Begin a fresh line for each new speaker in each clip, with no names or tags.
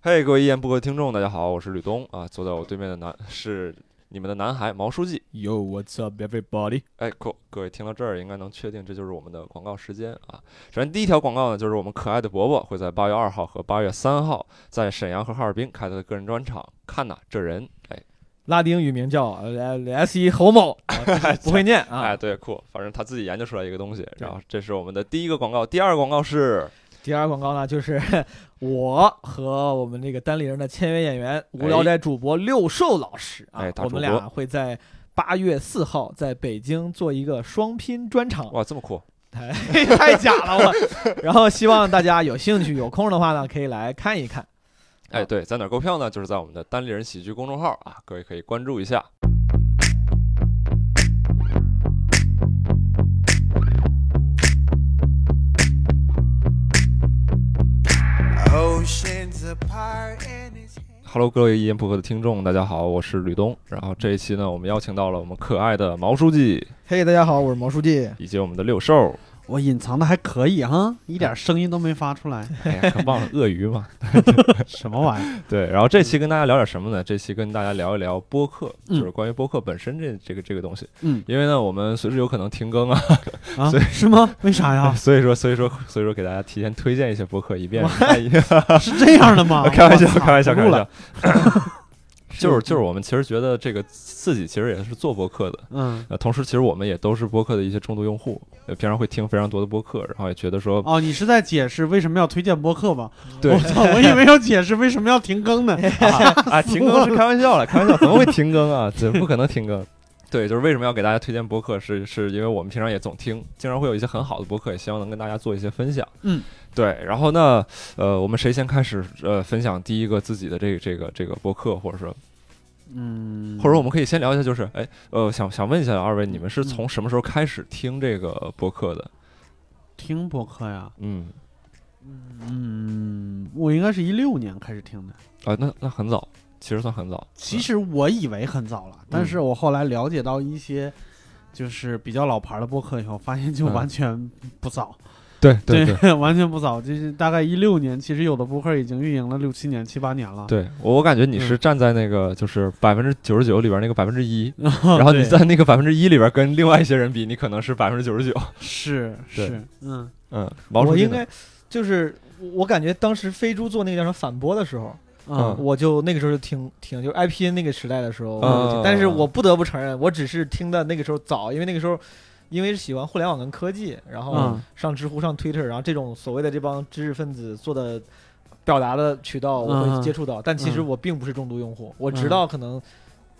嘿，各位一言不合的听众，大家好，我是吕东啊，坐在我对面的男是你们的男孩毛书记。
Yo, what's up, everybody？
哎，各各位听到这儿，应该能确定这就是我们的广告时间啊。首先，第一条广告呢，就是我们可爱的伯伯会在八月二号和八月三号在沈阳和哈尔滨开他的个人专场。看呐，这人，哎
拉丁语名叫呃 S 一侯某， 啊不会念
哎，
啊。
对，酷，反正他自己研究出来一个东西。然后，这是我们的第一个广告，第二个广告是
第二广告呢，就是 我和我们这个单立人的签约演员无聊斋主播六兽老师啊
哎大，主播
我们俩会在八月四号在北京做一个双拼专场，
哇，这么酷，
太 太假了我。 然后希望大家有兴趣有空的话呢，可以来看一看。
哎，对，在哪儿购票呢？就是在我们的单立人喜剧公众号啊，各位可以关注一下。
Oceans apart and it's
Hello，各位一言不合的听众，大家好，我是吕东。然后这一期呢，我们邀请到了我们可爱的毛书记
嘿、大家好，我是毛书记。
以及我们的六兽，
我隐藏的还可以
嗯
哈，一点声音都没发出 来，
哎呀，可忘了鳄鱼嘛。
什么玩意儿？
对，然后这期跟大家聊点什么呢？这期跟大家聊一聊播客，就
嗯
是关于播客本身这这个这个东西。
嗯
因为呢，我们随时有可能停更啊，
啊
所以，
是吗？为啥 呀？
所以说，所以说，所以说给大家提前推荐一些播客，以 便万一
是这样的吗？
开玩笑
我，操
开玩笑，
不
开
录
玩
了
笑。 就是就是，我们其实觉得这个自己其实也是做播客的，
嗯，
呃，同时其实我们也都是播客的一些重度用户，呃，平常会听非常多的播客，然后也觉得说，
哦，你是在解释为什么要推荐播客吧？
对
我操，我以为要解释为什么要停 更呢。
啊，停更是开玩笑了，开玩笑，怎么会停更啊？这不可能停更。 对，就是为什么要给大家推荐播客，是是因为我们平常也总听，经常会有一些很好的播客，也希望能跟大家做一些分享。
嗯，
对。然后呢，呃，我们谁先开始呃分享第一个自己的这个这个这个播客，或者说
嗯，
或者说我们可以先聊一下，就是哎呃想想问一下二位，你们
嗯
是从什么时候开始听这个播客的？
听播客呀？
嗯，
嗯，我应该是一六年开始听的。
啊，那那很早，其实算很早。
其实我以为很早
嗯
了，但是我后来了解到一些就是比较老牌的播客以后，发现就
嗯
完全不早。
对
对
对
完全不早，就是大概一六年，其实有的播客已经运营了六七年、七八年
啊
了。
对，我我感觉你
嗯
是站在那个就是百分之九十九里边那个百分之 一，然后你
对
在那个百分之一里边跟另外一些人比，你可能是百分之九十九。
是
对
是，嗯，
嗯，毛
我
书记
应
呢
该就是我我感觉当时飞猪做那个叫什么反驳的时候，
啊
嗯
我就那个时候就听听，就是 IPN 那个时代的时候，我就
嗯
听但是我不得不承认，我只是听的那个时候早，因为那个时候。因为是喜欢互联网跟科技，然后
嗯
上知乎、上 Twitter，然后这种所谓的这帮知识分子做的表达的渠道，我
嗯
会
嗯
接触到。但其实
嗯
我并不是重度用户，我
嗯
直到可能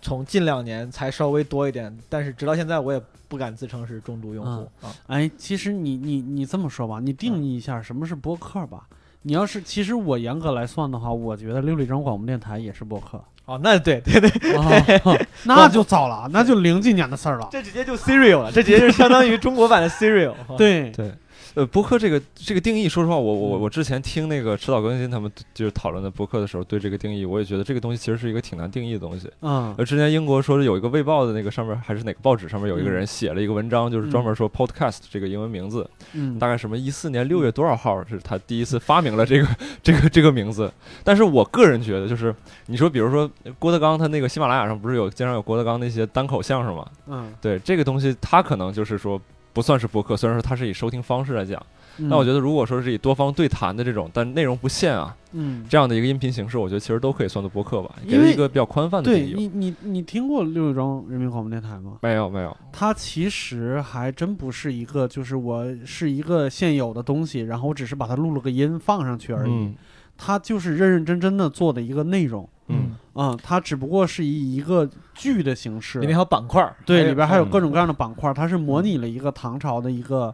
从近两年才稍微多一点，但是直到现在我也不敢自称是重度用户啊。
哎，其实你你你这么说吧，你定义一下什么是播客吧。你要是，其实我严格来算的话，我觉得六里庄广播电台也是播客，
哦，那对对对，
啊那就早了，那就零几年的事儿了。
这直接就 Serial 了，这直接就相当于中国版的 Serial 。
对，嗯
对，呃，播客这个这个定义，说实话，我我我之前听那个迟早更新他们就是讨论的播客的时候，对这个定义，我也觉得这个东西其实是一个挺难定义的东西。
嗯
呃，之前英国说是有一个《卫报》的那个上面还是哪个报纸上面有一个
嗯
人写了一个文章，就是专门说 podcast 这个英文名字，
嗯
大概什么一四年六月多少号是他第一次发明了这个这个这个名字。但是我个人觉得，就是你说，比如说郭德纲他那个喜马拉雅上不是有经常有郭德纲那些单口相声嘛？
嗯，
对这个东西，他可能就是说。不算是播客，虽然说它是以收听方式来讲，但我觉
得，
得如果说是以多方对谈的这种，但内容不限啊，
嗯，
这样的一个音频形式，我觉得其实都可以算作播客吧，给
因
了
为
一个比较宽泛的定
对
义。
你你你听过六里庄人民广播电台吗？
没有没有，
它其实还真不是一个，就是我是一个现有的东西，然后我只是把它录了个音放上去而已。
嗯
它就是认认真真的做的一个内容
嗯，
啊、它只不过是以一个剧的形式
里，面还有板块儿，
对，里边还有
嗯
各种各样的板块，它是模拟了一个唐朝的一个。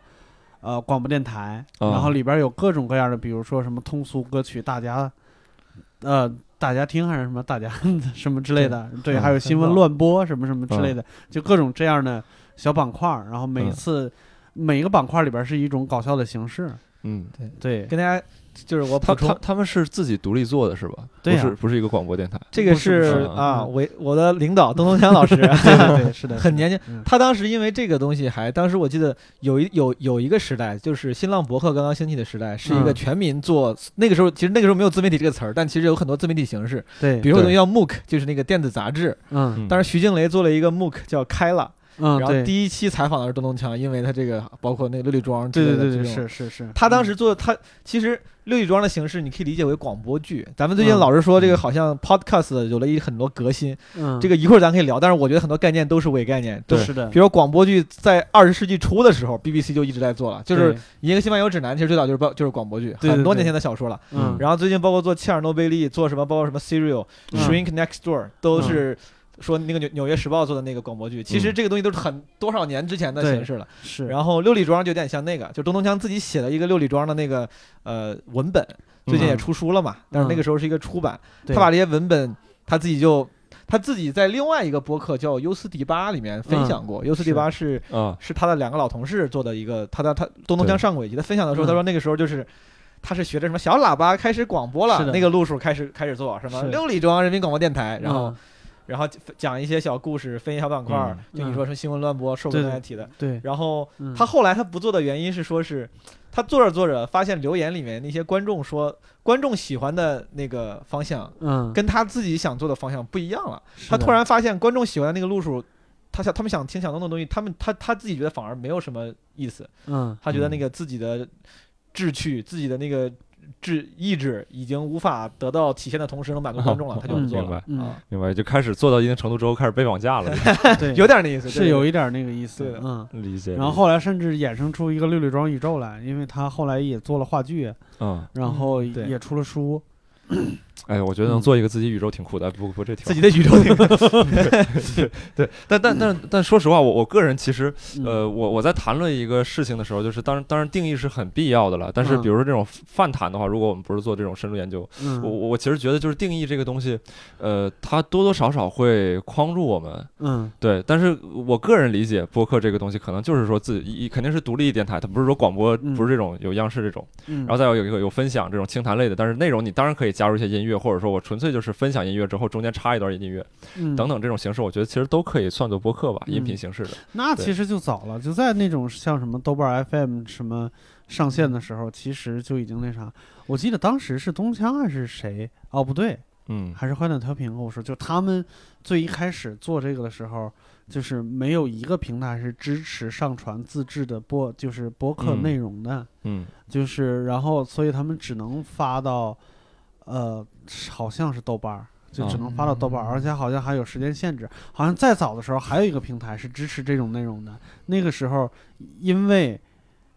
呃，广播电台，
啊
然后里边有各种各样的，比如说什么通俗歌曲，大家，呃，大家听还是什么大家 什么之类的，对，
嗯
还有新闻
很
乱播什么什么之
嗯
类的，就各种这样的小板块儿，然后每
嗯
次、每一个板块里边是一种搞笑的形式，
嗯，
对，
跟大家就是我
他
补
他
充，
他们是自己独立做的是吧？
对啊呀
不是不是一个广播电台。
这个
不是
不
是
是
啊，
嗯
我我的领导邓东强 老师，
对对对，是的，
很年轻
嗯。
他当时因为这个东西还，当时我记得有一有有一个时代，就是新浪博客刚刚兴起的时代，是一个
嗯
全民做。那个时候其实那个时候没有自媒体这个词儿，但其实有很多自媒体形式，
嗯对，
比如说有
对
个叫 MOOC，就是那个电子杂志。
嗯
当时徐静蕾做了一个 MOOC 叫开了，
嗯，
然后
对
第一期采访的是邓东强，因为他这个包括那个六里庄之
对
类
对
的这
对对，
种
是是是，
他当
嗯
时做他其实六里庄的形式，你可以理解为广播剧。咱们最近
嗯
老是说这个
嗯
好像 podcast 有了一很多革新，
嗯，
这个一会儿咱可以聊。但是我觉得很多概念都是伪概念，
对
都
是的，
比如广播剧在二十世纪初的时候，BBC 就一直在做了，就是《
对
一个西漫游指南》，其实最早就是报就是广播剧，
对对
很多
对
年前的小说了。
嗯，
然后最近包括做切尔诺贝利，做什么包括什么 Serial、
嗯
Shrink Next Door，都是说那个纽纽约时报做的那个广播剧。其实
嗯
这个东西都是很多少年之前的
对
形式了。
是，
然后六里庄就有点像那个，就东东强自己写了一个六里庄的那个呃文本，最近也
嗯
出书了嘛，但是那个时候是一个出版，
对
他把这些文本他自己就他自己在另外一个播客叫优斯迪巴里面分享
嗯
过，优斯迪巴是
啊，
是他的两个老同事做的一个，他的他东东强
对
上过一集，他分享的时候他
嗯
说那个时候就是。他是学着什么小喇叭开始广播
是
了，
的
那个路数开始开始做什么
是
六里庄人民广播电台，然后
嗯
然后讲一些小故事，分一小板块儿，
嗯
就你
嗯
说什么新闻乱播，受
对
刚
对
才提的，
对
然后
嗯
他后来他不做的原因是说是，他做着做着发现留言里面那些观众说观众喜欢的那个方向
嗯，
跟他自己想做的方向不一样了，
是
他
的
突然发现观众喜欢的那个路数。他想，他们想听小东的东西，他们他他自己觉得反而没有什么意思，
嗯
他觉得那
嗯
个自己的志趣、自己的那个志意志已经无法得到体现的同时， 能满足 观众了，他就不
嗯
做
明
了
白
嗯
啊，
明白，就开始做到一定程度之后，开始被绑 架了，
对，
有点那意思，
是
对
有一点那个意思
对，的
嗯。
理解。
然后后来甚至衍生出一个六里庄宇宙来，因为他后来也做了话剧，
嗯，
然后
对
也出了书，
哎，我觉得能做一个自己宇宙挺酷的，不不，这挺
嗯自己的嗯宇宙 里面
对，但但但但说实话，我我个人其实
嗯
呃，我我在谈论一个事情的时候，就是当然当然定义是很必要的了，但是
嗯
比如说这种泛谈的话，如果我们不是做这种深入研究，
嗯
我我我其实觉得就是定义这个东西，呃，它多多少少会框住我们。
嗯
对，但是我个人理解播客这个东西，可能就是说自己一肯定是独立电台，它不是说广播，
嗯
不是这种有央视这种，
嗯，
然后再有有一个有分享这种清谈类的，但是内容你当然可以加入一些音乐，或者说我纯粹就是分享音乐之后中间插一段音乐
嗯
等等这种形式，我觉得其实都可以算作播客吧，
嗯
音频形式的。
那
对
其实就早了，就在那种像什么豆瓣 FM 什么上线的时候，其实就已经那啥。我记得当时是东枪还是谁？哦，不对，
嗯
还是坏蛋调频跟我说，就他们最一开始做这个的时候，就是没有一个平台是支持上传自制的播，就是播客
嗯
内容的，
嗯
就是然后所以他们只能发到，呃，好像是豆瓣儿。就只能发到豆瓣儿，
嗯
而且好像还有时间限制。好像再早的时候还有一个平台是支持这种内容的，那个时候因为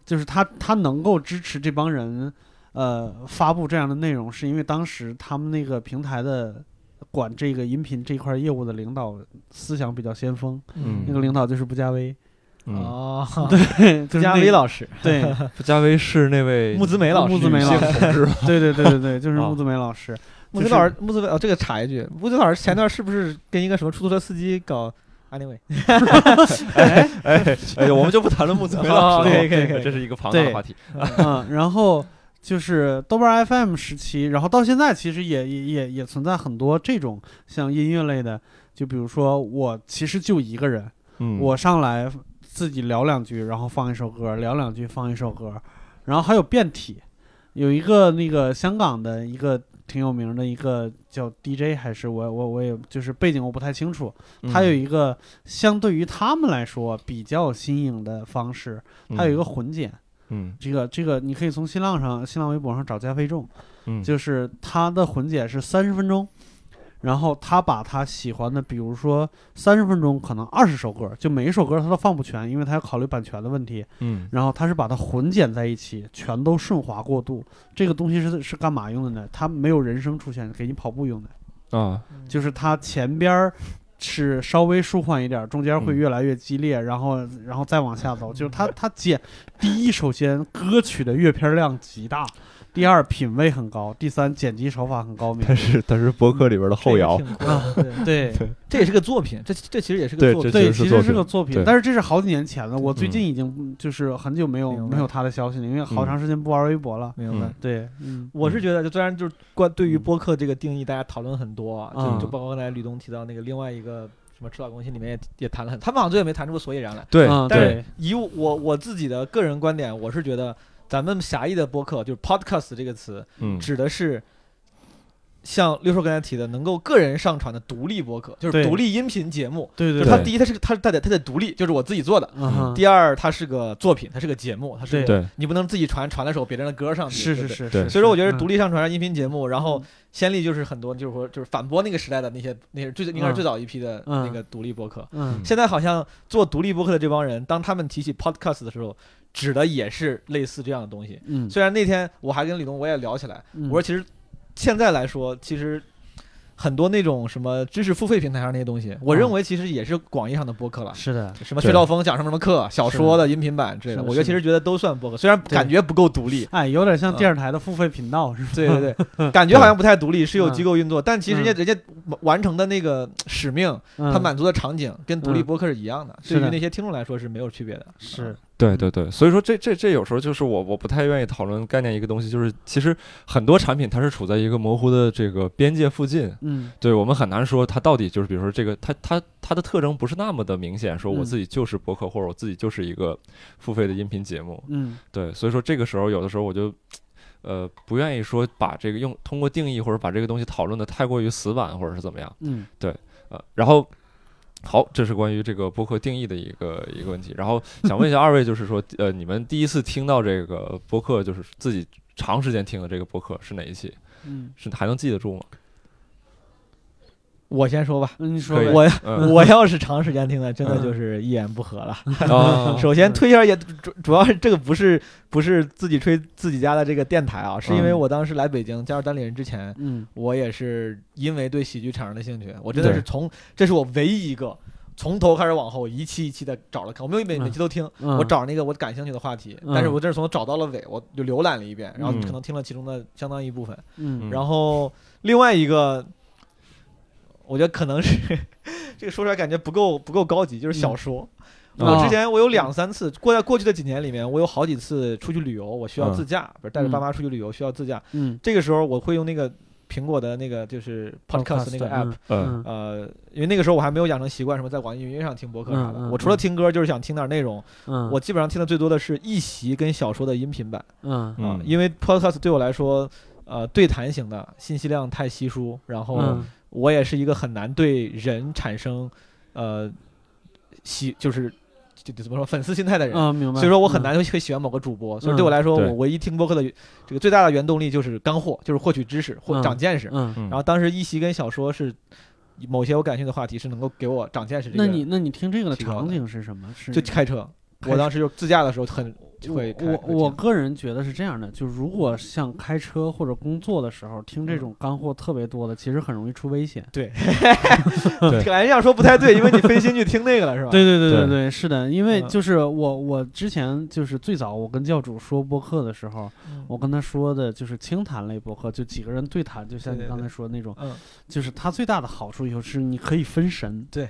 就是他他能够支持这帮人呃发布这样的内容，是因为当时他们那个平台的管这个音频这块业务的领导思想比较先锋，
嗯
那个领导就是布加威，
嗯，
哦，
对， 就是
加
那
威
个
老师，
对
布加威是那位
木子美老师，
木子美老师
同 志吗，
对对对对对，就是
啊
木子美老师，
木
就
子
是
老师，木子老哦这个插一句，木子老师前段是不是跟一个什么出租车司机搞 anyway？
哎哎，我们就不谈论木子美老师了，
哦可以可以可以
这是一个庞大的
对
话题。
嗯，然后就是豆瓣 FM 时期，然后到现在其实也也也也存在很多这种像音乐类的，就比如说我其实就一个人，
嗯，
我上来自己聊两句，然后放一首歌，聊两句放一首歌，然后还有变体，有一个那个香港的一个挺有名的一个叫 DJ 还是我我我也就是背景我不太清楚，
嗯
他有一个相对于他们来说比较新颖的方式，他有一个混剪。
嗯
这个这个你可以从新浪上、新浪微博上找加菲众，
嗯
就是他的混剪是三十分钟，然后他把他喜欢的，比如说三十分钟可能二十首歌，就每一首歌他都放不全，因为他要考虑版权的问题。
嗯
然后他是把它混剪在一起，全都顺滑过渡。这个东西是是干嘛用的呢？它没有人声出现，给你跑步用的，
啊
嗯
就是它前边儿。是稍微舒缓一点，中间会
嗯
越来越激烈，然后然后再往下走，就是它它剪第一，首先歌曲的阅片量极大，第二品味很高，第三剪辑手法很高明
他。是他是博客里边的后摇
这，个挺酷的对
对
对
这也是个作品，这这其实也是
对
个作
这其
品。
对，
实是
其
作
实是
品
个作品
对，
但是这是好几年前了，我最
嗯
近已经就是很久没有
明白
没有他的消息了，因为好
嗯
长时间不玩微博了。
明白。
嗯
对，嗯，
我是觉得，就虽然就是关对于
嗯
播客这个定义，大家讨论很多啊，
嗯
就就包括刚才吕东提到那个另外一个什么《赤道攻心》里面也也谈了很，他们好像最后也没谈出个所以然来。
对
嗯
但
对
是以我我自己的个人观点，我是觉得咱们狭义的播客就是 podcast 这个词，
嗯
指的是像六叔刚才提的，能够个人上传的独立播客，就是
对
独立音频节目。
对
就
对
是它
对，
第一，它是个它它得它得独立，就是我自己做的；
嗯哼，
第二，它是个作品，它是个节目，它是
对
个
对
你不能自己传传了首别人的歌上去，
是
对不
是
对
是，
对
是
所以说，我觉得
嗯
独立上传音频节目，然后
嗯
先例就是很多，就是说就是反驳那个时代的那些那些最应该是最早一批的
嗯
那个独立博客。
嗯
嗯
现在好像做独立博客的这帮人，当他们提起 podcast 的时候，指的也是类似这样的东西。
嗯，
虽然那天我还跟李东我也聊起来，
嗯
我说其实现在来说，其实。很多那种什么知识付费平台上那些东西，我认为其实也是广义上的播客了，
嗯是的，
什么
对
薛兆丰讲什么什么课、小
是
说
的
的音频版之类
是
的，
的
我觉得
是
其
的
实觉得都算播客，虽然
对
感觉不够独立，
哎，有点像
嗯
电视台的付费频道是吧？
对对对，感觉好像不太独立，是有机构运作，但其实人家人家完成的那个使命，
嗯，
他满足的场景跟独立
嗯
播客是一样的，
是
对
的
于那些听众来说是没有区别的。
是，
对对对，所以说这这这有时候就是我我不太愿意讨论概念一个东西，就是其实很多产品它是处在一个模糊的这个边界附近，
嗯
对我们很难说它到底就是，比如说这个它它它的特征不是那么的明显，说我
嗯
自己就是博客、或者我自己就是一个付费的音频节目，
嗯
对，所以说这个时候有的时候我就。呃，不愿意说把这个用通过定义或者把这个东西讨论的太过于死板，或者是怎么样。
嗯
呃，然后好，这是关于这个播客定义的一个一个问题。然后想问一下二位，就是说，呃，你们第一次听到这个播客，就是自己长时间听的这个播客是哪一期？
嗯，
是还能记得住吗？
我先说吧，
那你说
可以
呗
我
嗯
我要是长时间听的，真的
嗯
就是一言不合了。
哦
啊，
首先推一下也主主要是这个不是不是自己吹自己家的这个电台啊，是因为
嗯
我当时来北京加入单立人之前。
嗯
我也是因为对喜剧产生了兴趣，我真的
对
是从这是我唯一一个从头开始往后一期一期的找了看，我没有每每期都听，
嗯，
我找那个我感兴趣的话题，
嗯
但是我这是从找到了尾，我就浏览了一遍，然后
嗯
可能听了其中的相当一部分，
嗯
然后另外一个，我觉得可能是 这个说出来感觉不够不够高级，就是小说。
嗯
我
啊
之前我有两三次过在过去的几年里面，我有好几次出去旅游，我需要
嗯
自驾，不是带着
嗯
爸妈出去旅游需要自驾，
嗯
这个时候我会用那个苹果的那个就是 podcast 那个 app。
嗯
嗯
呃，因为那个时候我还没有养成习惯，什么在网易云音乐上听播客啥的。
嗯嗯
我除了
嗯
听歌，就是想听点内容，
嗯，
我基本上听的最多的是一席跟小说的音频版
嗯
啊
嗯，
因为 podcast 对我来说，呃，对谈型的信息量太稀疏，然后
嗯
我也是一个很难对人产生呃喜就是就就怎么说粉丝心态的人。
嗯，明嗯白。
所以说我很难会会喜欢某个主播，所以对我来说，
对
我唯一听播客的这个最大的原动力就是干货，就是获取知识或
嗯
长见识。
嗯。嗯，
然
然后当时一席跟小说是某些我感兴趣的话题，是能够给我长见识。这
那
个
你那你听这个的
提高
场
的
景是什么？是
就开车，
开
我
车
当时就自驾的时候很就会开
我
会
我
听
个人觉得是这样的，就如果像开车或者工作的时候听
嗯
这种干货特别多的，其实很容易出危险。
对
感觉这样说不太对，因为你分心去听那个了，是吧？
对对对
对
对，是的，因为
嗯
就是我我之前就是最早我跟教主说播客的时候，
嗯，
我跟他说的就是清谈类播客，就几个人对谈，就像
对
你
对
刚才
对
说的那种，
嗯
就是它最大的好处就是你可以分神。
对。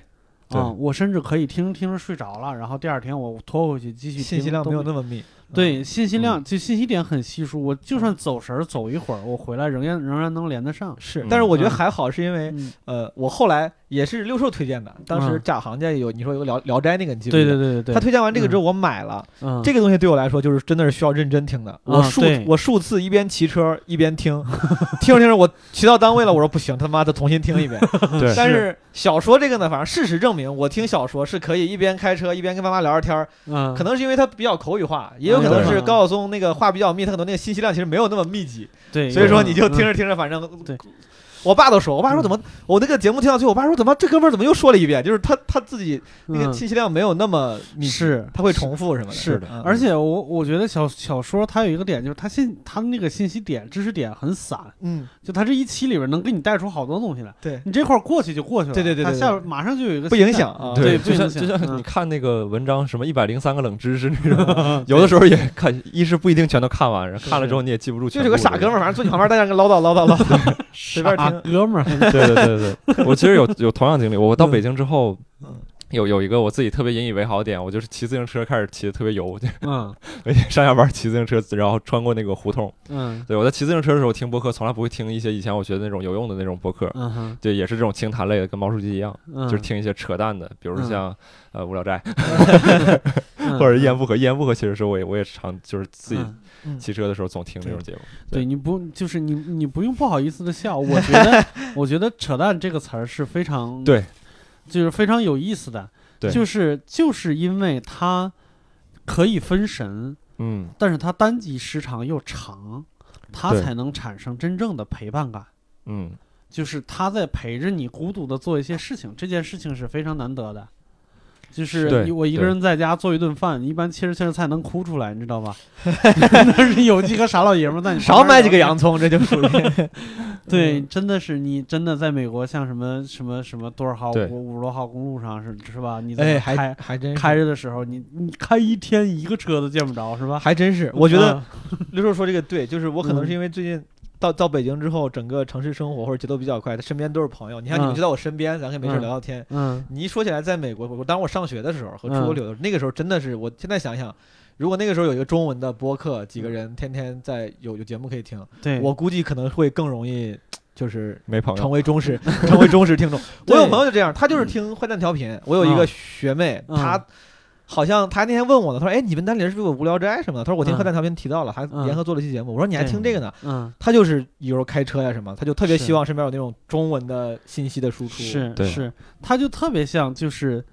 啊、
对
我甚至可以听着听着睡着了，然后第二天我拖回去继续听。
信息量没有那么密。
对，信息
嗯
量就信息点很稀疏，我就算走神儿走一会儿，我回来仍然仍然能连得上
嗯。是
嗯，
但是我觉得还好，是因为
嗯，
呃，我后来也是六兽推荐的，当时
嗯
贾行家有你说有个聊聊斋那个，你记不
对
记得？
对对对对，
他推荐完这个之后，我买了
嗯
这个东西，对我来说就是真的是需要认真听的。我
啊
数
对
我数次一边骑车一边听，听着听着我骑到单位了，我说不行，他妈的重新听一 遍。
对
但是小说这个呢，反正事实证明，我听小说是可以一边开车一边跟妈妈聊着天儿，
嗯
可能是因为它比较口语化，也有可能
嗯
是
对
高晓松那个话比较密，他可能那个信息量其实没有那么密集，
对，
所以说
嗯
你就听
嗯
着听着，反正
对
我爸都说，我爸说怎么我那个节目听到最后，我爸说怎么这哥们儿怎么又说了一遍？就是他他自己那个
嗯
信息量没有那么密集，
是
他会重复什么的。
是
的
嗯
而且我我觉得小小说它有一个点，就是它信它那个信息点、知识点很散，
嗯，
就它这一期里边能给你带出好多东西来。
对，
你这块儿过去就过去了，
对对对对
它
对
下边马上就有一个
不
新的
影响啊。
对不
就像
影响
就像
嗯
你看那个文章，什么一百零三个冷知识那 种，有的时候也看，一是不一定全都看完，然后看了之后你也记不住
就
全
是
部。
有个傻哥们儿，反正坐你旁边，在那个唠叨唠叨 唠叨。随便
傻
听
哥们儿，
对对对对对，我其实有 有同样经历，我到北京之后
嗯。
有有一个我自己特别引以为豪的点，我就是骑自行车开始骑的特别油， 就
嗯
每天上下班骑自行车，然后穿过那个胡同。
嗯
对，我在骑自行车的时候听播客，从来不会听一些以前我觉得那种有用的那种播客，
嗯哼
对，也是这种清谈类的，跟毛书记一样，
嗯，
就是听一些扯淡的，比如说
嗯
像呃无聊斋
嗯
或者一言不合。一言不合其实是我也我也常就是自己
嗯
嗯
骑车的时候总听这种节目。
对，你不就是你，你不用不好意思的笑。我觉得，我觉得“扯淡”这个词儿是非常
对，
就是非常有意思的。
对
就是就是因为它可以分神，
嗯，
但是它单集时长又长，它
对
才能产生真正的陪伴感。
嗯，
就是他在陪着你孤独的做一些事情，这件事情是非常难得的。就是
对
你我一个
对
人在家做一顿饭，一般切着切着菜能哭出来，你知道 吧？但是有几个傻老爷们儿在你旁
少
边
买几
聊
个
天
洋葱，这就属于
对，
嗯
真的是你真的在美国，像什么什么什么多少号
对
五五十多号公路上是是吧？你 在
哎，
那
还
开
还真是
开着的时候，你你开一天一个车都见不着是吧？
还真是，我觉得
嗯
刘硕说这个对，就是我可能
嗯
是因为最近到到北京之后，整个城市生活或者节奏比较快，身边都是朋友。你看你们
嗯
就在我身边，咱可以没事
嗯
聊聊天。
嗯
你一说起来，在美国，我当我上学的时候和出国
嗯
旅游的时候，那个时候真的是，我现在想想，如果那个时候有一个中文的播客，几个人天天在有有节目可以听，
对，
我估计可能会更容易就是
没朋
成
友。
为忠 实成为忠实 听众。我
对
有朋友就这样，他就是听坏蛋调频。我有一个
嗯
学妹，
嗯
她好像她那天问我呢，她说：“哎，你们单里人是不是有无聊斋什么的？”她说：“我听
嗯
坏蛋调频提到了，还
嗯
联合做了一期节目。”我说：“你还
对
听这个呢？”
嗯
她就是有时候开车呀什么，她就特别
是
希望身边有那种中文的信息的输出。
是
对
是，他就特别像就是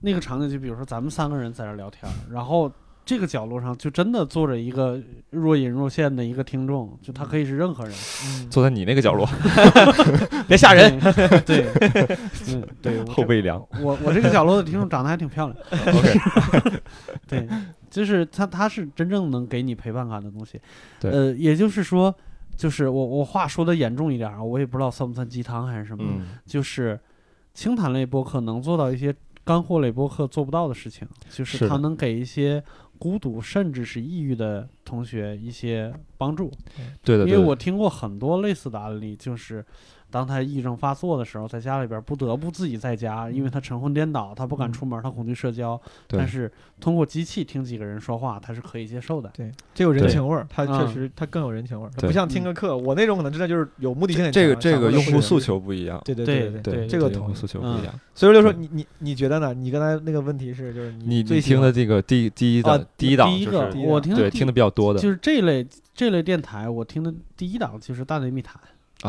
那个场景，就比如说咱们三个人在这儿聊天儿，然后。这个角落上就真的坐着一个若隐若现的一个听众，就他可以是任何人，
嗯，
坐在你那个角 落，
别吓人。
对。对，嗯，对，我
后背凉。
我我这个角落的听众长得还挺漂亮，
OK，
对，就是它它是真正能给你陪伴感的东西。
对
呃，也就是说，就是我我话说的严重一点儿啊，我也不知道算不算鸡汤还是什么，
嗯，
就是清谈类播客能做到一些干货类播客做不到的事情，就是是
的
它能给一些孤独甚至是抑郁的同学一些帮助。
对的，
因为
对的
我听过很多类似的案例，就是当他抑郁症发作的时候，在家里边不得不自己在家，因为他晨昏颠倒，他不敢出门，他恐惧社交。
嗯对
但是通过机器听几个人说话，他是可以接受的。
对，这有人
对
情味儿，它确
嗯
实它更有人情味儿，它
对
不像听个课。我那种可能真的就是有目的性很强。
这个这
掌
个
握了
用
事
户
情
诉。求不一样。
对对对
对
对，
这个
用
同
户
意
诉求不一样。
所以刘说，
对
你你你觉得呢？你刚才那个问题是，就是
你
最
你
喜
听
欢
的这个第第一档
啊
一档
第一
就
个
是
第一档
我听
对
第
听的比较多的
就是这类这类电台，我听的第一档就是《大内密谈》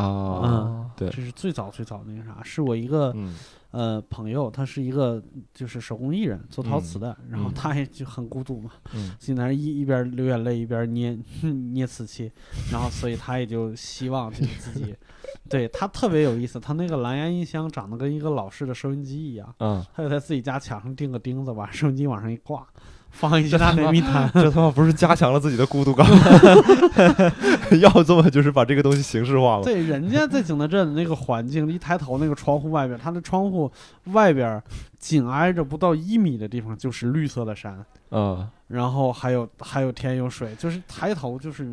啊，
嗯
哦
对
这是最早最早那个啥，是我一个
嗯
呃朋友，他是一个就是手工艺人，做陶瓷的，然后
嗯
他也就很孤独嘛，
嗯
现在一一边流眼泪一边捏 捏瓷器，然后所以他也就希望就是自 己，对他特别有意思，他那个蓝牙音箱长得跟一个老式的收音机一样，
嗯，
他就在自己家墙上钉个钉子，把收音机往上一挂，放
，
一些大内密谈
这他妈不是加强了自己的孤独感， 要这么就是把这个东西形式化吗？
对，人家在景德镇那个环境，一抬头那个窗户外边，他的窗户外边紧挨着不到一米的地方就是绿色的山。
啊，
然后还有还有天有水，就是抬头就是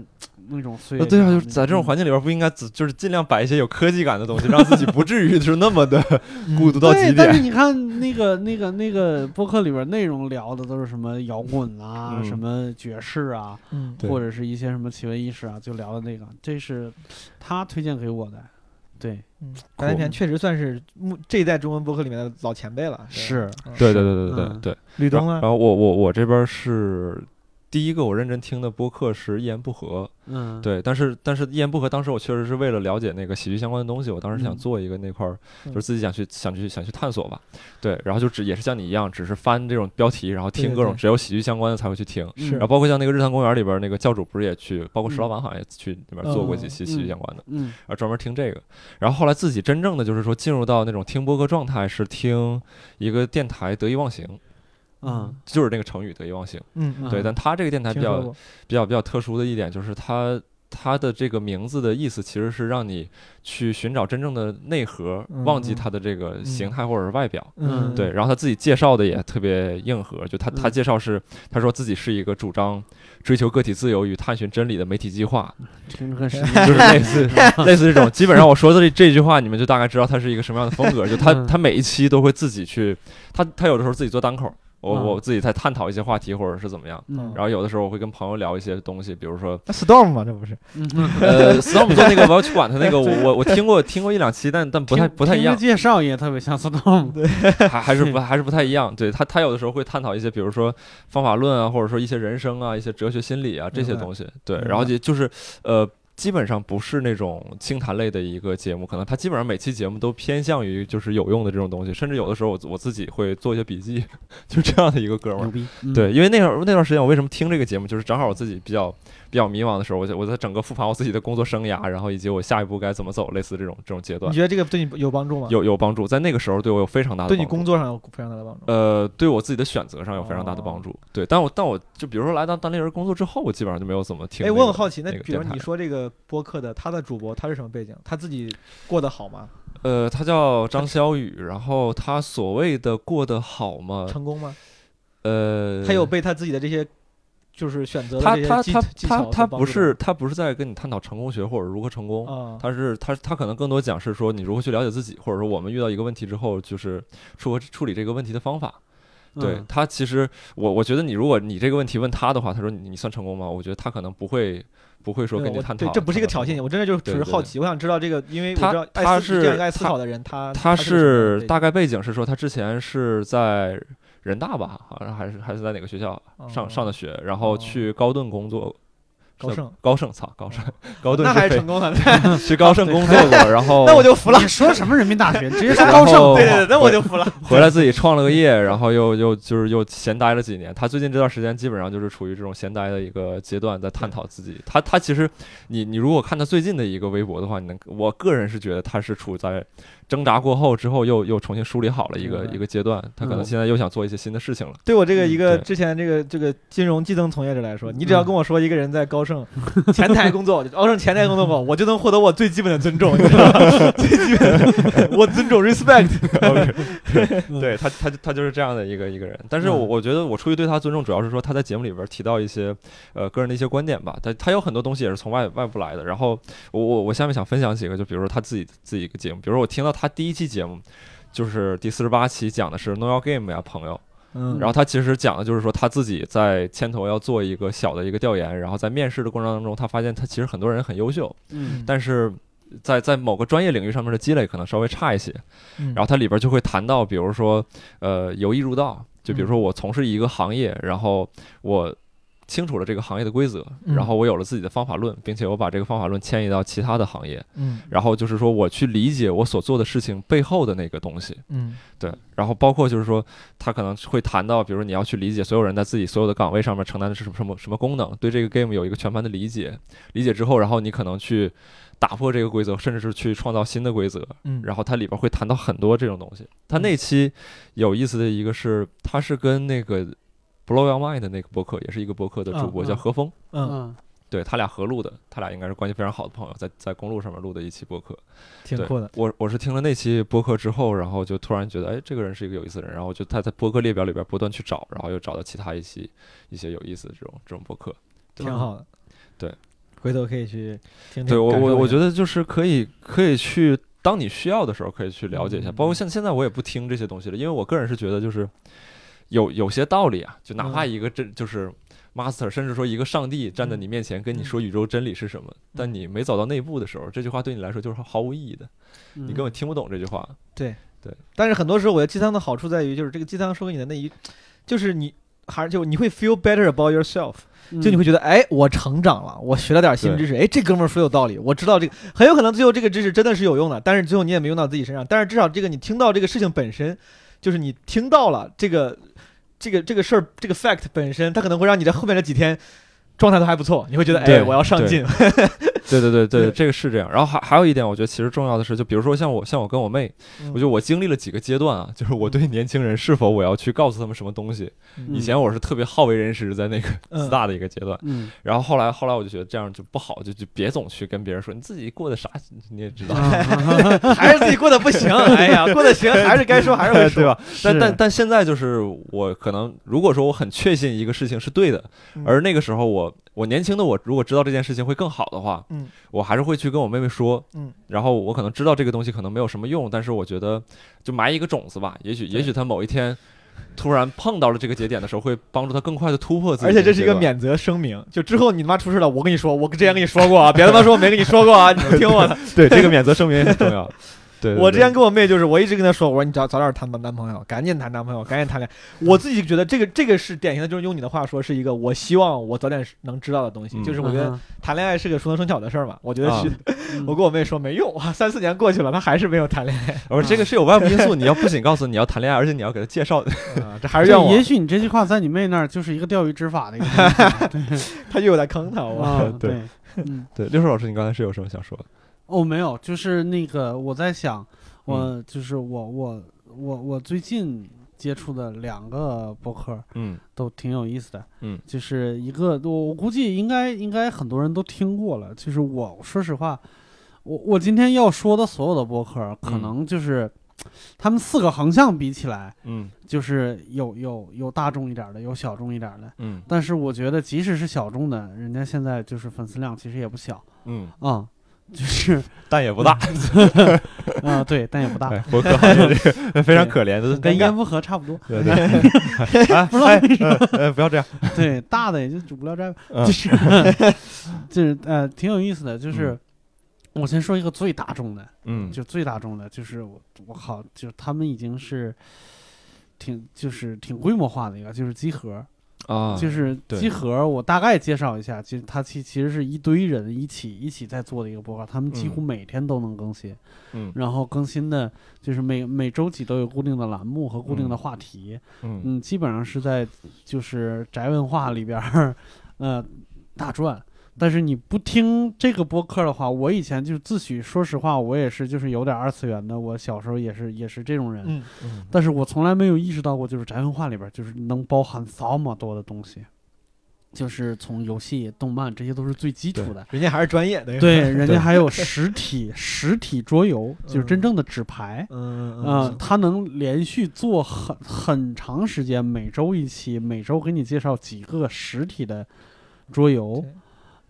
那种岁月
那
感那
对
种。
啊，就是在
嗯
这种环境里边，不应该只就是尽量摆一些有科技感的东西，让自己不至于就是那么的
嗯
孤独到
对，
极
但
点。
是你看那个那个那个播客里边内容聊的都是什么摇滚啊，
嗯
什么爵士啊，
嗯
对
或者是一些什么奇闻异事啊，就聊的那个，这是他推荐给我的。对，
嗯，白岩片确实算是目这一代中文播客里面的老前辈了。对吧，
是，
嗯
对对对对对
嗯
对。
吕东啊
然
呢？
后我我我这边是第一个我认真听的播客是《一言不合》，
嗯，，
对，但是但是一言不合，当时我确实是为了了解那个喜剧相关的东西，我当时想
嗯
做一个那块儿，就
嗯
是自己想去想去想去探索吧。对，然后就只也是像你一样，只是翻这种标题，然后
对
听
对
各种
对
只有喜剧相关的才会去听。
嗯
然后包括像那个日坛公园里边儿那个教主不是也去，包括石
嗯
老板好像也去里面做过几
嗯
期喜剧
嗯
相关的，
嗯
然后专门听这个。然后后来自己真正的就是说进入到那种听播客状态，是听一个电台得意忘形，
啊
就是那个成语得意忘形。
嗯嗯，
对，
嗯
但他这个电台比
听说
较
过，
比较比较特殊的一点就是它它的这个名字的意思其实是让你去寻找真正的内核，
嗯
忘记它的这个形态或者是外表。
嗯，
对，然后他自己介绍的也特别硬核，就他他
嗯
介绍是他说自己是一个主张追求个体自由与探寻真理的媒体计 划，
听着很神
就是类 似类似这种。基本上我说的这这句话，你们就大概知道他是一个什么样的风格。就他
嗯
他每一期都会自己去，他他有的时候自己做单口，我
嗯
我自己在探讨一些话题或者是怎么样。
嗯
然后有的时候我会跟朋友聊一些东西，比如说，
那 storm 嘛，这不是
嗯，
呃，Storm 做那个我要去管他那个，我我我听过听过一两期，但但不太
听
不太一
听着
样，
介绍也特别像 Storm，
还还是
嗯
不还是不太一样。对他他有的时候会探讨一些，比如说方法论啊，或者说一些人生啊、一些哲学心理啊这些
明白
东西。对，
明白
然后就就是呃。基本上不是那种清谈类的一个节目，可能他基本上每期节目都偏向于就是有用的这种东西，甚至有的时候我我自己会做一些笔记， 就这样的一个哥们儿
牛。逼，嗯，
对，因为那会儿那段时间，我为什么听这个节目，就是正好我自己比较比较迷茫的时候，我就我在整个复盘我自己的工作生涯，然后以及我下一步该怎么走，类似这种这种阶
你
段，
觉得这个对你有帮助吗？，
有有帮助，在那个时候对我有非常大的
对
帮助。
你工作上有非常大的帮助。
呃，对我自己的选择上有非常大的帮
哦
助。对，但我但我就比如说来当当猎人工作之后，我基本上就没有怎么听、
哎，
那
我很
个
好奇，那
那个
比如
电台
你说这个播客的他的主播他是什么背景？他自己过得好吗？
呃，他叫张潇雨，然后他所谓的过得好吗？
成功吗？
呃，
他有被他自己的这些就是选择的
他
这些
他
技
他
技巧
他
所
他
帮
不
助
是他不是在跟你探讨成功学或者如何成功，
到吗啊，
他是他他可能更多讲是说你如何去了解自己，或者说我们遇到一个问题之后，就是处和处理这个问题的方法。
嗯
对、他其实我我觉得你如果你这个问题问他的话，他说你你算成功吗？我觉得他可能不会不会说
对
跟你
我
探讨。
对，这不是一个挑衅，。我真的就是只
对
是
对
好
对
奇，我想知道这个，因为我
他
知道爱
他
思这样一
是
个爱思
他
考的人，他
他
是
是大概背景是说他之前是在人大吧，好像还是还是在哪个学校上、上的
的
学，然后去高顿工作。
哦高盛
高盛，操，高盛，高顿
哦那还
非
是 成功的，
去高盛工作过，然后
那我就服了。
你说什么人民大 学，直接说
然
高
后
盛，
对对对，那我就服了。
回来自己创了个 业，然后又又就是又闲待了几年。他最近这段时间基本上就是处于这种闲待的一个阶段，在探讨自己。他他其实，你你如果看他最近的一个微博的话，你能，我个人是觉得他是处在挣扎过后之后又又重新梳理好了一个
明白
一个阶段。他可能
嗯
现在又想做一些新的事情了。
对我这个一个
嗯对
之前这个这个金融技能从业者来说，你只要跟我说一个人在高盛前台工 作，高盛前台工作过，我就能获得我最基本的尊重，你知道吗？ 最基本的，我尊重 respect。
对他他他就是这样的一个一个人。但是我
嗯
我觉得我出于对他尊重，主要是说他在节目里边提到一些呃个人的一些观点吧。他他有很多东西也是从外外部来的。然后我我我下面想分享几个，就比如说他自己自己一个节目，比如说我听到他第一期节目。就是第四十八期讲的是 No Your Game 呀，朋友。
嗯
然后他其实讲的就是说他自己在牵头要做一个小的一个调研，然后在面试的过程当中，他发现他其实很多人很优秀，
嗯
但是在在某个专业领域上面的积累可能稍微差一些。
然
然后它里边就会谈到，比如说，呃，由易入道，就比如说我从事一个行业，然后我清楚了这个行业的规则，
嗯
然后我有了自己的方法论，并且我把这个方法论迁移到其他的行业，
嗯
然后就是说我去理解我所做的事情背后的那个东西，
嗯
对，然后包括就是说，他可能会谈到，比如你要去理解所有人在自己所有的岗位上面承担的是什么什么什么功能，对这个 game 有一个全盘的理解，理解之后，然后你可能去打破这个规则，甚至是去创造新的规则，
嗯
然后它里边会谈到很多这种东西。它那期有意思的一个是，它是跟那个 Blow Your Mind 的那个博客，也是一个博客的主播
嗯
叫
嗯
何峰，
嗯，
嗯
对他俩合录的，他俩应该是关系非常好的朋友，在在公路上面录的一期博客。
挺
对
酷的。
我我是听了那期播客之后，然后就突然觉得，哎，这个人是一个有意思的人，然后就他在播客列表里边不断去找，然后又找到其他一期一些有意思的这种这种播客。对
挺好的。
对，
回头可以去听听。
对我我我觉
得
得就是可以可以去，当你需要的时候可以去了解一下，
嗯
包括像现在我也不听这些东西了，因为我个人是觉得就是有有些道理啊，就哪怕
嗯
一个真就是 master，甚至说一个上帝站在你面前跟你说宇宙真理是什么，但你没走到内部的时候，这句话对你来说就是毫无意义的，
嗯，
你根本听不懂这句话。
但是很多时候，我觉得鸡汤的好处在于，就是这个鸡汤说给你的那一，就是你还是就你会 feel better about yourself，就
嗯
你
会
会觉得，哎，我成长了，我学了点新知识，哎，这哥们儿说有道理，我知道这个，很有可能最后这个知识真的是有用的，但是最后你也没用到自己身上，但是至少这个你听到这个事情本身，就是你听到了这个这个这个事儿这个 fact 本身，它可能会让你在后面的几天状态都还不错，你会觉得，哎，
对
我要上进，
对对对对，
对
这个是这样。然后还还有一点，我觉得其实重要的是，就比如说像我，像我跟我妹，
嗯
我觉得我经历了几个阶段啊，就是我对年轻人是否我要去告诉他们什么东西，以前我是特别好为人师，在那个
嗯
自大的一个阶段。
嗯
然后后来后来我就觉得这样就不好，就就别总去跟别人说你自己过得啥，你也知道。
嗯还是自己过得不行，哎呀，过得行还是该说还是会说，
对吧？但
是
但但现在就是我可能，如果说我很确信一个事情是对的，
嗯
而那个时候我我年轻的我如果知道这件事情会更好的话，
嗯，
我还是会去跟我妹妹说，
嗯，
然后我可能知道这个东西可能没有什么用，但是我觉得就埋一个种子吧，也许也许她某一天突然碰到了这个节点的时候，会帮助她更快的突破自己。
而且这是一个
免。
免责声明，就之后你他妈出事了，我跟你说，我之前跟你说过啊，别他妈说我没跟你说过啊，你不听我的。
对，这个 免责声明也很重要。对
我之前跟我妹就是，我一直跟她说，我说你早早点谈男朋友，赶紧谈男朋友，赶紧谈恋爱。我自己觉得这个这个是典型的，就是用你的话说是一个我希望我早点能知道的东西，
嗯
就是我觉得谈恋爱是个熟能生巧的事儿嘛。我觉得
啊
是， 我跟我妹说没用，哇，三四年过去了，她还是没有谈恋
我说这个是有外部因素，你 要不仅告诉你要谈恋爱，而且你要给他介绍。
爱，
嗯
啊、这还是
就
怨我
也，许你这句话在你妹那儿就是一个钓鱼执法的一个东西
她又在坑她，我。
啊，
哦对
对，嗯，
对，六叔老师，你刚才是有什么想说的？
哦，没有，就是那个我在想，
嗯
我就是我我我我最近接触的两个博客
嗯
都挺有意思的，
嗯，
就是一个我我估计应该应该很多人都听过了，就是我说实话，我我今天要说的所有的博客，可
嗯
能就是、他们四个横向比起来，
嗯
就是有有有大众一点儿的，有小众一点儿的。
嗯
但是我觉得，即使是小众的，人家现在就是粉丝量其实也不小
嗯，
啊、就是
但也不大，
啊、对，但也不大，
哎博客行业这个 非常可怜的，
跟
尴
烟
尬。
不合差不多。
对 对， 哎
不知道
哎
为什么
呃呃不要这样。
对，大的也就主不聊斋，
嗯
就是 就是呃，挺有意思的。就是我先说一个最大众的，
嗯
就最大众的，就是我我靠，就他们已经是挺就是挺规模化的一个，就是集合，
啊
就是
对
集合。我大概介绍一下，其实它其其实是一堆人一起一起在做的一个播客，他们几乎
嗯
每天都能更新，
嗯
然后更新的就是每每周几都有固定的栏目和固定的话题。
嗯
嗯，基本上是在就是宅文化里边儿，呃，大转。但是你不听这个播客的话，我以前就自诩，说实话，我也是就是有点二次元的，我小时候也是也是这种 人，
嗯，
嗯
但是我从来没有意识到过，就是宅文化里边儿就是能包含这么多的东西，就是从游戏、动漫这些都是最基础的。
人家还是专业的，
对，人
对
家还有实体实体桌游，就是真正的纸牌。
嗯，嗯
呃
嗯，，
他能连续做很很长时间，每周一期，每周给你介绍几个实体的桌游，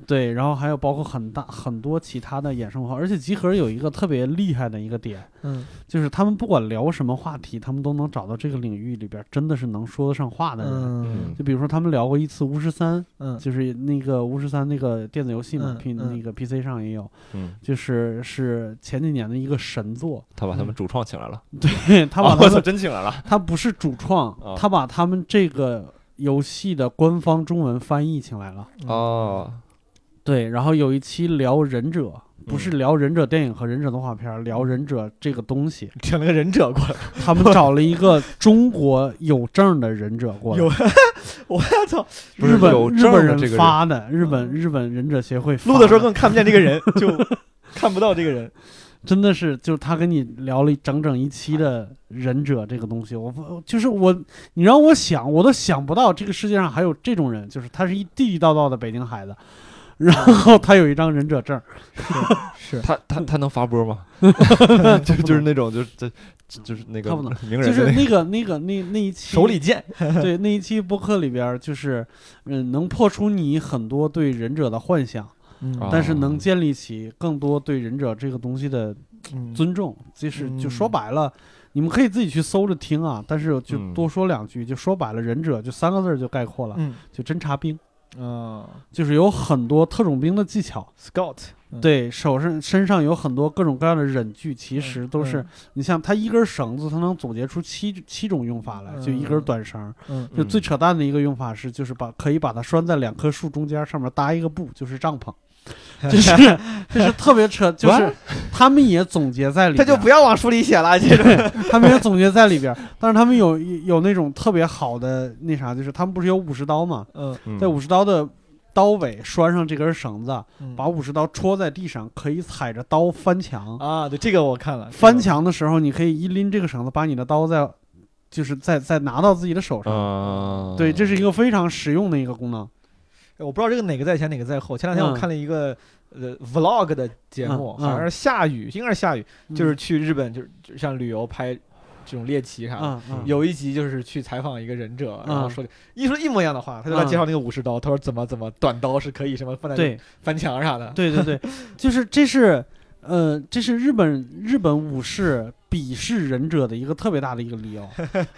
对，然后还有包括很大很多其他的衍生文化，而且集合有一个特别厉害的一个点，
嗯
就是他们不管聊什么话题，他们都能找到这个领域里边真的是能说得上话的人。
嗯
就比如说，他们聊过一次巫师三，
嗯
就是那个巫师三那个电子游戏嘛、
嗯
p
嗯
那个 PC 上也有，
嗯，
就是是前几年的一个神 作，
他把他们主创请来了，
他把
哦我
他们
操，真请来了。
他不是主创，
啊
他把他们这个游戏的官方中文翻译请来了。
嗯
哦，
对，然后有一期聊忍者，
嗯
不是聊忍者电影和忍者动画片儿，聊忍者这个东 西。
请嗯了个忍者过来，
他们找了一个中国有证的忍者过来，
有我操，
不是
日本
有
日
证
本
儿的这个
人
人
发的，日本日本忍者协会发
录的时候根本看不见这个人，就看不到这个 人。
真的是，就是他跟你聊了整整一期的忍者这个东西，我我就是我，你让我想，我都想不到这个世界上还有这种人，就是他是一地地道道的北京孩子，然后他有一张忍者证，
是，
他他他能发波 吗？就就是那种就是这就是那个
他不能
名
就
人的
是
那个
那个那个那那一期
手里剑，
对那一期播客里边儿，就是嗯，能破除你很多对忍者的幻想，
嗯
啊
但是
哦
能建立起更多对忍者这个东西的
嗯
尊重，就是就
嗯
说白了，你们可以自己去搜着听啊，但是就
嗯
多说两句，就说白了，忍者就三个字儿就概括了，
嗯
就侦察兵。
嗯
就是有很多特种兵的技巧，
，Scout，嗯
对手上身上有很多各种各样的忍具，其实都
嗯
是、你像它一根绳子，它能总结出七七种用法来，就一根
嗯
短绳。
嗯
就最扯淡的一个用法是，就是把可以把它拴在两棵树中间，上面搭一个布，就是帐篷， 就是 就是特别扯，就是
What？
他们也总结在里
他
边，
就不要往书里写了，这种
他们也总结在里边儿，但是他们有有那种特别好的那啥，就是他们不是有武士刀嘛，
嗯
嗯
在武士刀的刀尾拴上这根绳子，
嗯
把武士刀戳在地上，可以踩着刀翻墙。
啊，对这个我看了，
翻墙的时候，你可以一拎这个绳子，把你的刀再就是再再拿到自己的手
嗯
上。
啊，
对，这是一个非常实用的一个功能。
我不知道这个哪个在前哪个在后。前两天我
嗯
看了一个、呃 vlog 的节目，
嗯嗯嗯
好像是下雨，应该是下雨，就是去日本就是就像旅游拍这种猎奇啥的。
嗯嗯，
有一集就是去采访一个忍者，
嗯
然后说的一说一模一样的话，他就来
嗯
介绍那个武士刀，他说怎么怎么短刀是可以什么放在
对
翻墙啥 的，
对对对，就是这是呃，这是日本日本武士鄙视忍者的一个特别大的一个理由，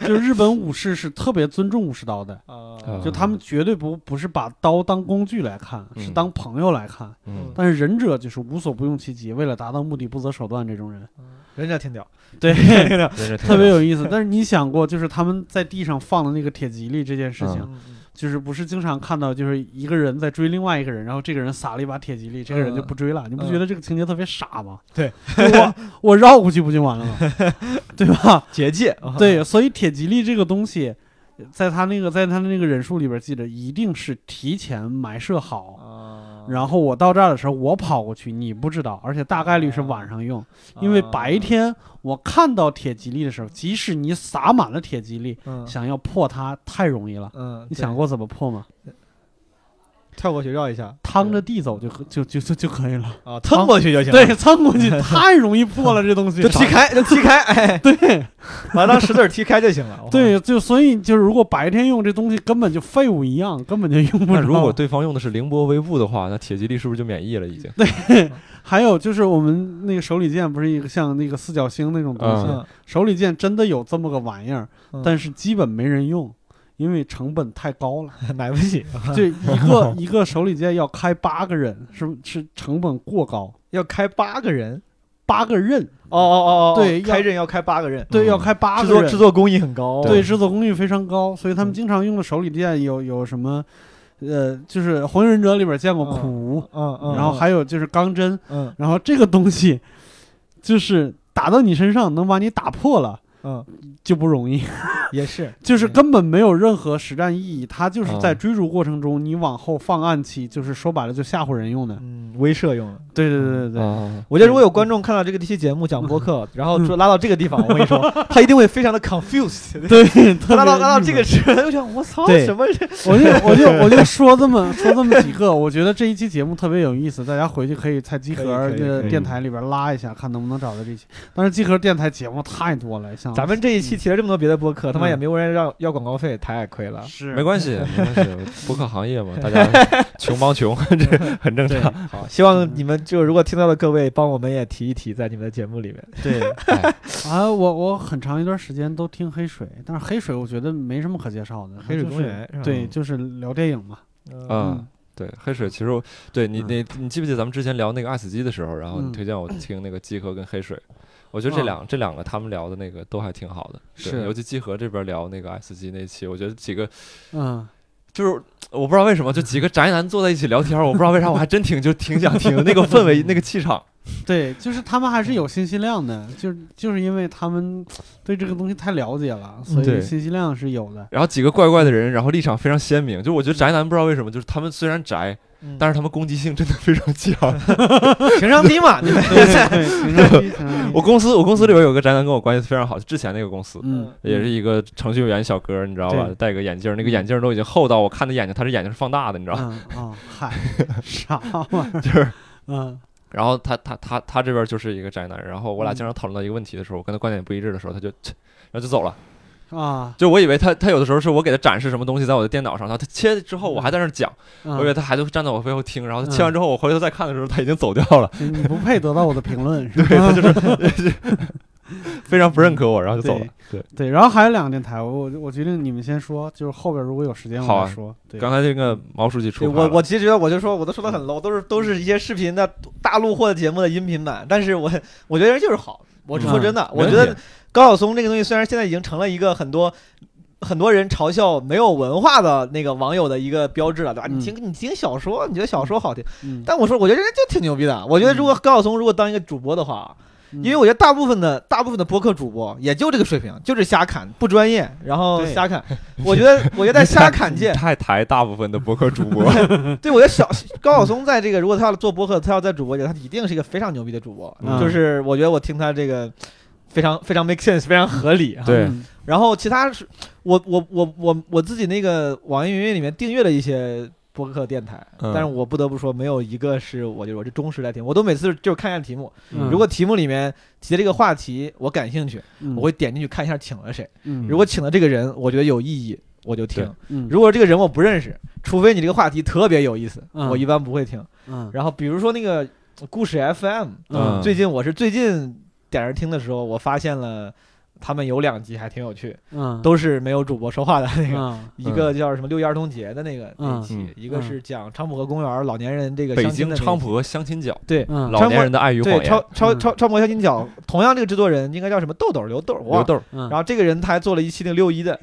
就是日本武士是特别尊重武士刀的。
啊，
啊
就他们绝对不不是把刀当工具来看，
嗯
是当朋友来看。
嗯
但是忍者就是无所不用其极，为了达到目的不择手段这种人，
嗯忍者挺屌，
对，
真是挺
特别
好
有意思。但是你想过，就是他们在地上放的那个铁吉利这件事情，
嗯嗯
就是不是经常看到，就是一个人在追另外一个人，然后这个人撒了一把铁吉利，这个人就不追了。你不觉得这个情节特别傻吗？
嗯 对，
我我绕过去不就完 了吗？对吧？
结界，啊
对，所以铁吉利这个东西，在他那个在他的那个忍术里边记着，一定是提前埋设好。
啊，
然后我到这儿的时候，我跑过去，你不知道，而且大概率是晚上用，
嗯
因
啊
为白天我看到铁吉利的时候，即使你撒满了铁吉利，
嗯
想要破它太容易了。
嗯，
你
对
想过怎么破吗？
跳过去绕一下，
趟着地走就可就就就就可以了。
啊， 蹭过去就行了，
对，蹭过去太容易破了，这东 西
就。踢开，就踢开， 哎，对，把它当石子儿踢开就行了。
对，就所以就是如果白天用这东西，根本就废物一样，根本就用不
那
着。
如果对方用的是凌波微步的话，那铁吉利是不是就免疫了？已经
还有就是我们那个手里剑不是一个像那个四角星那种东西，
嗯，
手里剑真的有这么个玩意儿，
嗯
但是基本没人用，因为成本太高 了。
嗯，买不起，
就一个一个手里剑要开八个人，是不是成本过高，
要开八个人。
八个刃，
哦哦哦，哦
对
开
要
刃要开八个刃，
嗯
对，要开八
制
个
作
人，
制作工艺很高。啊
对制作工艺非常高，所以他们
哦嗯
经常用的手里剑有有什么，呃，就是《火影忍者》里边见过
嗯
苦，
嗯嗯，
然后还有就是钢针，
嗯
然后这个东西就是打到你身上能把你打破了。
嗯
就不容易，
也 是，
就是
嗯
根本没有任何实战意义，它就是在
嗯
追逐过程中，你往后放暗器，就是说白了就吓唬人用的。嗯
嗯威慑用的。
对对对对对，
啊，
我觉得如果有观众看到这个这期节目讲播
嗯
客，然后说拉到这个地方，我跟你说， 他一定会非常的 confused。
对，
他
特
拉
别
到拉到
郁
这个
闷，
时候，他就想我操
对
什么人？
我就我就我就说这么说这么几个，我觉得这一期节目特别有意思，大家回去可以在集合
可以可以
的
可
以
电台里边拉一下，看能不能找到这期。但是集合电台节目太多了，像
咱们这一期提了这么多别的播客，他妈
啊嗯
也没有人要要广告费，太亏了。
是
没关系，没关系，播客行业嘛，大家穷帮穷，这很正常。
好，希望你们就如果听到的各位，帮我们也提一提，在你们的节目里面。
对
哎
啊，我我很长一段时间都听黑水，但是黑水我觉得没什么可介绍的，它
黑水
就
公
是
园是吧
对，就是聊电影嘛。
呃
啊，对，黑水其实我对你
嗯
你你记不记得咱们之前聊那个爱死机的时候，然后
嗯
你推荐我听那个集合跟黑水，我觉得这两这两个他们聊的那个都还挺好的，对
是
尤其集合这边聊那个爱死机那期，我觉得几个
嗯，
就是我不知道为什么就几个宅男坐在一起聊天，我不知道为啥我还真挺就挺想听的那个氛 围那个气场，
对，就是他们还是有信息量的，就是就是因为他们对这个东西太了解了，所以
对
信息量是有的。
然后几个怪怪的人，然后立场非常鲜明，就我觉得宅男不知道为什么就是他们虽然宅，
嗯
但是他们攻击性真的非常 强。
是情商低嘛， 你们
对对，情商低，情商低
我公司我公司里边有个宅男跟我关系非常好，之前那个公司。
嗯
也是一个程序员小哥，你知道吧
对？
戴个眼镜，那个眼镜都已经厚到我看他眼睛，他这眼睛是放大的，你知道吗？
嗯哦， 嗨，啥玩意儿？
就是，
嗯
然后他他他他这边就是一个宅男，然后我俩经常讨论到一个问题的时候，我跟他观点不一致的时候，他就，切然后就走了。
啊，
就我以为他他有的时候是我给他展示什么东西在我的电脑上，然后他切之后我还在那儿讲，
嗯
我以为他还都站在我背后听，然后他
嗯
切完之后我回头再看的时候，他已经走掉了。
你不配得到我的评论，是吧？
对他就是非常不认可我，然后就走了。对，
对，然后还有两个电台，我我决定你们先说，就是后边如果有时间
好
我
啊
再说。对，
刚才这个毛书记出
对
牌
我
了
我其实觉得，我就说我都说的很 low，都是都是一些视频的大陆货的节目的音频版，但是我我觉得就是好，我是说真的，
嗯
我觉
没问
得高晓松这个东西虽然现在已经成了一个很多。很多人嘲笑没有文化的那个网友的一个标志了，对吧？
嗯
你听你听小说，你觉得小说好听，
嗯，
但我说我觉得人家就挺牛逼的。我觉得如果高晓松如果当一个主播的话，啊，
嗯
因为我觉得大部分的大部分的播客主播也就这个水平，就是瞎侃，不专业，然后
对
瞎 侃。我觉得我觉得在瞎侃界，
太抬大部分的博客主播，
对，我觉得小高晓松在这个，如果他要做播客，他要在主播界，他一定是一个非常牛逼的主播。
嗯
就是我觉得我听他这个非常非常 make sense，非常合理哈。
对
嗯
然后其他是，我我我我我自己那个网易云音乐里面订阅了一些播客电台，
嗯
但是我不得不说，没有一个是我就我是忠实来听，我都每次就是看一下题目，
嗯
如果题目里面提的这个话题我感兴趣，
嗯
我会点进去看一下请了谁，
嗯
如果请了这个人，我觉得有意义，我就听
对。
嗯
如果这个人我不认识，除非你这个话题特别有意思，
嗯
我一般不会听。
嗯
然后比如说那个呃故事 FM，、
嗯
最近我是最近点着听的时候，我发现了他们有两集还挺有趣，
嗯
都是没有主播说话的那个。
嗯
一个叫什么六一儿童节的那个那一
嗯
期，一个是讲昌普河公园老年人这个
北
相亲
京
的那
菖
一期，
蒲相亲角，
对
嗯
老
川
年
普
人的爱与谎
对
言，
超超
嗯
超超模相亲角，同样这个制作人应该叫什么豆豆刘豆，我忘
刘
了。
豆儿，
嗯
然后这个人他还做了一期那个六一的，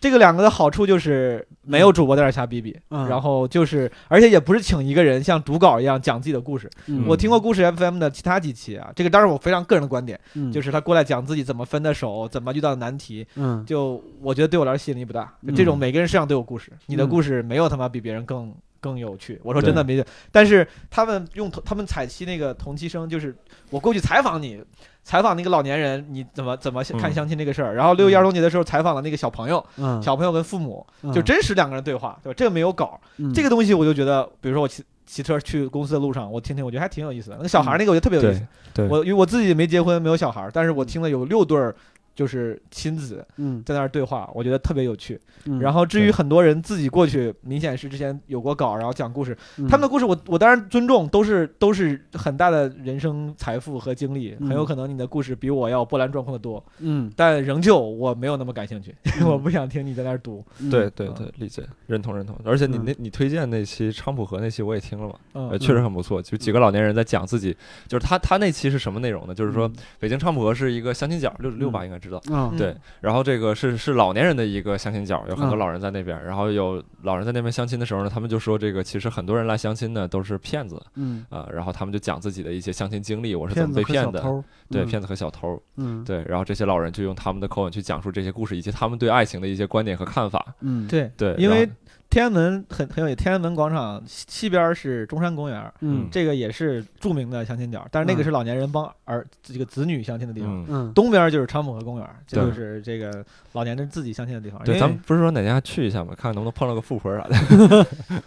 这个两个的好处就是没有主播在这儿瞎逼逼，
嗯
然后就是而且也不是请一个人像读稿一样讲自己的故事。
嗯
我听过故事 FM 的其他几期啊，这个当然我非常个人的观点，
嗯
就是他过来讲自己怎么分的手，怎么遇到的难题，
嗯
就我觉得对我来说吸引力不大。就
嗯
这种每个人身上都有故事，你的
嗯
故事没有他妈比别人更更有趣。我说
对
真的没有，但是他们用同他们采期那个同期生，就是我过去采访你，采访那个老年人，你怎么怎么看
嗯
相亲这个事儿。然后六一
嗯
儿童节的时候采访了那个小朋友，
嗯
小朋友跟父母
嗯
就真实两个人对话，对吧？这个没有稿，
嗯
这个东西我就觉得，比如说我骑骑车去公司的路上，我听听，我觉得还挺有意思的。那个小
嗯
孩儿那个我觉得特别有意思
对。对
我因为我自己没结婚，没有小孩儿，但是我听了有六对儿就是亲子。
嗯
在那儿对话，我觉得特别有趣。
嗯
然后至于
对
很多人自己过去，明显是之前有过稿，然后讲故事，
嗯
他们的故事我我当然尊重，都是都是很大的人生财富和经历，
嗯
很有可能你的故事比我要波澜壮阔的多，
嗯
但仍旧我没有那么感兴趣，我
嗯
不想听你在那儿读。
嗯
对对
嗯
对，理解，认同认同。而且你
嗯
那你推荐那期菖蒲河那期我也听了嘛，呃，
嗯
确实很不错。就几个老年人在讲自己，就是他他那期是什么内容呢？就是
嗯
说北京菖蒲河是一个相亲角，六十六吧应该知道。
嗯
对，然后这个是是老年人的一个相亲角，有很多
嗯
老人在那边儿，然后有老人在那边相亲的时候呢，他们就说这个其实很多人来相亲呢都是骗子
嗯
啊、然后他们就讲自己的一些相亲经历，我是怎么
骗子
被
和
骗
小
的，
偷
对，骗子
子
和小偷儿，
嗯
对，然后这些老人就用他们的口吻去讲述这些故事以及他们对爱情的一些观点和看法，
嗯
对，
对，
因
然
为
后
天安门很很有天安门广场西西边儿是中山公园。
嗯
这个也是著名的相亲角，但是那个
嗯
是老年人帮儿这个子女相亲的地方。
嗯。
嗯
东边就是昌普河公园，这
对
就是这个老年人自己相亲的地方。
对，
因为
咱们不是说哪天还去一下吗？看看能不能碰到个富婆啥的。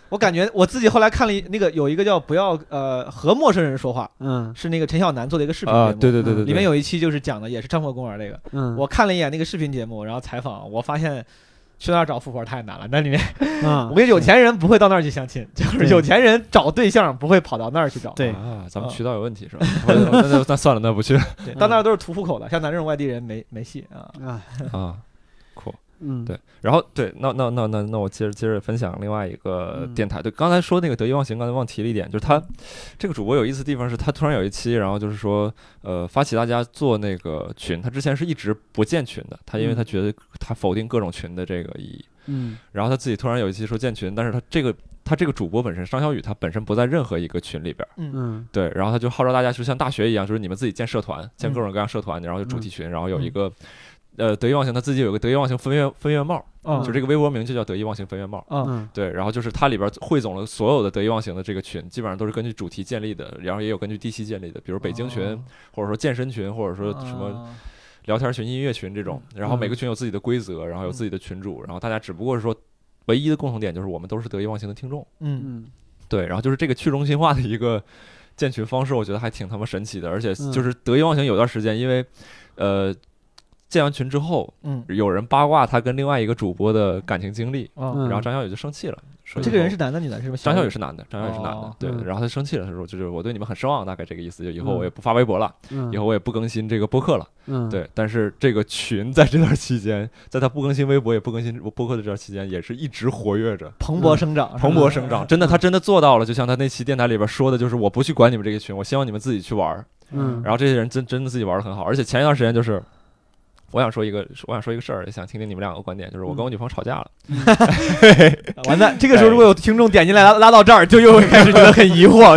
我感觉我自己后来看了一那个有一个叫不要呃和陌生人说话，
嗯
是那个陈晓南做的一个视频节目，
啊，对对对对，
里面
对
有一期就是讲的也是昌普河公园那个。
嗯
我看了一眼那个视频节目，然后采访，我发现。去那儿找富婆太难了，那里面
啊
我跟你有钱人不会到那儿去 相亲，就是
对
有钱人找对象不会跑到那儿去找，
对
啊，咱们
啊
渠道有问题是吧？ 我那那那算了，那不去
对到那儿都是图户口的，像咱这种外地人没没戏啊。
啊
啊。酷，
嗯
对，然后对，那那那那那我接着接着分享另外一个
嗯
电台，对，刚才说那个得意忘形，刚才忘提了一点，就是他这个主播有意思的地方是他突然有一期，然后就是说，呃，发起大家做那个群，他之前是一直不建群的，他因为
嗯
他觉得他否定各种群的这个意义，
嗯
然后他自己突然有一期说建群，但是他这个他这个主播本身商小雨他本身不在任何一个群里边儿，
嗯
对，然后他就号召大家，就像大学一样，就是你们自己建社团，建各种各样社团，然后有主题群，然后有一个。呃，得意忘形，他自己有一个得意忘形分院分院帽，
哦
啊
就这个微博名就叫得意忘形分院帽。
啊
嗯
对，然后就是它里边汇总了所有的得意忘形的这个群，基本上都是根据主题建立的，然后也有根据地区建立的，比如北京群，
哦
或者说健身群，或者说什么
啊
聊天群、音乐群这种。然后每个群有自己的规则，然后有自己的群主，然后大家只不过是说，唯一的共同点就是我们都是得意忘形的听众。
嗯
嗯
对，然后就是这个去中心化的一个建群方式，我觉得还挺他妈神奇的，而且
嗯
就是得意忘形有段时间，因为呃。建完群之后，
嗯
有人八卦他跟另外一个主播的感情经历，
啊，
嗯
然后张小雨就生气了，说
这个人
以后
是男的女的？是不是？
张小雨是男的，张小雨是男的
哦，
对
嗯，
然后他生气了，他说就是我对你们很失望，大概这个意思，就以后
嗯
我也不发微博了，
嗯
以后我也不更新这个播客了，
嗯，
对，但是这个群在这段期间，在他不更新微博也不更新播客的这段期间，也是一直活跃着。
蓬勃生长，
蓬勃生长，真的，他真的做到了。就像他那期电台里边说的，就是我不去管你们这个群，我希望你们自己去玩儿。
嗯，
然后这些人真真的自己玩的很好，而且前一段时间就是，我想说一个，我想说一个事儿，也想听听你们两个观点，就是我跟我女朋友吵架了，
长。完蛋，这
哎
哎
个时候如果有听众点进来拉拉到这儿，就又开始觉得很疑 惑。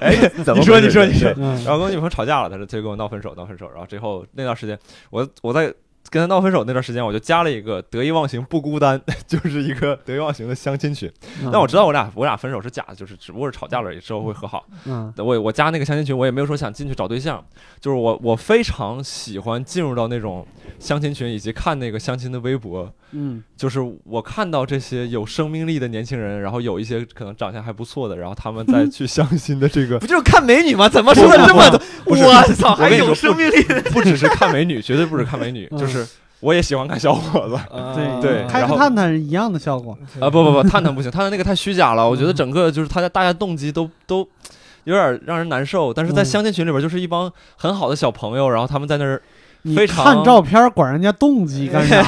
哎 怎么
你说
回事
你说你说
嗯
然后跟我女朋友吵架了，她就她就跟我闹分手，闹分手。然后之后那段时间，我我在跟她闹分手那段时间，我就加了一个得意忘形不孤单， 就是一个得意忘形的相亲群。
嗯
但我知道我俩我俩分手是假的，就是只不过是吵架了之后会和好。
嗯
我我加那个相亲群，我也没有说想进去找对象，就是我我非常喜欢进入到那种相亲群以及看那个相亲的微博，
嗯
就是我看到这些有生命力的年轻人，然后有一些可能长相还不错的，然后他们再去相亲的 这个，
不就是看美女吗？怎么说的这么多？
不是
我操，
我
还
跟你说
有生命力！
不只是看美女，绝对不止看美女，
嗯
就是我也喜欢看小伙 子。
对
呃对
啊开
然
个
后
探探是一样的效果，
啊，不不不，探探不行，探探那个太虚假了，我觉得整个就是他家大家动机都都有点让人难受。但是在
嗯
相亲群里边，就是一帮很好的小朋友，然后他们在那儿，
你
非常
看照片管人家动机干啥？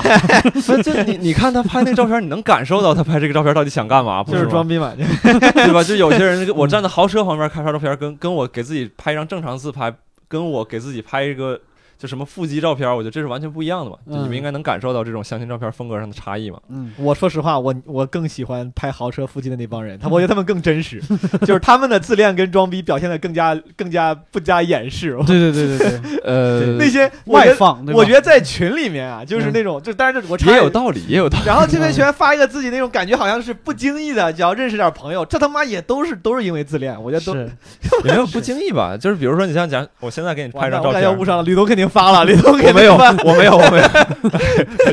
不是就你你看他拍那个照片，你能感受到他拍这个照片到底想干嘛，不
就是
吗
装逼嘛，
对吧？就有些人，我站在豪车旁边看拍照片，跟跟我给自己拍一张正常自拍，跟我给自己拍一个就什么腹肌照片，我觉得这是完全不一样的嘛。就你们
嗯
应该能感受到这种相亲照片风格上的差异嘛。
嗯
我说实话，我我更喜欢拍豪车附近的那帮人，他我觉得他们更 真实，就是他们的自恋跟装逼表现的更加更加不加掩饰。我
对对对对 对，
呃
那些我觉
外
得
放对吧？
我觉得在群里面啊，就是那种就当然这我插
嗯也
一
有道理，也有道理。啊
然后这边全发一个自己那种感觉，好像是不经意的，只要认识点朋友，这他妈也都是都是因为自恋，我觉得都
是
也没有不经意吧，就是比如说你像讲，我现在给你拍
完蛋
张照
我俩
片，
要误上了，吕东肯定发了，吕东肯
我
定
没有，
发
我没有，我没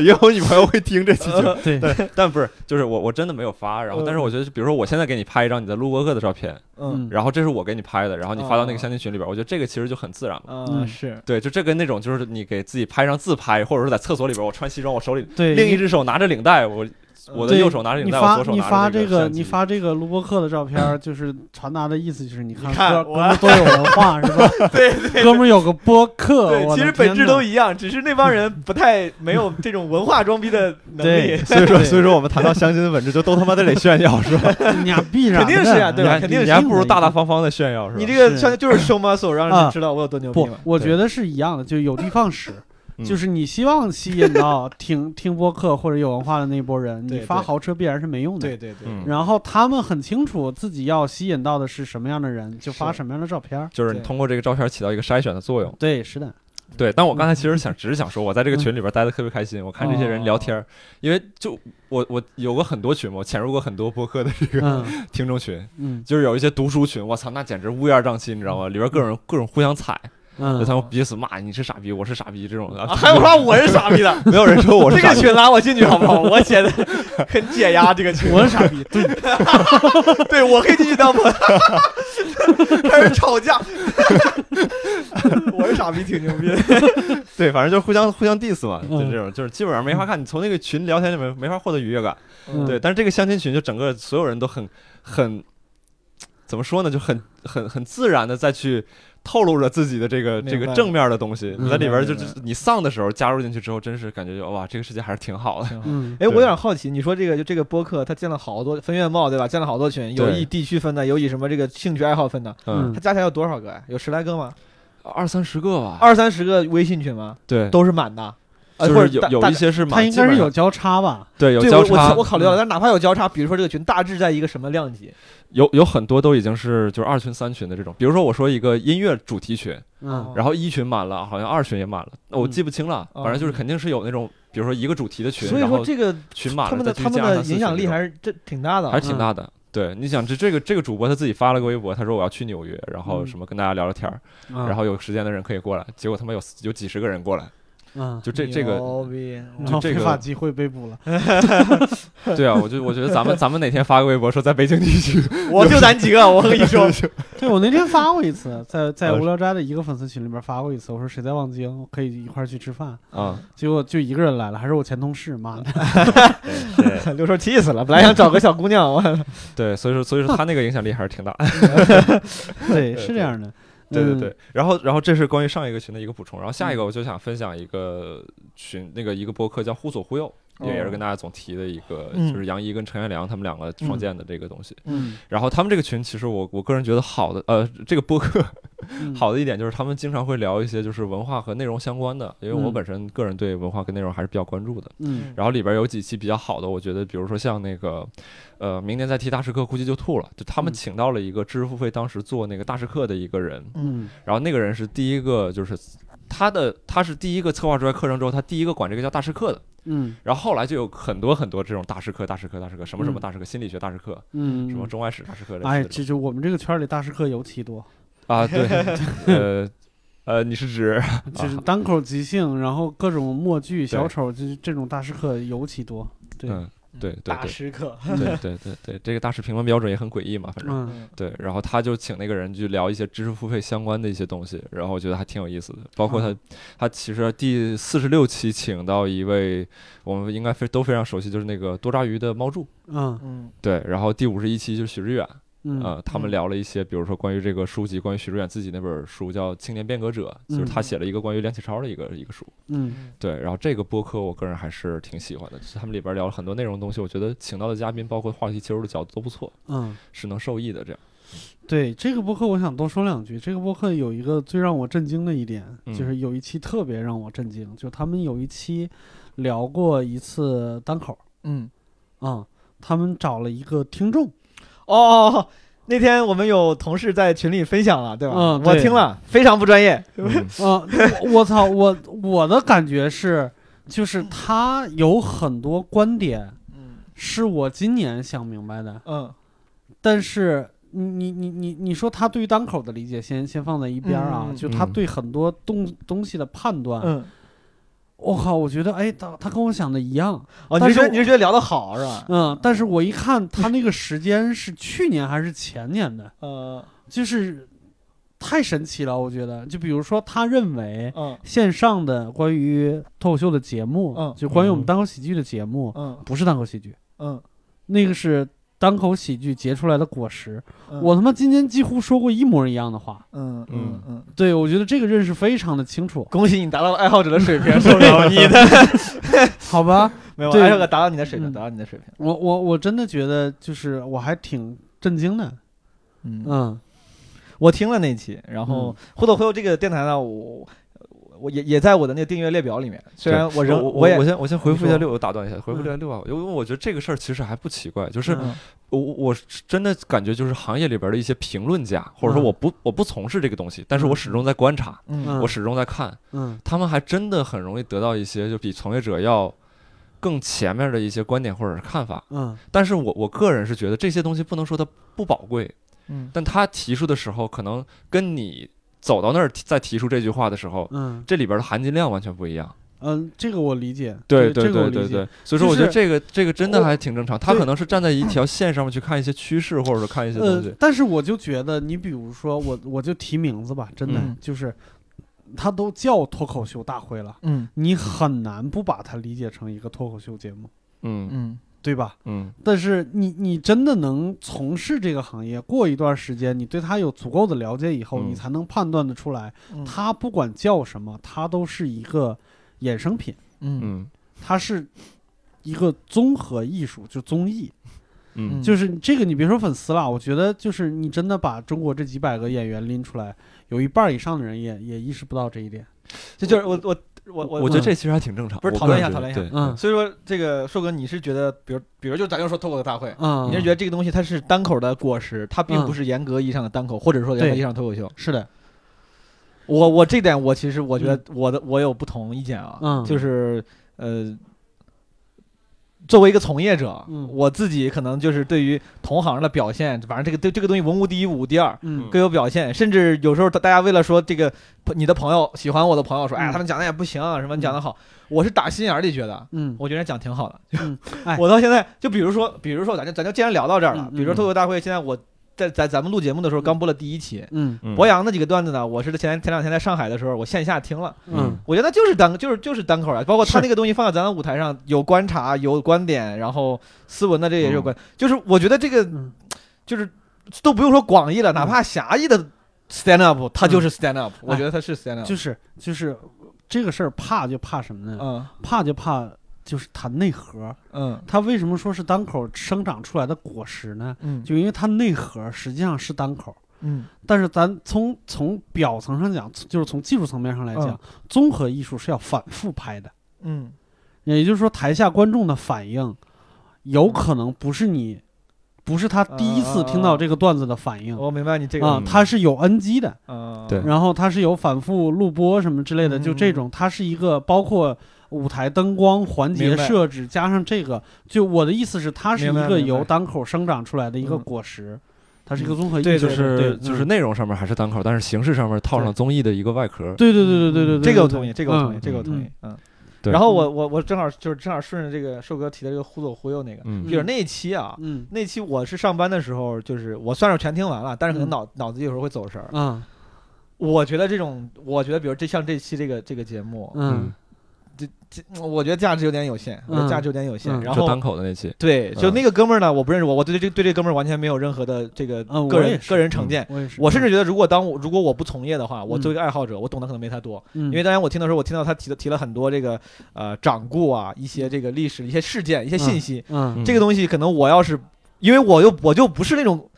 有，以后女朋友会听这期节目。
对
对，但不是，就是我我真的没有发，然后
嗯
但是我觉得，比如说我现在给你拍一张你在录播课的照片，
嗯
然后这是我给你拍的，然后你发到那
哦
个相亲群里边，我觉得这个其实就很自然嘛。
啊是
对，就这跟那种就是你给自己拍一张自拍，或者是在厕所里边，我穿西装，我手里
对，呃
另一只手拿着领带，我我的
对
右手拿着
你
领带，我
发
左手
你
拿
发
着
这
这个
个
相机
你发这个录播课的照片儿，就是传达的意思就是你看
看
哥
我
哥们多有文化是吧？
对
哥们儿有个播 客，
对，
我
其
的
实本
天
质
呐
都一样，只是那帮人不太没有这种文化装逼 的能力
对，
所以说，所以说我们谈到相亲的本质，就都他妈的得炫耀， 是吧？
你俩必然
肯定是
的
呀对
你
吧
还
肯定是
你还不如大大方方的炫耀，是吧？
你这个
是
相当于就是 show muscle，让人
啊
知道我有多牛逼
不
嘛，。
我
对
觉得是一样的，就有的放矢。
嗯
就是你希望吸引到听 听播客或者有文化的那波人，
对
你
对
发豪车必然是没用的。
对对对，
嗯
然后他们很清楚自己要吸引到的是什么样的人，就是发什么样的照片儿。
就是你通过这个照片起到一个筛选的作用。
对，是的，
对，但我刚才其
嗯
实想，只是想说，我在这个群里边待的特别开心，我看这些人聊
哦
天儿，因为就我我有过很多群嘛，我潜入过很多播客的 这个
嗯
听众群，
嗯
就是有一些读书群，我操，那简直乌烟瘴气，你知道吗？里边各种各种互相踩，就
嗯，
他们彼此骂你是傻逼，我是傻逼这种的，
啊还有说我是傻逼 的，
没有人说我是
这
傻
个
逼。
群拉我进去好不好？我觉得很解压，这个群
我是傻逼，对，
对我可以进去当朋友， 开始吵架， 我是傻逼，挺牛逼的。
对，反正就互相互相 diss 嘛，就
嗯
这种，就是基本上没法看，你从那个群聊天里面没法获得愉悦感。
嗯
对，但是这个相亲群就整个所有人都很很怎么说呢，就很很很自然的再去透露着自己的这个这
明
个
白
正面的东西，
嗯
在里边就
明白
是你丧的时候加入进去之后，真是感觉就哇，这个世界还是挺好的。
嗯
哎，我
对
有点好奇，你说这个就这个播客，它建了好多分院帽，对吧？建了好多群，有
对
以地区分的，有以什么这个兴趣爱好分的，
嗯，
它加起来有多少个呀？有十来个吗？
二三十个吧，
二三十个微信群
啊
吗？
对，
都是满的，呃
就
或
是
者
有
大
有
大
一些是
他
满，
应
基
该
本
是
上
有交叉吧？
对有
对，
交
我我
叉嗯
我，考虑到了，但是哪怕有交叉，比如说这个群大致在一个什么量级？
有有很多都已经是就是二群三群的这种，比如说我说一个音乐主题群，
嗯
然后一群满了，好像二群也满了，那我
嗯
记不清了，
哦
反正就是肯定是有那种，比如说一个主题的群，
所以
然
说
后
这个
群满了，
他们的
再
他
去
们
加
的
上四
影
群这
响力
种
还是这挺大的啊，
还是挺大的。对，你想这这个这个主播他自己发了个微博，他说我要去纽约，然后
嗯
什么跟大家聊聊天儿，
嗯
然
然后有时间的人可以过来。结果他妈有有几十个人过来，
嗯，
就这这个，
牛逼，
然后
这
非
个
法集会被捕了，
对啊，我就我觉得咱们咱们哪天发个微博说在北京地 区，
我就咱几个，我跟你说，
对我那天发过一次，在在
呃
无聊斋的一个粉丝群里边发过一次，我说谁在望京可以一块儿去吃饭，
啊，
结果就一个人来了，还是我前同事，妈 的，
对
刘叔气死了，本来想找个小姑娘，我
对，所以说所以说他那个影响力还是挺大，
对，是这样的，
对对
嗯
对，，然后然后这是关于上一个群的一个补充，然后下一个我就想分享一个群，那个一个播客叫忽左忽右，也也是
哦
跟大家总提的一个，
嗯
就是杨怡跟陈元良他们两个创建的这个东西。
嗯，
然后他们这个群，其实我我个人觉得好的，呃，这个播客
嗯
好的一点就是他们经常会聊一些就是文化和内容相关的，因为我
嗯
本身个人对文化跟内容还是比较关注的。
嗯
然后里边有几期比较好的，我觉得，比如说像那个，呃，明年再提大师课估计就吐了。就他们
嗯
请到了一个知识付费当时做那个大师课的一个人，
嗯
然后那个人是第一个，就是他的他是第一个策划出来课程之后，他第一个管这个叫大师课的。
嗯
然后后来就有很多很多这种大师课、大师课、大师课，什么什么大师课，心理学大师课，
嗯，
什么中外史大师课类似
哎，
的
这
这种
就我们这个圈儿里大师课尤其多，
啊，对，呃呃，你是指
就是单口即兴，然后各种默剧、小
啊对
丑，就是这种大师课尤其多。对，
嗯，对对
大
对
师课，
对对对对，这个大师评分标准也很诡异嘛，反正
嗯，
对，然后他就请那个人去聊一些知识付费相关的一些东西，然后我觉得还挺有意思的。包括他，他其实第四十六期请到一位我们应该非都非常熟悉，就是那个多抓鱼的猫柱，
嗯
嗯，
对，然后第五十一期就是许知远，
嗯
呃，他们
嗯
聊了一些，比如说关于这个书籍，关于许知远自己那本书叫《青年变革者》，就是他
嗯
写了一个关于梁启超的一个一个书。
嗯
对，然后这个播客我个人还是挺喜欢的，就是他们里边聊了很多内容的东西，我觉得请到的嘉宾包括话题切入的角度都不错，
嗯，
是能受益的。这样，
对这个播客，我想多说两句。这个播客有一个最让我震惊的一点，
嗯
就是有一期特别让我震惊，就他们有一期聊过一次单口
嗯，
啊、嗯，他们找了一个听众，
哦哦哦，那天我们有同事在群里分享了，对吧？
嗯
我
对
听了，非常不专业，
嗯
啊、 我我操，我我的感觉是，就是他有很多观点
嗯
是我今年想明白的，
嗯
但是你你你你你说他对于单口的理解先先放在一边儿啊，
嗯
就他
嗯
对很多东东西的判断，
嗯，
我、靠，我觉得哎，他他跟我想的一样，
哦，你
但
是
是
觉得
我
你是觉得聊得好是 吧？
嗯，但是我一看他那个时间是去年还是前年的，
呃
就是太神奇了，我觉得，就比如说他认为。
嗯
线上的关于脱口秀的节目，
嗯
就关于我
嗯
们单口喜剧的节目，
嗯
不是单口喜剧，
嗯，
那个是单口喜剧结出来的果实。
嗯
我他妈今天几乎说过一模一样的话，
嗯嗯嗯，
对我觉得这个认识非常的清楚，
恭喜你达到了爱好者的水平，受不了你的
好吧？
没有，
对
爱好者达到你的水平，
嗯
达到你的水平，
我我我真的觉得就是我还挺震惊的，
嗯
嗯
我听了那期，然后《忽左忽右》这个电台呢，我我也也在我的那个订阅列表里面，虽然我仍
我
我也
我先我先回复一下
说
六，我打断一下，回复
嗯
一下六啊，因为我觉得这个事儿其实还不奇怪，就是
嗯
我我是真的感觉就是行业里边的一些评论家，或者说
嗯
我不我不从事这个东西，但是我始终在观察，
嗯
嗯
我始终在看，
嗯
他们还真的很容易得到一些就比从业者要更前面的一些观点或者是看法。
嗯
但是我我个人是觉得这些东西不能说它不宝贵，
嗯
但他提出的时候，可能跟你走到那儿再提出这句话的时候，
嗯
这里边的含金量完全不一样。
嗯，这个我理解，
对
这
对
个我
对对
理解
对，，所以说我觉
就
得
是
这个这个真的
我
还挺正常。他
对
可能是站在一条线上面去看一些趋势，或者说看一些东
呃
西，。
但是我就觉得你比如说我我就提名字吧，真的、
嗯
就是他都叫脱口秀大会了，
嗯
你很难不把它理解成一个脱口秀节目，
嗯
嗯
对吧？
嗯
但是你你真的能从事这个行业，过一段时间，你对它有足够的了解以后，
嗯
你才能判断得出来，
嗯
它不管叫什么，它都是一个衍生品，
嗯
嗯
它是一个综合艺术，就综艺。
嗯
就是你这个，你别说粉丝了，我觉得就是你真的把中国这几百个演员拎出来，有一半以上的人也也意识不到这一点。
这就是我我我
我
我
觉得
嗯
这其实还挺正常。
不是
我
讨
个
论
人
一下
觉得
讨论一下
对
嗯
所以说这个硕哥，你是觉得，比如比如就咱就说脱口秀大会。
嗯，
你是觉得这个东西它是单口的果实，它并不是严格意义上的单口，或者说严格意义上的脱口秀。
是的，
我我这点我其
嗯
实我觉得我的我有不同意见啊，
嗯
就是呃，作为一个从业者，
嗯
我自己可能就是对于同行的表现，反正这个对这个东西文无第一，武无第二，
嗯
各有表现。甚至有时候大大家为了说这个你的朋友喜欢我的朋友说，哎呀，
嗯
他们讲的也不行啊，什么讲的好，我是打心眼儿里觉得，
嗯
我觉得人家讲挺好的。
嗯哎
我到现在就比如说，比如说咱就咱就既然聊到这儿了
嗯，嗯
比如说脱口大会，现在我在在咱们录节目的时候刚播了第一期，
嗯
嗯
博洋的几个段子呢，我是前前两天在上海的时候，我线下听了。
嗯
我觉得就是单就是就是单口啊，包括他
是
那个东西放在咱们舞台上，有观察，有观点，然后斯文的这也是
嗯
有观，就是我觉得这个
嗯
就是都不用说广义了，哪怕狭义的 stand up，它就是 stand up，、我觉得它是 stand up，、
嗯啊就是就是这个事儿怕就怕什么呢？
嗯
怕就怕就是它内核。
嗯
它为什么说是单口生长出来的果实呢？
嗯
就因为它内核实际上是单口，
嗯
但是咱从从表层上讲，就是从技术层面上来讲，
嗯
综合艺术是要反复拍的。
嗯
也就是说，台下观众的反应，
嗯
有可能不是你，不是他第一次
啊
听到这个段子的反应
嗯，
啊、
我明白你这个，
嗯
他是有 NG 的，
嗯
对
然后他是有反复录播什么之类的，
嗯
就这种，它是一个包括舞台灯光、环节
明白
设置，加上这个，就我的意思是，它是一
明白
个
明白
由单口生长出来的一个
嗯
果实，它是一个综合艺术
对
的，
就
对
是就是。
嗯
内容上面还是单口，但是形式上面套上
对
综艺的一个外壳。
对对对对对对对，
这个我
对
同意，这个我同意，
嗯
这个我同意，嗯。
对
然后我我我正好就是正好顺着这个寿哥提的这个忽左忽右那个，
嗯
就是那一期啊，
嗯
那期我是上班的时候，就是我算是全听完了，但是可能
嗯
脑、脑子有时候会走神儿。
嗯
我觉得这种，我觉得比如这像这期这个这个节目，
嗯
我觉得价值有点有限，我觉得价值有点有限。
嗯
然
就
后
单口的那期，
对，就
嗯
那个哥们儿呢，我不认识我，我对这对这哥们儿完全没有任何的这个
嗯
个
我
人、
也是
个人成见。
我也是，
我甚至觉得，如果当我如果我不从业的话，我
嗯
作为一个爱好者，我懂得可能没他多。
因
因为当然我听的时候，我听到他提的提了很多这个呃掌故啊，一些这个历史、一些事件、一些信息。
嗯
这个东西可能我要是，因为我又我就不是那种，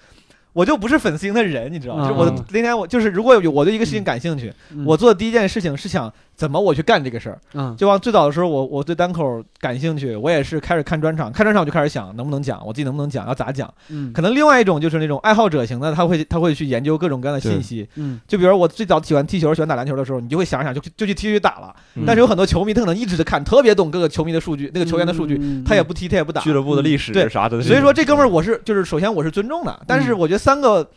我就不是粉丝型的人，你知道吗？
嗯
就是我那天我就是如果有我对一个事情感兴趣，
嗯
我做的第一件事情是想怎么我去干这个事儿。
嗯
就往最早的时候，我我对单口感兴趣，我也是开始看专场，看专场我就开始想能不能讲，我自己能不能讲，要咋讲。
嗯
可能另外一种就是那种爱好者型的，他会他会去研究各种各样的信息。
嗯
就比如我最早喜欢踢球、喜欢打篮球的时候，你就会想一想就就去踢去打了。
嗯
但是有很多球迷他可能一直在看，特别懂各个球迷的数据，那个球员的数据，
嗯
他也不踢，他也不打。
俱乐部的历史
对
啥的，
所以说这哥们儿我是就是首先我是尊重的，但
嗯
是我觉得三个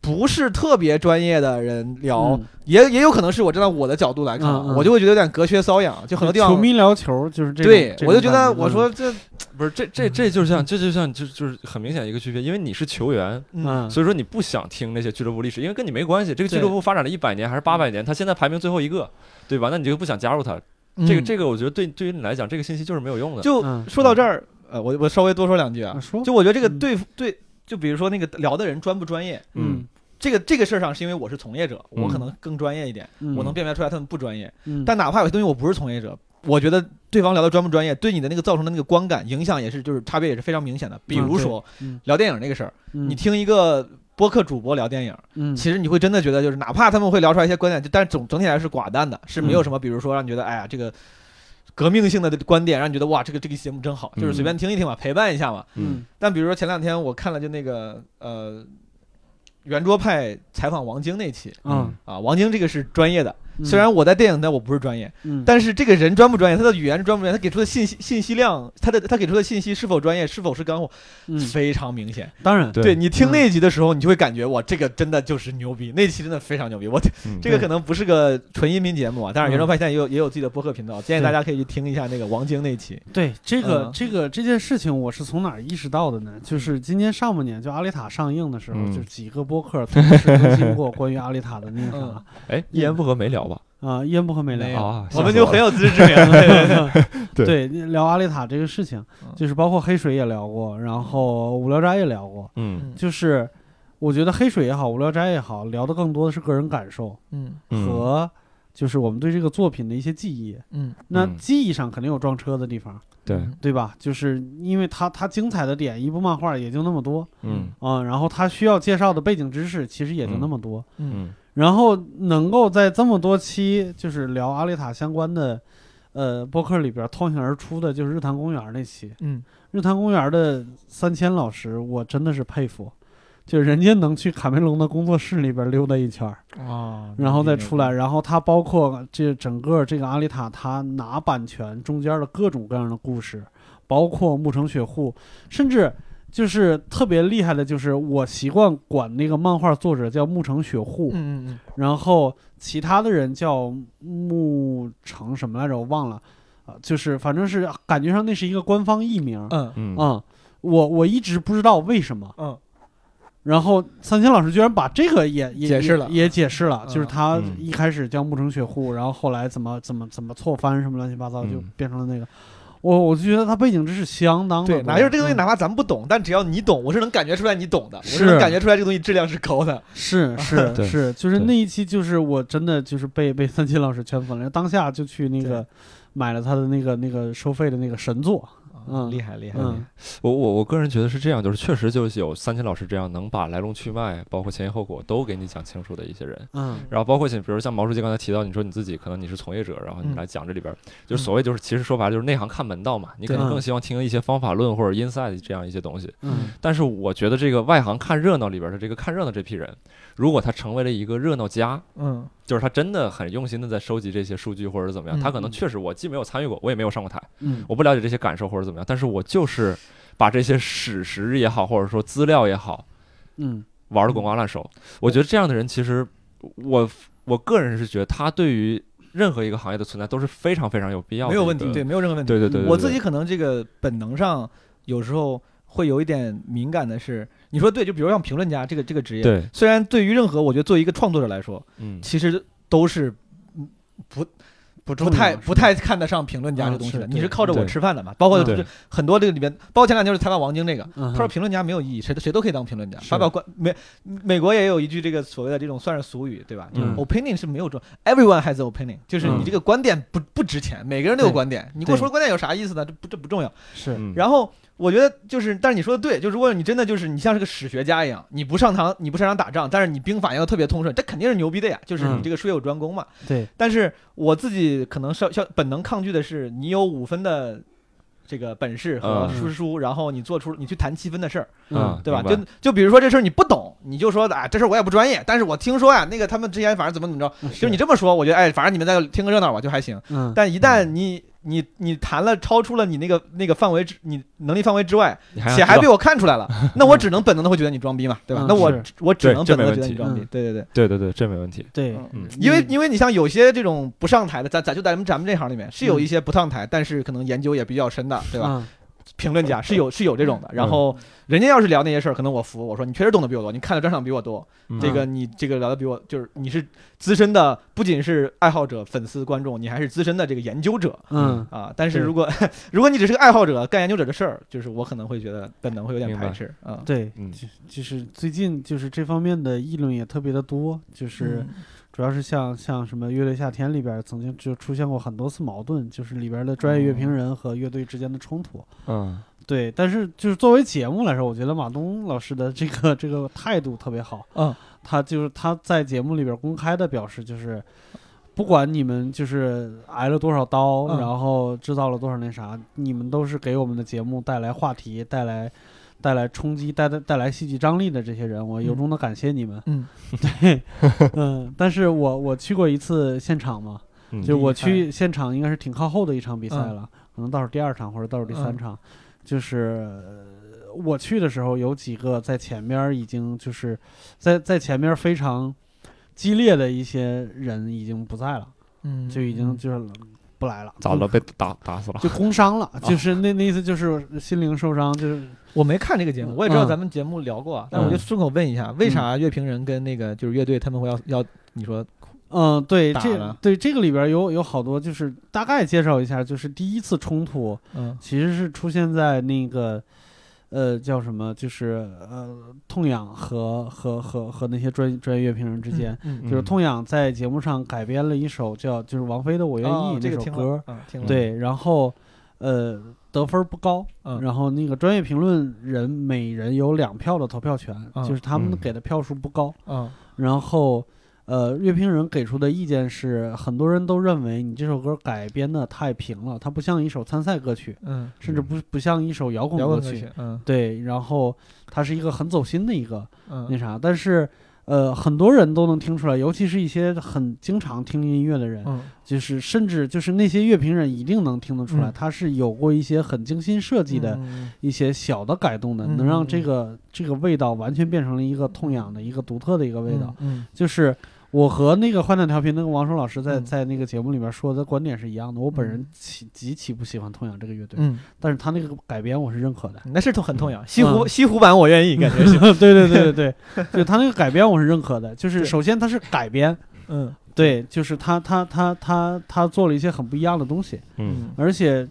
不是特别专业的人聊，
嗯
也也有可能是我站在我的角度来看啊，
嗯嗯
我就会觉得有点隔靴搔痒，就很多地方
球迷聊球就是这种，
对
这种
我就觉得
感嗯
我说这
不是这这这就像这就像就就是很明显一个区别，因为你是球员，
嗯
所以说你不想听那些俱乐部历史，因为跟你没关系。这个俱乐部发展了一百年还是八百年，他现在排名最后一个，对吧？那你就不想加入他。这个这个，我觉得对对于你来讲，这个信嗯息就是没有用的。
嗯就
嗯
说到这儿，呃，我我稍微多说两句啊
啊，说
就我觉得这个
嗯
对对，就比如说那个聊的人专不专业。
嗯
嗯
这个这个事儿上，是因为我是从业者，我
嗯
可能更专业一点，
嗯
我能辨别出来他们不专业。
嗯
但哪怕有些东西我不是从业者，我觉得对方聊的专不专业，对你的那个造成的那个观感影响也是，就是差别也是非常明显的。比如说、
对嗯
聊电影这个事儿，
嗯
你听一个播客主播聊电影，
嗯
其实你会真的觉得就是哪怕他们会聊出来一些观点，就但是总整体来说是寡淡的，是没有
嗯
什么，比如说让你觉得哎呀这个。革命性的观点让你觉得哇，这个这个节目真好，就是随便听一听嘛，陪伴一下嘛。
嗯
但比如说前两天我看了就那个呃，圆桌派采访王晶那期
嗯，
啊，王晶这个是专业的，
嗯
虽然我在电影，但我不是专业，
嗯
但是这个人专不专业，他的语言专不专业，他给出的信息信息量，他的他给出的信息是否专业，是否是干货，
嗯
非常明显。
当然
对
你听那一集的时候，你就会感觉哇，这个真的就是牛
嗯
逼，那期真的非常牛逼。我
嗯
这个可能不是个纯音频节目啊，但是
嗯
袁周派现在也有也有自己的播客频道，建议
对
大家可以去听一下那个王晶那期。
对这个
嗯
这个这件事情，我是从哪儿意识到的呢？就是今年上半年就《阿丽塔》上映的时候，
嗯
就几个播客同时更 新过关于《阿丽塔》的那个啥
嗯
哎，一言不合没聊吧？
啊，一言不合没
没
聊
有
啊，
我
吓
们
死
就
了
很有自知之明。对对对
对聊《阿丽塔》这个事情
嗯，
就是包括黑水也聊过，然后无聊斋也聊过，
嗯
就是我觉得黑水也好，无聊斋也好，聊的更多的是个人感受
嗯
嗯
和就是我们对这个作品的一些记忆。
嗯，
那
嗯
记忆上肯定有撞车的地方，
对
对吧？就是因为它它精彩的点，一部漫画也就那么多，
嗯
啊、然后他需要介绍的背景知识其实也就那么多。
嗯
嗯
然后能够在这么多期就是聊阿丽塔相关的，呃，播客里边脱颖而出的就是日坛公园那期。
嗯
日坛公园的三千老师，我真的是佩服。就人家能去卡梅隆的工作室里边溜达一圈儿，
啊
然后再出来，，然后他包括这整个这个阿丽塔，他拿版权中间的各种各样的故事，包括木城雪户，甚至就是特别厉害的，就是我习惯管那个漫画作者叫木城雪户，
嗯嗯
然后其他的人叫木城什么来着，我忘了，啊，就是反正是感觉上那是一个官方译名，
嗯嗯
嗯
嗯，我我一直不知道为什么。
嗯，
然后三千老师居然把这个也也
解释了
也也解释了，
嗯
就是他
嗯
一开始叫木城雪户，然后后来怎么怎么怎么错翻什么乱七八糟，
嗯
就变成了那个。我我就觉得他背景知识相当的
对，
多
哪就是这个东西，
嗯
哪怕咱们不懂，但只要你懂，我是能感觉出来你懂的，我
是
能感觉出来这个东西质量是高的。
是是
对
是，就是
对
那一期，就是我真的就是被被三千老师圈粉了，当下就去那个买了他的那个那个收费的那个神作，嗯
厉害厉害，
嗯
我我我个人觉得是这样，就是确实就是有三千老师这样能把来龙去脉，包括前因后果都给你讲清楚的一些人。
嗯
然后包括像比如像毛书记刚才提到，你说你自己可能你是从业者，然后你
嗯
来讲这里边儿，就是所谓就是其实说白了就是内行看门道嘛，你可
嗯
对
能更希望听一些方法论或者 inside 这样一些东西。
嗯
但是我觉得这个外行看热闹里边的这个看热闹这批人，如果他成为了一个热闹家，
嗯
就是他真的很用心的在收集这些数据或者是怎么样，
嗯
他可能确实我既没有参与过，我也没有上过台，
嗯
我不了解这些感受或者怎么样，但是我就是把这些史实也好，或者说资料也好，
嗯
玩的滚瓜烂熟。我觉得这样的人，其实我我个人是觉得他对于任何一个行业的存在都是非常非常有必要的
没
一个，
有问题，对，没有任何问题。
对对对对
我自己可能这个本能上有时候会有一点敏感的是，你说对，就比如像评论家这个这个职业，
对，
虽然对于任何我觉得作为一个创作者来说，
嗯，
其实都是嗯不
不重
不
要
太
是吧
不太看得上评论家
啊
这东西的，
是
你
对
是靠着我
对
吃饭的嘛，包括
嗯
就是很多这个里面，包括前两天就是采访王晶那个。
嗯
他说评论家没有意义，谁都谁都可以当评论家，
是
发表观美美国也有一句这个所谓的这种算是俗语，对吧？就是
嗯
opinion 是没有重，everyone has opinion，就是
嗯
你这个观点不不值钱，每个人都有
对
观点，你跟我
对
说观点有啥意思呢？这不这不重要。
是
嗯
然后我觉得就是，但是你说的对，就如果你真的就是你像是个史学家一样，你不上堂，你不擅长打仗，但是你兵法要特别通顺，这肯定是牛逼的呀，就是你
嗯
这个术业有专攻嘛。
对
但是我自己可能稍稍本能抗拒的是，你有五分的这个本事和
嗯
输出，然后你做出你去谈七分的事儿，
啊
嗯对吧？
明白
就就比如说这事儿你不懂，你就说啊，这事儿我也不专业，但是我听说呀，那个他们之前反正怎么怎么着，就你这么说，我觉得哎，反正你们在听个热闹吧，就还行。
嗯
但一旦你你你谈了超出了你那个那个范围之你能力范围之外，
你还
且
要
还
知
被
道
我看出 来了，那我只能本能的会觉得你装逼嘛，对吧？
嗯
那我
是
我只
对
能
这
本
没
能的
问
觉得你
题
装逼
嗯，
对对对。
对对对，这没问题。
对
嗯
因为
嗯
因为你像有些这种不上台的，咱咱就咱们咱们这行里面是有
嗯
一些不上台，但是可能研究也比较深的，对吧？
嗯
评论家是有是有这种的。然后人家要是聊那些事儿，可能我服，我说你确实懂得比我多，你看的专场比我多，
嗯
这个你这个聊的比我就是你是资深的，不仅是爱好者、粉丝、观众，你还是资深的这个研究者
嗯
啊。但是
对
如果 如果你只是个爱好者干研究者的事儿，就是我可能会觉得本能会有点
明白
排斥啊。
对
嗯
就就是最近就是这方面的议论也特别的多，就是
嗯
主要是像像什么《乐队夏天》里边儿曾经就出现过很多次矛盾，就是里边儿的专业乐评人和乐队之间的冲突。
嗯
对，但是就是作为节目来说，我觉得马东老师的这个这个态度特别好。
嗯，
他就是他在节目里边儿公开的表示，就是不管你们就是挨了多少刀，
嗯
然后制造了多少那啥，你们都是给我们的节目带来话题、带来带来冲击、带来带来戏剧张力的这些人，我由衷的感谢你们。
嗯，
对，嗯，但是我我去过一次现场嘛，
嗯
就我
厉害
去现场应该是挺靠后的一场比赛了，可能倒数第二场或者倒数第三
嗯
场，就是呃我去的时候有几个在前面儿已经就是在在前面儿非常激烈的一些人已经不在了，
嗯
就已经就是不来了，
咋了？？被打打死了？
就工伤
啊
了，就是那那意思就是心灵受伤，就是
我没看这个节目，我也知道
嗯
咱们节目聊过，但我就
嗯
顺口问一下，为啥乐评人跟那个就是乐队他们会要要你说
嗯，对，
打
这
了
对这个里边有有好多，就是大概介绍一下，就是第一次冲突
嗯
其实是出现在那个，呃，叫什么，就是呃，痛痒和和和和那些专专业乐评人之间，
嗯
就是
嗯
痛痒在节目上改编了一首叫就是王菲的《我愿意
哦》这
那
个
首
听
歌
了，，嗯听了，
对，然后呃得分不高，
嗯
然后那个专业评论人每人有两票的投票权，
嗯
就是他们
嗯
给的票数不高，
嗯
然后呃，乐评人给出的意见是，很多人都认为你这首歌改编的太平了，它不像一首参赛歌曲，
嗯，
甚至不不像一首摇滚
摇
歌
滚歌
曲。
曲，嗯
对，然后它是一个很走心的一个那
嗯
啥，但是呃，很多人都能听出来，尤其是一些很经常听音乐的人，
嗯，
就是甚至就是那些乐评人一定能听得出来，
嗯
他是有过一些很精心设计的
嗯
一些小的改动的，
嗯
能让
嗯
这个这个味道完全变成了一个痛痒的一个独特的一个味道。，
嗯
就是我和那个坏蛋调频那个王硕老师在、
嗯
在那个节目里面说的观点是一样的。我本人
嗯
极极其不喜欢痛痒这个乐队，
嗯，
但是他那个改编我是认可的。
嗯那是痛很痛痒，西
嗯
湖西湖版我愿意，感觉是，
对对 对对对，就他那个改编我是认可的。就是
对
首先他是改编，
嗯
对，就是他他他他他做了一些很不一样的东西，
嗯，
而且。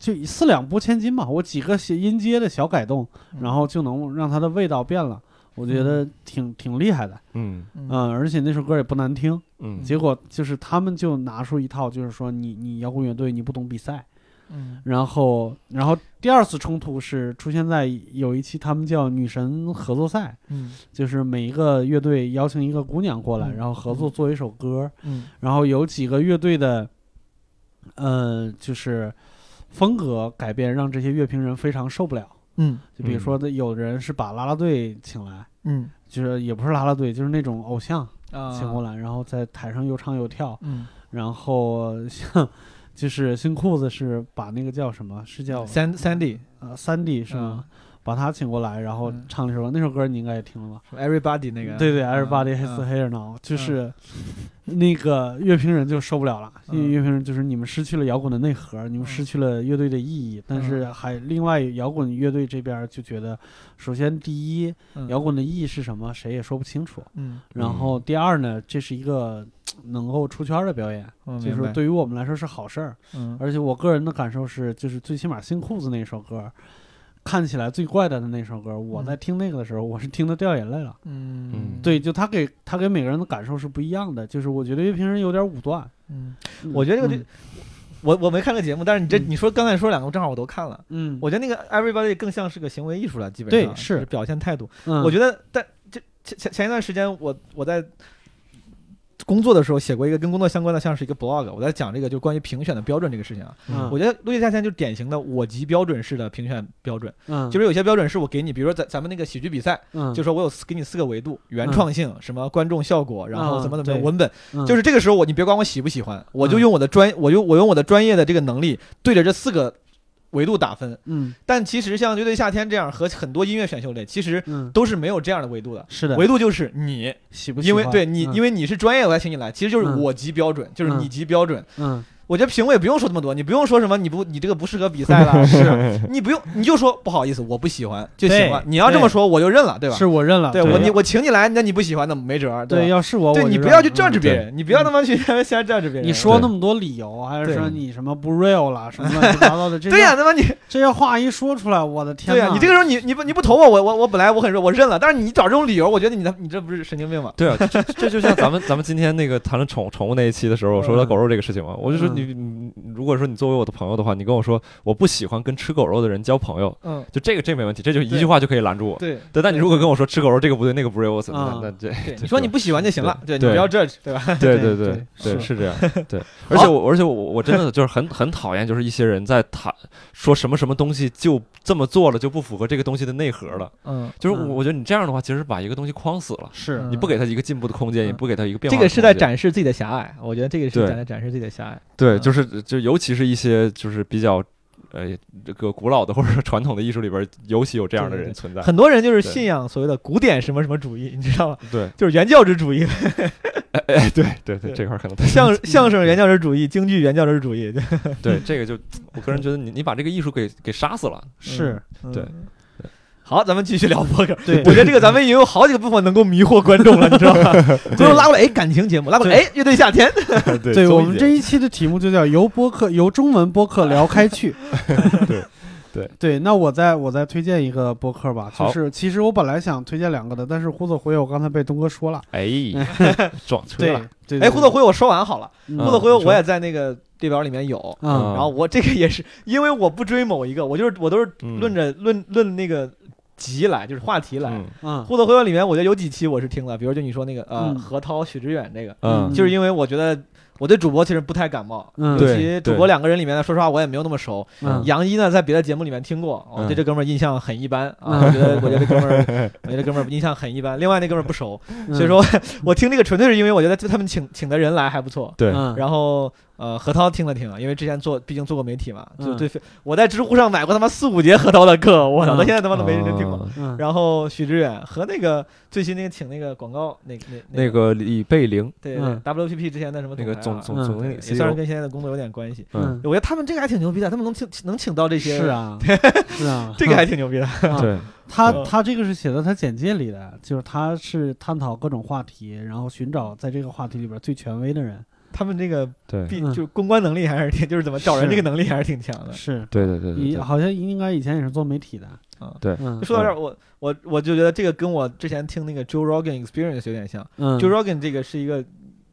就四两拨千斤嘛，我几个小音阶的小改动，
嗯
然后就能让它的味道变了，我觉得挺挺厉害的，
嗯
嗯
嗯，而且那首歌也不难听，
嗯，
结果就是他们就拿出一套，就是说你你摇滚乐队你不懂比赛，
嗯
然后然后第二次冲突是出现在有一期他们叫女神合作赛，
嗯
就是每一个乐队邀请一个姑娘过来，
嗯
然后合作做一首歌，
嗯
然后有几个乐队的，呃，就是风格改变让这些乐评人非常受不了，
嗯
就比如说有人是把啦啦队请来，
嗯
就是也不是啦啦队，就是那种偶像
啊
请过来，然后在台上又唱又跳。
嗯
然后像 就是新裤子是把那个叫什么是叫
，Sand Sandy
呃三 D 是吗？把他请过来，然后
嗯
唱了一首歌那首歌，你应该也听了吧？
嗯，Everybody 那个，
对对
嗯
，Everybody
嗯
Has a Hair Now，就是那个乐评人就受不了了，因为
嗯
乐评人就是你们失去了摇滚的内核，你们失去了乐队的意义，但是
嗯
还另外摇滚乐队这边就觉得，首先第一，
嗯
摇滚的意义是什么，谁也说不清楚。
嗯
然后第二呢，这是一个呃能够出圈的表演，
嗯，
就
明白
是对于我们来说是好事儿。
嗯
而且我个人的感受是，就是最起码新裤子那首歌，看起来最怪诞的那首歌，我在听那个的时候，我是听得掉眼泪了。
嗯，
对，就他给他给每个人的感受是不一样的，就是我觉得乐评人有点武断。
嗯，我觉得这个
嗯
就。我我没看这个节目，但是你这
嗯
你说刚才说两个，正好我都看了。
嗯，
我觉得那个 Everybody 更像是个行为艺术了，基本上
对是
就表现态度。
嗯
我觉得，但这前前前一段时间我，我在工作的时候写过一个跟工作相关的，像是一个 blog，我在讲这个就关于评选的标准这个事情啊。
嗯
我觉得陆地夏天就是典型的我级标准式的评选标准，
嗯
就是有些标准是我给你，比如说咱咱们那个喜剧比赛，
嗯
就说我有四给你四个维度：原创性、什么观众效果，然后
嗯
怎么怎么
对
样文本。
嗯
就是这个时候我你别管我喜不喜欢，我就
嗯
用我的专，我用我用我的专业的这个能力对着这四个维度打分。
嗯
但其实像乐队夏天这样和很多音乐选秀类，其实
嗯
都是没有这样的维度的。
是的，
维度就是你，
喜不喜
因为
欢
对你，因
为
为你是专业，我才请你来。其实就是
嗯
我级标准，就是
嗯
你级标准。
嗯
我觉得评委不用说这么多，你不用说什么你不你这个不适合比赛 了，是你不用你就说不好意思，我不喜欢就行了。
对
你要这么
对
说我就认了，对吧？
是我认了，
对
对
我
对
你我请你来，那你不喜欢那没辙儿，
对
吧？
要是我，
对
我
你
就
不
认
要
了
去 judge
嗯
别人，你不要他妈去 瞎 judge 别人。
你说
对
那么多理由，还是
对
说你什么不 real 啦，什么乱七八糟的，这
对
些
呀，他妈你
这些话一说出来，我的天
对
呐！
呀，你这个时候你你不你不投我，我我我本来我很我认了，但是你找这种理由，我觉得你他你这不是神经病吗？
对啊，这这这就像咱们咱们今天那个谈论宠宠物那一期的时候，我说到
嗯
狗肉这个事情嘛，我就说你，你如果说你作为我的朋友的话，你跟我说我不喜欢跟吃狗肉的人交朋友，
嗯，
就这个这没问题，这就一
对
句话就可以拦住我。
对
对，但你如果跟我说吃狗肉这个不对，那个不对，我怎么
嗯
那那这
对，
这
你说
是
你不喜欢就行了，对，你不
对
要 judge，对吧？
对
对
对
对
对对，
是
是这样。对，而且我而且我我真的就是很很讨厌，就是一些人在谈说什么什么东西就这么做了就不符合这个东西的内核了。
嗯，
就是
嗯
我我觉得你这样的话，其实把一个东西框死了，
是
嗯
你不给他一个进步的空间，也
嗯
不给他一个变
这
化。
个是在。展示自己的狭隘，我觉得这个是
对
在展示自己的狭隘。
对，
嗯
就是就尤其是一些就是比较。呃，这个古老的或者说传统的艺术里边，尤其有这样的
对对
人
对
啊
存在。
很多人就是
对
信仰所谓的古典什么什么主义，你 知道吗？
对，
就是原教旨主 义，
哎哎，对对对，
对
这块儿可能
相
嗯
相声原教旨主义，京剧原教旨主义， 对
对这个就，我个人觉得你你把这个艺术给给杀死了。
是，
对
嗯好，咱们继续聊播客。
对
我觉得这个咱们已经有好几个部分能够迷惑观众了，你知道吗？最后拉过来，哎，感情节目，拉过来，
对
哎，乐队夏天，
对
对
综
我
艺
们
节
这一期的题目就叫由播客 由中文播客聊 开去。
对对
对，那我再我再推荐一个播客吧，就
好
是其实我本来想推荐两个的，但是忽左忽右，刚才被东哥说了。
哎，撞车
对
了。
对，嗯
哎，胡作辉，我说完好了。
忽
胡
不
作
得
辉，
回
我也在那个列表里面有。
嗯
嗯
然后我这个也是，因为我不追某一个，我就是我都是
嗯
论着论论那个集来，就是话题来。
嗯
嗯
互动会馆里面，我觉得有几期我是听了，比如就你说那个呃
嗯
何涛、许知远这个，
嗯
嗯
就是因为我觉得我对主播其实不太感冒，
嗯
尤
对
其主播两个人里面呢，说实话我也没有那么熟。
嗯
杨一呢，在别的节目里面听过，我
嗯
对这哥们儿印象很一般啊，
嗯
我觉得我觉得这哥们 儿，我觉得这哥们儿印象很一般。另外那哥们儿不熟，
嗯
所以说我听这个纯粹是因为我觉得他们请请的人来还不错。
对，
嗯
然后呃，何涛听了听，因为之前做毕竟做过媒体嘛，就
嗯
对，我在知乎上买过他妈四五节何涛的课，我操，
嗯
到现在他妈都没认真听过。
啊
嗯
然后许知远和那个最新那个请那个广告那那
那个李贝玲
对
嗯
WPP 之前的什么
那个
总裁啊
总总
嗯
总经
对
理
也
CEO，
算是跟现在的工作有点关系。
嗯，
我觉得他们这个还挺牛逼的，他们能请能请到这些，
是，啊是啊，
这个还挺嗯牛逼的。
啊
对，
他
对
他这个是写在他简介里的，就是他是探讨各种话题，然后寻找在这个话题里边最权威的人。
他们这个
对，
毕
嗯
就是公关能力还是挺，就是怎么找人
是
这个能力还是挺强的。
是，
对对对对
你
对，
好像应该以前也是做媒体的。
啊
对
嗯
就说到这儿，我我我就觉得这个跟我之前听那个 Joe Rogan Experience 有点像。
嗯，
Joe Rogan 这个是一个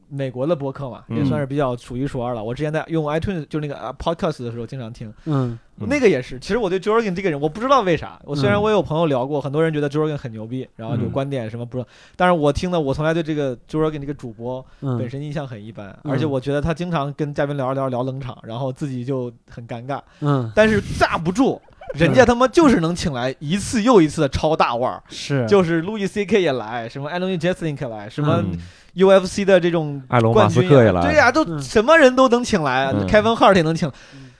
美国的播客嘛，也
嗯
算是比较数一数二了。我之前在用 iTunes 就那个啊 Podcast 的时候经常听，
嗯
嗯
那个也是。其实我对 Jorgen 这个人，我不知道为啥。我虽然
嗯
我有朋友聊过，很多人觉得 Jorgen 很牛逼，然后有
嗯
观点什么不知道，但是我听的，我从来对这个 Jorgen 这个主播
嗯
本身印象很一般，
嗯
而且我觉得他经常跟嘉宾聊着聊着聊冷场，然后自己就很尴尬，
嗯
但是架不住。人
嗯
家他妈就是能请来一次又一次的超大腕儿，
嗯
是
就是路易 C K 也来，什么 Anthony Jeselnik 来，什么
嗯
UFC 的这种
埃隆
冠
马
军
斯
呀
克也来，
对呀、都
嗯
什么人都能请来，
嗯
凯文哈尔也能请，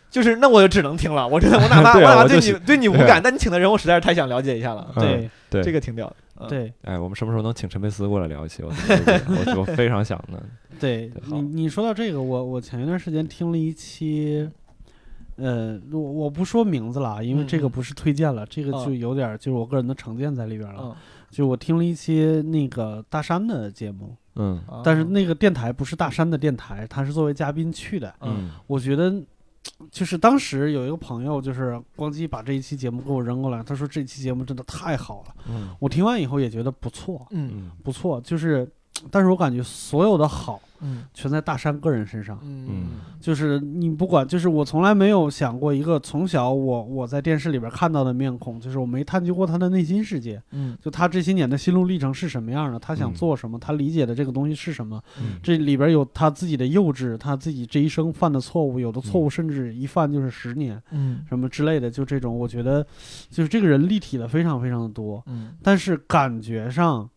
就是那我就只能听了。我真的，我哪怕、
对啊
我哪怕
我就
对你
喜
对你无感，但你请的人我实在是太想了解一下了。
嗯
对
对
这个挺屌的。嗯，
对
哎，我们什么时候能请陈佩斯过来聊一期？我我我非常想的，
对
对，好
你你说到这个，我我前一段时间听了一期。呃，我我不说名字了啊，因为
嗯
这个
嗯
不是推荐了，这个
啊
就有点儿就是我个人的成见在里边了。
嗯，
就我听了一期那个大山的节目，
嗯
啊
但是那个电台不是大山的电台，他是作为嘉宾去的。
嗯
嗯
我觉得，就是当时有一个朋友，就是光机把这一期节目给我扔过来，他说这期节目真的太好了。
嗯
我听完以后也觉得不错，
嗯
嗯
不错。就是，但是我感觉所有的好
嗯
全在大山个人身上。
嗯
就是你不管，就是我从来没有想过一个从小我我在电视里边看到的面孔，就是我没探究过他的内心世界。
嗯
就他这些年的心路历程是什么样的，他想
嗯
做什么，他理解的这个东西是什么，
嗯
这里边有他自己的幼稚，他自己这一生犯的错误，有的错误甚至一犯就是十年
嗯
什么之类的，就这种，我觉得就是这个人立体的非常非常的多，
嗯
但是感觉上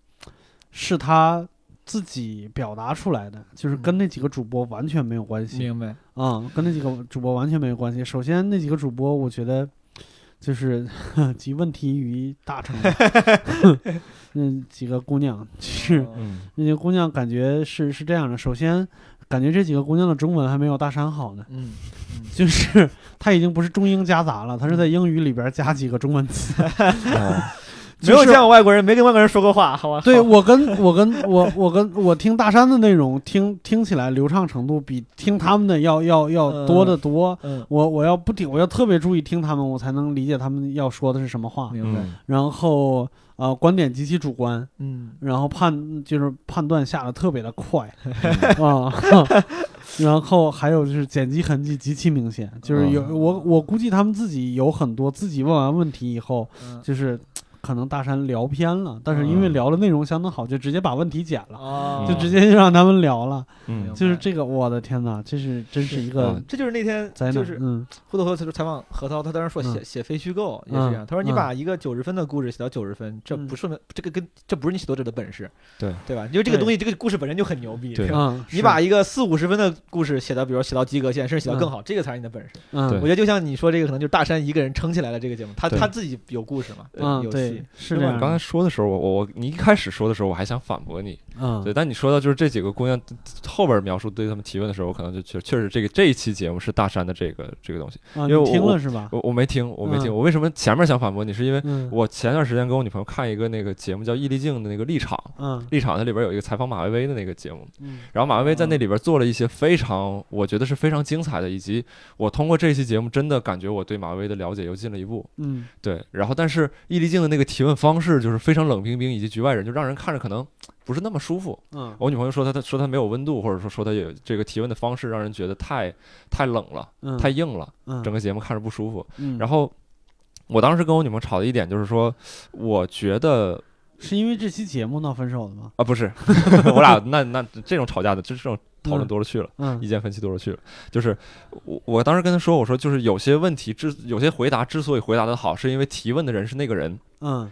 是他自己表达出来的，就是跟那几个主播完全没有关系。
明白。
啊、跟那几个主播完全没有关系。首先，那几个主播，我觉得就是 集问题于大成。 那几个姑娘，就是
嗯
那些姑娘，感觉是是这样的。首先，感觉这几个姑娘的中文还没有大山好呢。
嗯
就是 她已经不是中英夹杂了，她是在英语里边加几个中文词。
哦
没有
就是
见过外国人，没跟外国人说过话，好吧？
对
好，
我跟我跟我我跟我听大山的内容，听听起来流畅程度比听他们的要要要多得多。
嗯，
我我要不听，我要特别注意听他们，我才能理解他们要说的是什么话。
明白。
嗯
然后呃，观点极其主观，
嗯
然后判就是判断下的特别 的快啊、 然后还有就是剪辑痕迹极其明显，
啊
就是有、
嗯
我我估计他们自己有很多自己问完问题以后，
嗯
就是可能大山聊偏了，但是因为
嗯
聊的内容相当好，就直接把问题剪了，
啊，
就直接就让他们聊了，
嗯
就是这个我的天哪，这是真是一
是啊
个
这就是那天
灾难，
就是
嗯
胡德和他采访何涛，他当时说写、
嗯
写非虚构也是这样。他说你
嗯
把一个九十分的故事写到九十分，这不是你、这个跟这不是你写作者的本事，
嗯对
对吧？因为这个
对
东西，这个故事本身就很牛逼。
对
吧
嗯，
你
是
把一个四五十分的故事写到，比如写到及格线，甚至写到更
嗯
好，这个才是你的本事。
嗯
对
我觉得就像你说这个，可能就是大山一个人撑起来了这个节目，他
对
他自己有故事嘛，
呃
嗯
有戏。
对是
另
这
外
样
你
的，
刚才说的时候，我我我，你一开始说的时候，我还想反驳你，
嗯
对，但你说到就是这几个姑娘后边描述对他们提问的时候，我可能就确确实这个这一期节目是大山的这个这个东西，因
啊，
为
你
我
听
我
了是吧？
我我没听，我没听，
嗯
我为什么前面想反驳你，是因为
嗯
我前段时间跟我女朋友看一个那个节目叫《易立竞》的那个立场，
嗯
立场它里边有一个采访马薇薇的那个节目，
嗯
然后马薇薇在那里边做了一些非常，我觉得是非常精彩的，以及我通过这期节目真的感觉我对马薇薇的了解又进了一步。
嗯
对，然后但是易立竞的那个提问方式就是非常冷冰冰，以及局外人，就让人看着可能不是那么舒服。
嗯
我女朋友说她她说她没有温度，或者说说她有这个提问的方式让人觉得太太冷了，
嗯，
太硬了，
嗯
整个节目看着不舒服。
嗯
然后我当时跟我女朋友吵的一点就是说，我觉得
是因为这期节目闹分手的吗？
啊不是， 我俩那那这种吵架的这种讨论
嗯
多了去了。
嗯
意见分歧多了去了。就是我我当时跟他说，我说就是有些问题之有些回答之所以回答的好，是因为提问的人是那个人。
嗯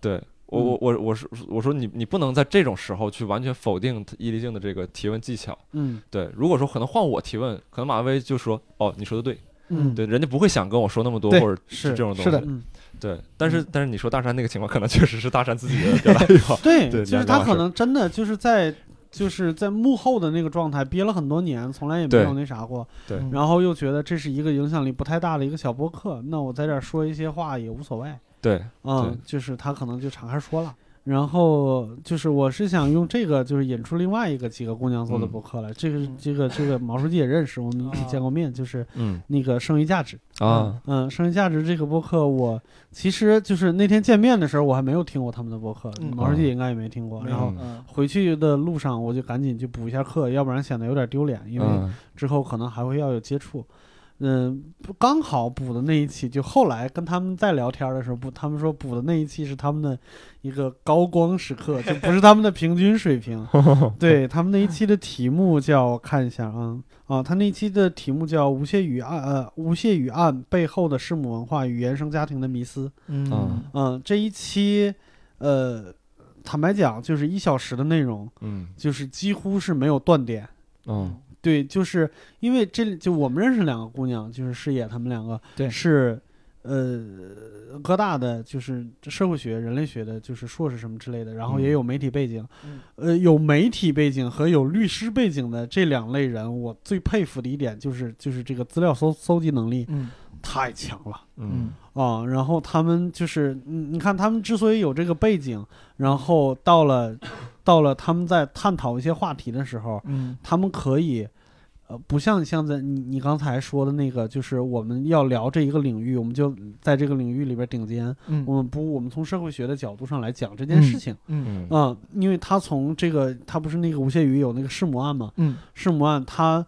对我我我我是我说你你不能在这种时候去完全否定伊丽静的这个提问技巧。
嗯
对，如果说可能换我提问，可能马薇就说哦你说的对，
嗯，
对，人家不会想跟我说那么多
对
或者
是
这种东西。
是的
嗯，。
对，但是但是你说大山那个情况，可能确实是大山自己的表达欲望
对，
对
就是
两两
他
码
可
事
能真的就是在就是在幕后的那个状态憋了很多年，从来也没
对
有那啥过，
对
然后又觉得这是一个影响力不太大的一个小播客，那我在这儿说一些话也无所谓，
对，
嗯，就是他可能就敞开说了。然后就是，我是想用这个，就是引出另外一个几个姑娘做的
嗯
博客来。这个，这个，这个毛书记也认识，我们一起见过面，就是
嗯
那个剩余价值。
啊，
嗯，剩余价值这个播客，我其实就是那天见面的时候，我还没有听过他们的播客，
嗯
毛书记也应该也没听过。
没有
然后
嗯
回去的路上，我就赶紧去补一下课，要不然显得有点丢脸，因为
嗯
之后可能还会要有接触。嗯，不刚好补的那一期，就后来跟他们在聊天的时候，不，他们说补的那一期是他们的一个高光时刻，就不是他们的平均水平。对他们那一期的题目叫，我看一下啊啊，他那一期的题目叫“吴谢宇案”，呃，吴谢宇案背后的弑母文化与原生家庭的迷思。
嗯
嗯
嗯，这一期，呃，坦白讲，就是一小时的内容，
嗯
就是几乎是没有断点。
嗯
对，就是因为这里就我们认识两个姑娘，就是师野她们两个，
对
是呃哥大的，就是社会学、人类学的，就是硕士什么之类的，然后也
嗯
有媒体背景，
嗯
呃，有媒体背景和有律师背景的这两类人，我最佩服的一点就是就是这个资料搜搜集能力
嗯
太强了。
嗯
啊、然后他们就是，嗯，你看他们之所以有这个背景，然后到了，到了他们在探讨一些话题的时候，
嗯
他们可以，呃，不像像在你你刚才说的那个，就是我们要聊这一个领域，我们就在这个领域里边顶尖。我
嗯
们不，我们从社会学的角度上来讲这件事情
嗯
嗯
啊、因为他从这个，他不是那个吴谢宇有那个弑母案嘛，
嗯
弑母案他，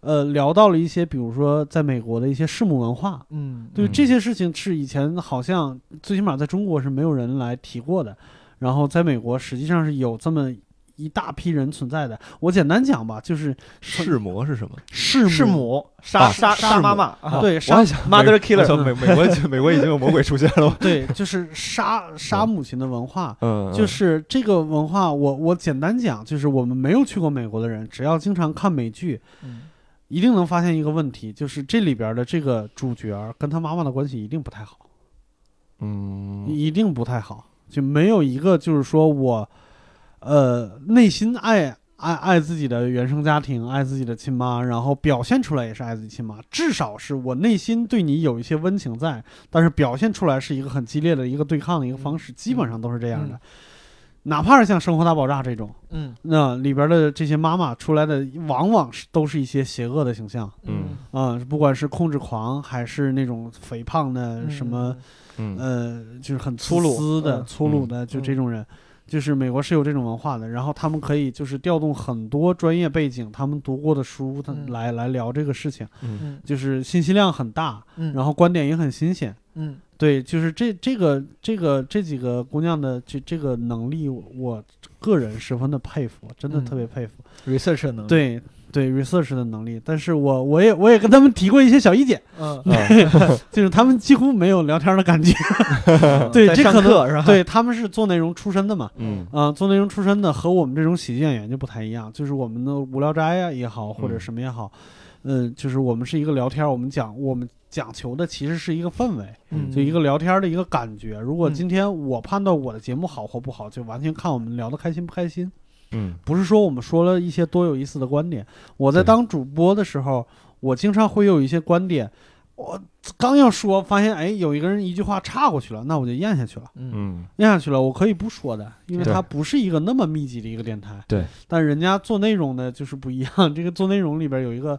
呃，聊到了一些，比如说在美国的一些弑母文化。
嗯，
对
嗯
这些事情是以前好像最起码在中国是没有人来提过的，然后在美国实际上是有这么一大批人存在的。我简单讲吧，就是
世魔是什么？
弑
弑
母，
母杀
啊
杀
弑
杀
母
妈妈，啊
对
我
杀
还想美
mother
我
killer，
想美美国已经美国已经有魔鬼出现了。
对，就是杀杀母亲的文化。
嗯
就是这个文化，我我简单讲，就是我们没有去过美国的人，只要经常看美剧，
嗯
一定能发现一个问题，就是这里边的这个主角儿跟他妈妈的关系一定不太好。
嗯
一定不太好，就没有一个就是说我，呃，内心爱爱爱自己的原生家庭，爱自己的亲妈，然后表现出来也是爱自己亲妈，至少是我内心对你有一些温情在，但是表现出来是一个很激烈的一个对抗的一个方
嗯
式，基本上都是这样的。
嗯
哪怕是像《生活大爆炸》这种，
嗯
那里边的这些妈妈出来的，往往是都是一些邪恶的形象
嗯
啊、不管是控制狂，还是那种肥胖的什么，
嗯
呃，就是很
粗鲁
自私的、呃
嗯
粗鲁的，就这种人，就是美国是有这种文化的。然后他们可以就是调动很多专业背景，他们读过的书，他
嗯
来来聊这个事情，
嗯
嗯
就是信息量很大，
嗯，
然后观点也很新鲜。
嗯
对，就是这这个这个这几个姑娘的这这个能力，我个人十分的佩服，真的
嗯
特别佩服。
research 的能力，
对对，research 的能力，但是我我也我也跟他们提过一些小意见，
嗯，
呃啊
就是他们几乎没有聊天的 感觉。对
在
这
上
可能
课是吧？
对，他们是做内容出身的嘛，
嗯
啊、做内容出身的和我们这种喜剧演员就不太一样，就是我们的无聊斋呀、也好，或者
嗯
什么也好，嗯、就是我们是一个聊天儿，我们讲我们讲求的其实是一个氛围，
嗯，
就一个聊天儿的一个感觉。如果
嗯
今天我判断我的节目好或不好，就完全看我们聊得开心不开心，
嗯
不是说我们说了一些多有意思的观点。我在
对
当主播的时候，我经常会有一些观点，我刚要说，发现哎有一个人一句话岔过去了，那我就咽下去了。
嗯
嗯
咽下去了，我可以不说的，因为
对
它不是一个那么密集的一个电台。
对，
但人家做内容的就是不一样， 这个做内容里边有一个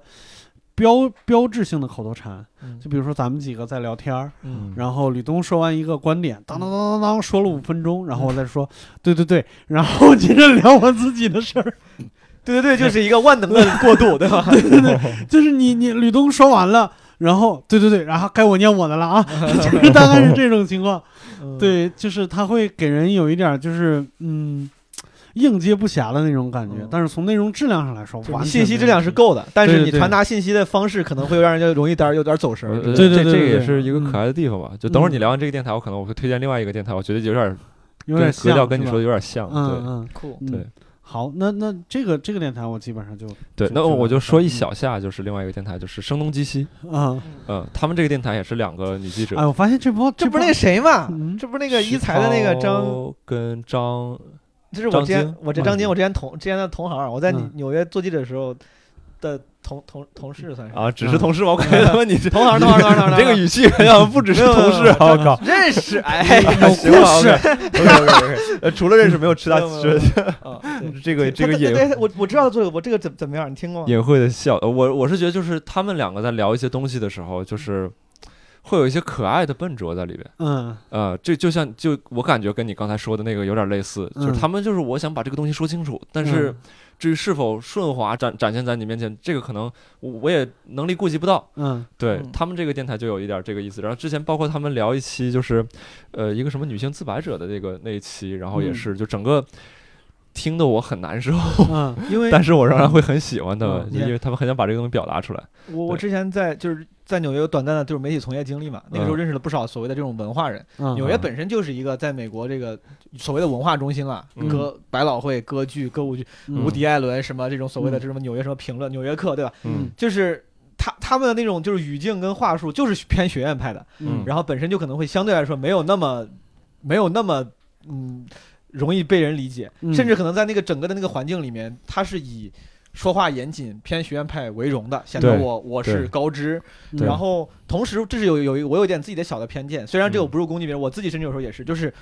标标志性的口头禅，
嗯
就比如说咱们几个在聊天儿，
嗯
然后吕东说完一个观点，当当当当当说了五分
嗯
钟，然后我再说， 对对对，然后接着聊我自己的事儿。
对对对，就是一个万能的过渡，对吧？
就是你你吕东说完了，然后对对对，然后该我念我的了 啊， 就是大概是这种情况。
嗯，
对，就是他会给人有一点儿就是嗯，应接不暇的那种感觉。
嗯
但是从内容质量上来说，
就是
完
你
全
信息
没
质量
问
是
题。
够的，但是
对
你
对
传达信息的方式可能会让人家容易点儿有点走神儿。
呃
对对
这
对
这个
对
也
对
是一个可爱的地方吧。就等会儿你
嗯
聊完这个电台，我可能我会推荐另外一个电台，我觉得有点
有点
跟格调
像
跟你
是
说的
吧
有点像，
嗯
对。
嗯
酷，
嗯
对。
好，那那这个这个电台我基本上就
对，那
就知道
我就
了
说一
嗯
小下，就是另外一个电台，就是声东击西，
啊，
嗯，他们这个电台也是两个女记者
哎，，我发现这波
这不是那
波
谁嘛？
嗯
这不是那个一财的那个
徐
张，
涛跟张，
这是
哦
我
张
之前
晶
我这
嗯
张晶，我之前同之前的同行，我在纽
嗯
纽约做记者的时候的同同同事算是
啊，只
是
同事吗？我感觉他 妈你这
同行同行同行同行，
这个语气好像不只是
没有
同事
没有
啊，我靠！
认识哎，
有
行
故
吧
事
OK，OK，OK，OK，
呃，除了认识没有其他
没有没有
这
啊对
这个这
他
个
对
隐
对我我知道他做的，我这个怎怎么样？你听
哦
过吗？
隐晦的笑。呃我我是觉得就是他们两个在聊一些东西的时候，就是会有一些可爱的笨拙在里边。
嗯
呃，这就像就我感觉跟你刚才说的那个有点类似，就是
嗯
他们就是我想把这个东西说清楚，但是
嗯
至于是否顺滑展展现在你面前，这个可能我我也能力顾及不到。
嗯
对、
嗯
他们这个电台就有一点这个意思。然后之前包括他们聊一期就是，呃，一个什么女性自白者的那个那一期，然后也
嗯
是就整个听得我很难受，
嗯
因为
但是我仍然会很喜欢他们，
嗯
就因为他们很想把这个东西表达出来。
我我
对
之前在就是在纽约有短暂的就是媒体从业经历嘛，
嗯
那个时候认识了不少所谓的这种文化人。
嗯，
纽约本身就是一个在美国这个所谓的文化中心了，
嗯
歌百老汇、歌剧、歌舞剧、
嗯
无敌艾伦什么这种所谓的这什么纽约什么评论、纽约客，对吧？
嗯
就是他他们的那种就是语境跟话术就是偏学院派的，
嗯
然后本身就可能会相对来说没有那么没有那么嗯容易被人理解，
嗯
甚至可能在那个整个的那个环境里面，他是以说话严谨、偏学院派为荣的，显得
对
我我
对
是高知。
嗯
对
然后同时，这是有有一我有点自己的小的偏见，虽然这
嗯
我不是攻击别人，我自己甚至有时候也是，就是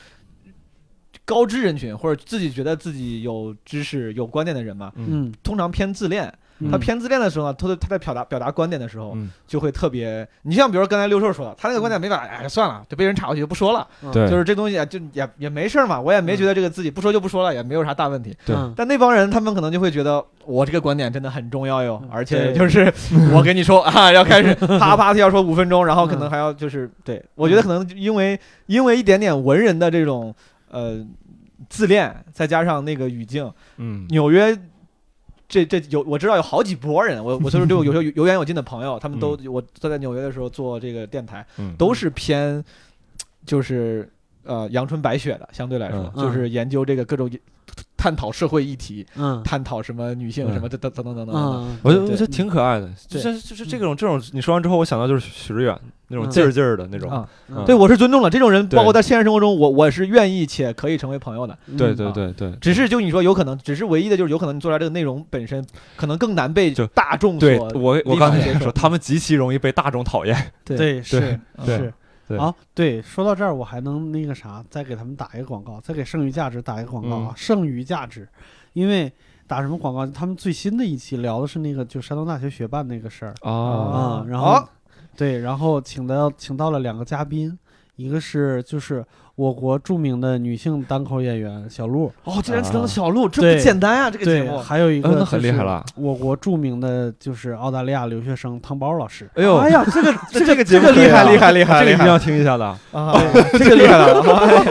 高知人群或者自己觉得自己有知识、有观点的人嘛，
嗯
嗯
通常偏自恋。
嗯
他偏自恋的时候呢，他的他在表达表达观点的时候，
嗯，
就会特别。你像比如说刚才六兽说的，他那个观点没法，哎，算了，就被人插过去就不说了。
对，
就是这东西啊，就也也没事儿嘛，我也没
嗯
觉得这个自己不说就不说了，也没有啥大问题。
对
嗯
但那帮人他们可能就会觉得我这个观点真的很重要哟
嗯，
而且就是 我跟你说啊，要开始啪啪的要说五分钟，然后可能还要就是对
嗯
我觉得可能就因为因为一点点文人的这种呃自恋，再加上那个语境，
嗯
纽约。这这有我知道有好几波人，我我就是这种有有有远有近的朋友，他们都我在在纽约的时候做这个电台，
嗯
都是偏就是呃阳春白雪的，相对来说、
嗯
嗯
就是研究这个各种探讨社会议题，
嗯
探讨什么女性
嗯
什么的等等等等等等等。
嗯
我觉得我
对
觉得挺可爱的，就
对嗯
是就是这种这种，你说完之后，我想到就是许志远那种
嗯
劲儿劲儿的那种，
啊，
嗯
对我是尊重了这种人，
对
包括在现实生活中，我我是愿意且可以成为朋友的。
对
嗯
对
啊
对对，
只是就你说有可能，只是唯一的就是有可能你做出来这个内容本身可能更难被
就
大众
对
所
我我
理
刚才
解
也
接
说，
受
他们极其容易被大众讨厌。
对是
啊嗯
对
是。
对
好，对，说到这儿，我还能那个啥，再给他们打一个广告，再给剩余价值打一个广告啊！
嗯
剩余价值，因为打什么广告？他们最新的一期聊的是那个就山东大学学办那个事儿
啊
啊、
哦
然后、
哦
对，然后请到请到了两个嘉宾，一个是就是我国著名的女性单口演员小鹿，
哦，竟然请
啊
到小鹿，这
对
不简单啊！这个节
对，
目，
还有一个、
嗯那很厉害。了。
我国著名的就是澳大利亚留学生汤包老师，
哎呦，
哎呀，这个
这
这
个
个
节目
这个
可以
厉害
啊
厉害厉害
这个
厉
一定
害
要听一下 的。
啊，这个厉害 了，哎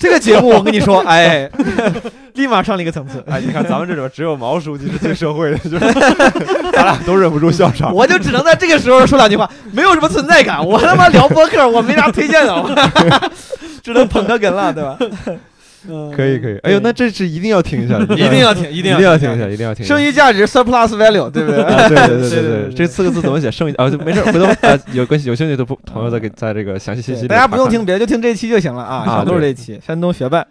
这个节目我跟你说，哎， 立马上了一个层次。
哎，你看咱们这里边只有毛书记是最社会的， 就是咱俩都忍不住笑场。
我就只能在这个时候说两句话，没有什么存在感。我他妈聊播客，我没啥推荐的，我 只能捧个哏了，对吧？
嗯，
可以可以，哎呦，那这是一定要听一下的，
一定要听，一
一
定
要
要
听一下，。一定要听一下。
剩余价值 surplus value，对 不对？
啊，对对对
对对
对，
对
这四个字怎么写？剩余啊，就没事儿，回头呃，有关系有兴趣的朋朋友再给在这个详细信息
对
里
大家不用
查看
听别的，就听这一期就行了啊。
啊
小鹿
对
这一期，山东学办，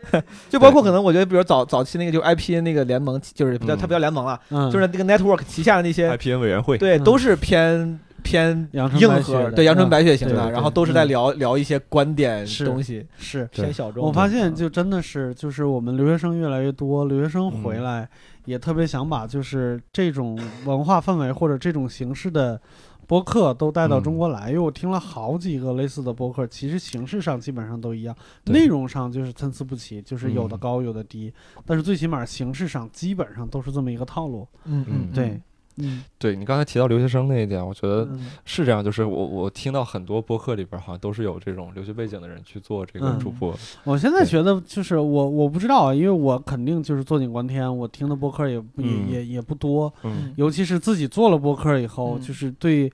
就包括可能我觉得，比如早早期那个就 IP 那个联盟，就是不叫
嗯
它不叫联盟了，
嗯，
就是那个 network 旗下的那些
IPN 委员会。
对，
嗯
都是偏偏
阳春白
硬
雪
核，
的
对阳春
嗯
白雪型
对
的，
对
然后都是在聊聊一些观点
是
东西，
是
对
偏小众的。
我发现
嗯
就真的是，就是我们留学生越来越多，留学生
嗯
回来也特别想把就是这种文化氛围或者这种形式的播客都带
嗯
到中国来，因为我听了好几个类似的播客，其实形式上基本上都一样，
对
内容上就是参差不齐，就是有的
嗯
高有的低，但是最起码形式上基本上都是这么一个套路。
嗯
嗯
嗯，
对，嗯
对你刚才提到留学生那一点，我觉得
嗯
是这样，就是我我听到很多播客里边儿好像都是有这种留学背景的人去做这个
嗯
主播，
我现在
对
觉得就是我我不知道啊，因为我肯定就是坐井观天，我听的播客也不也
嗯
也也不多，
嗯
嗯
尤其是自己做了播客以后，
嗯
就是对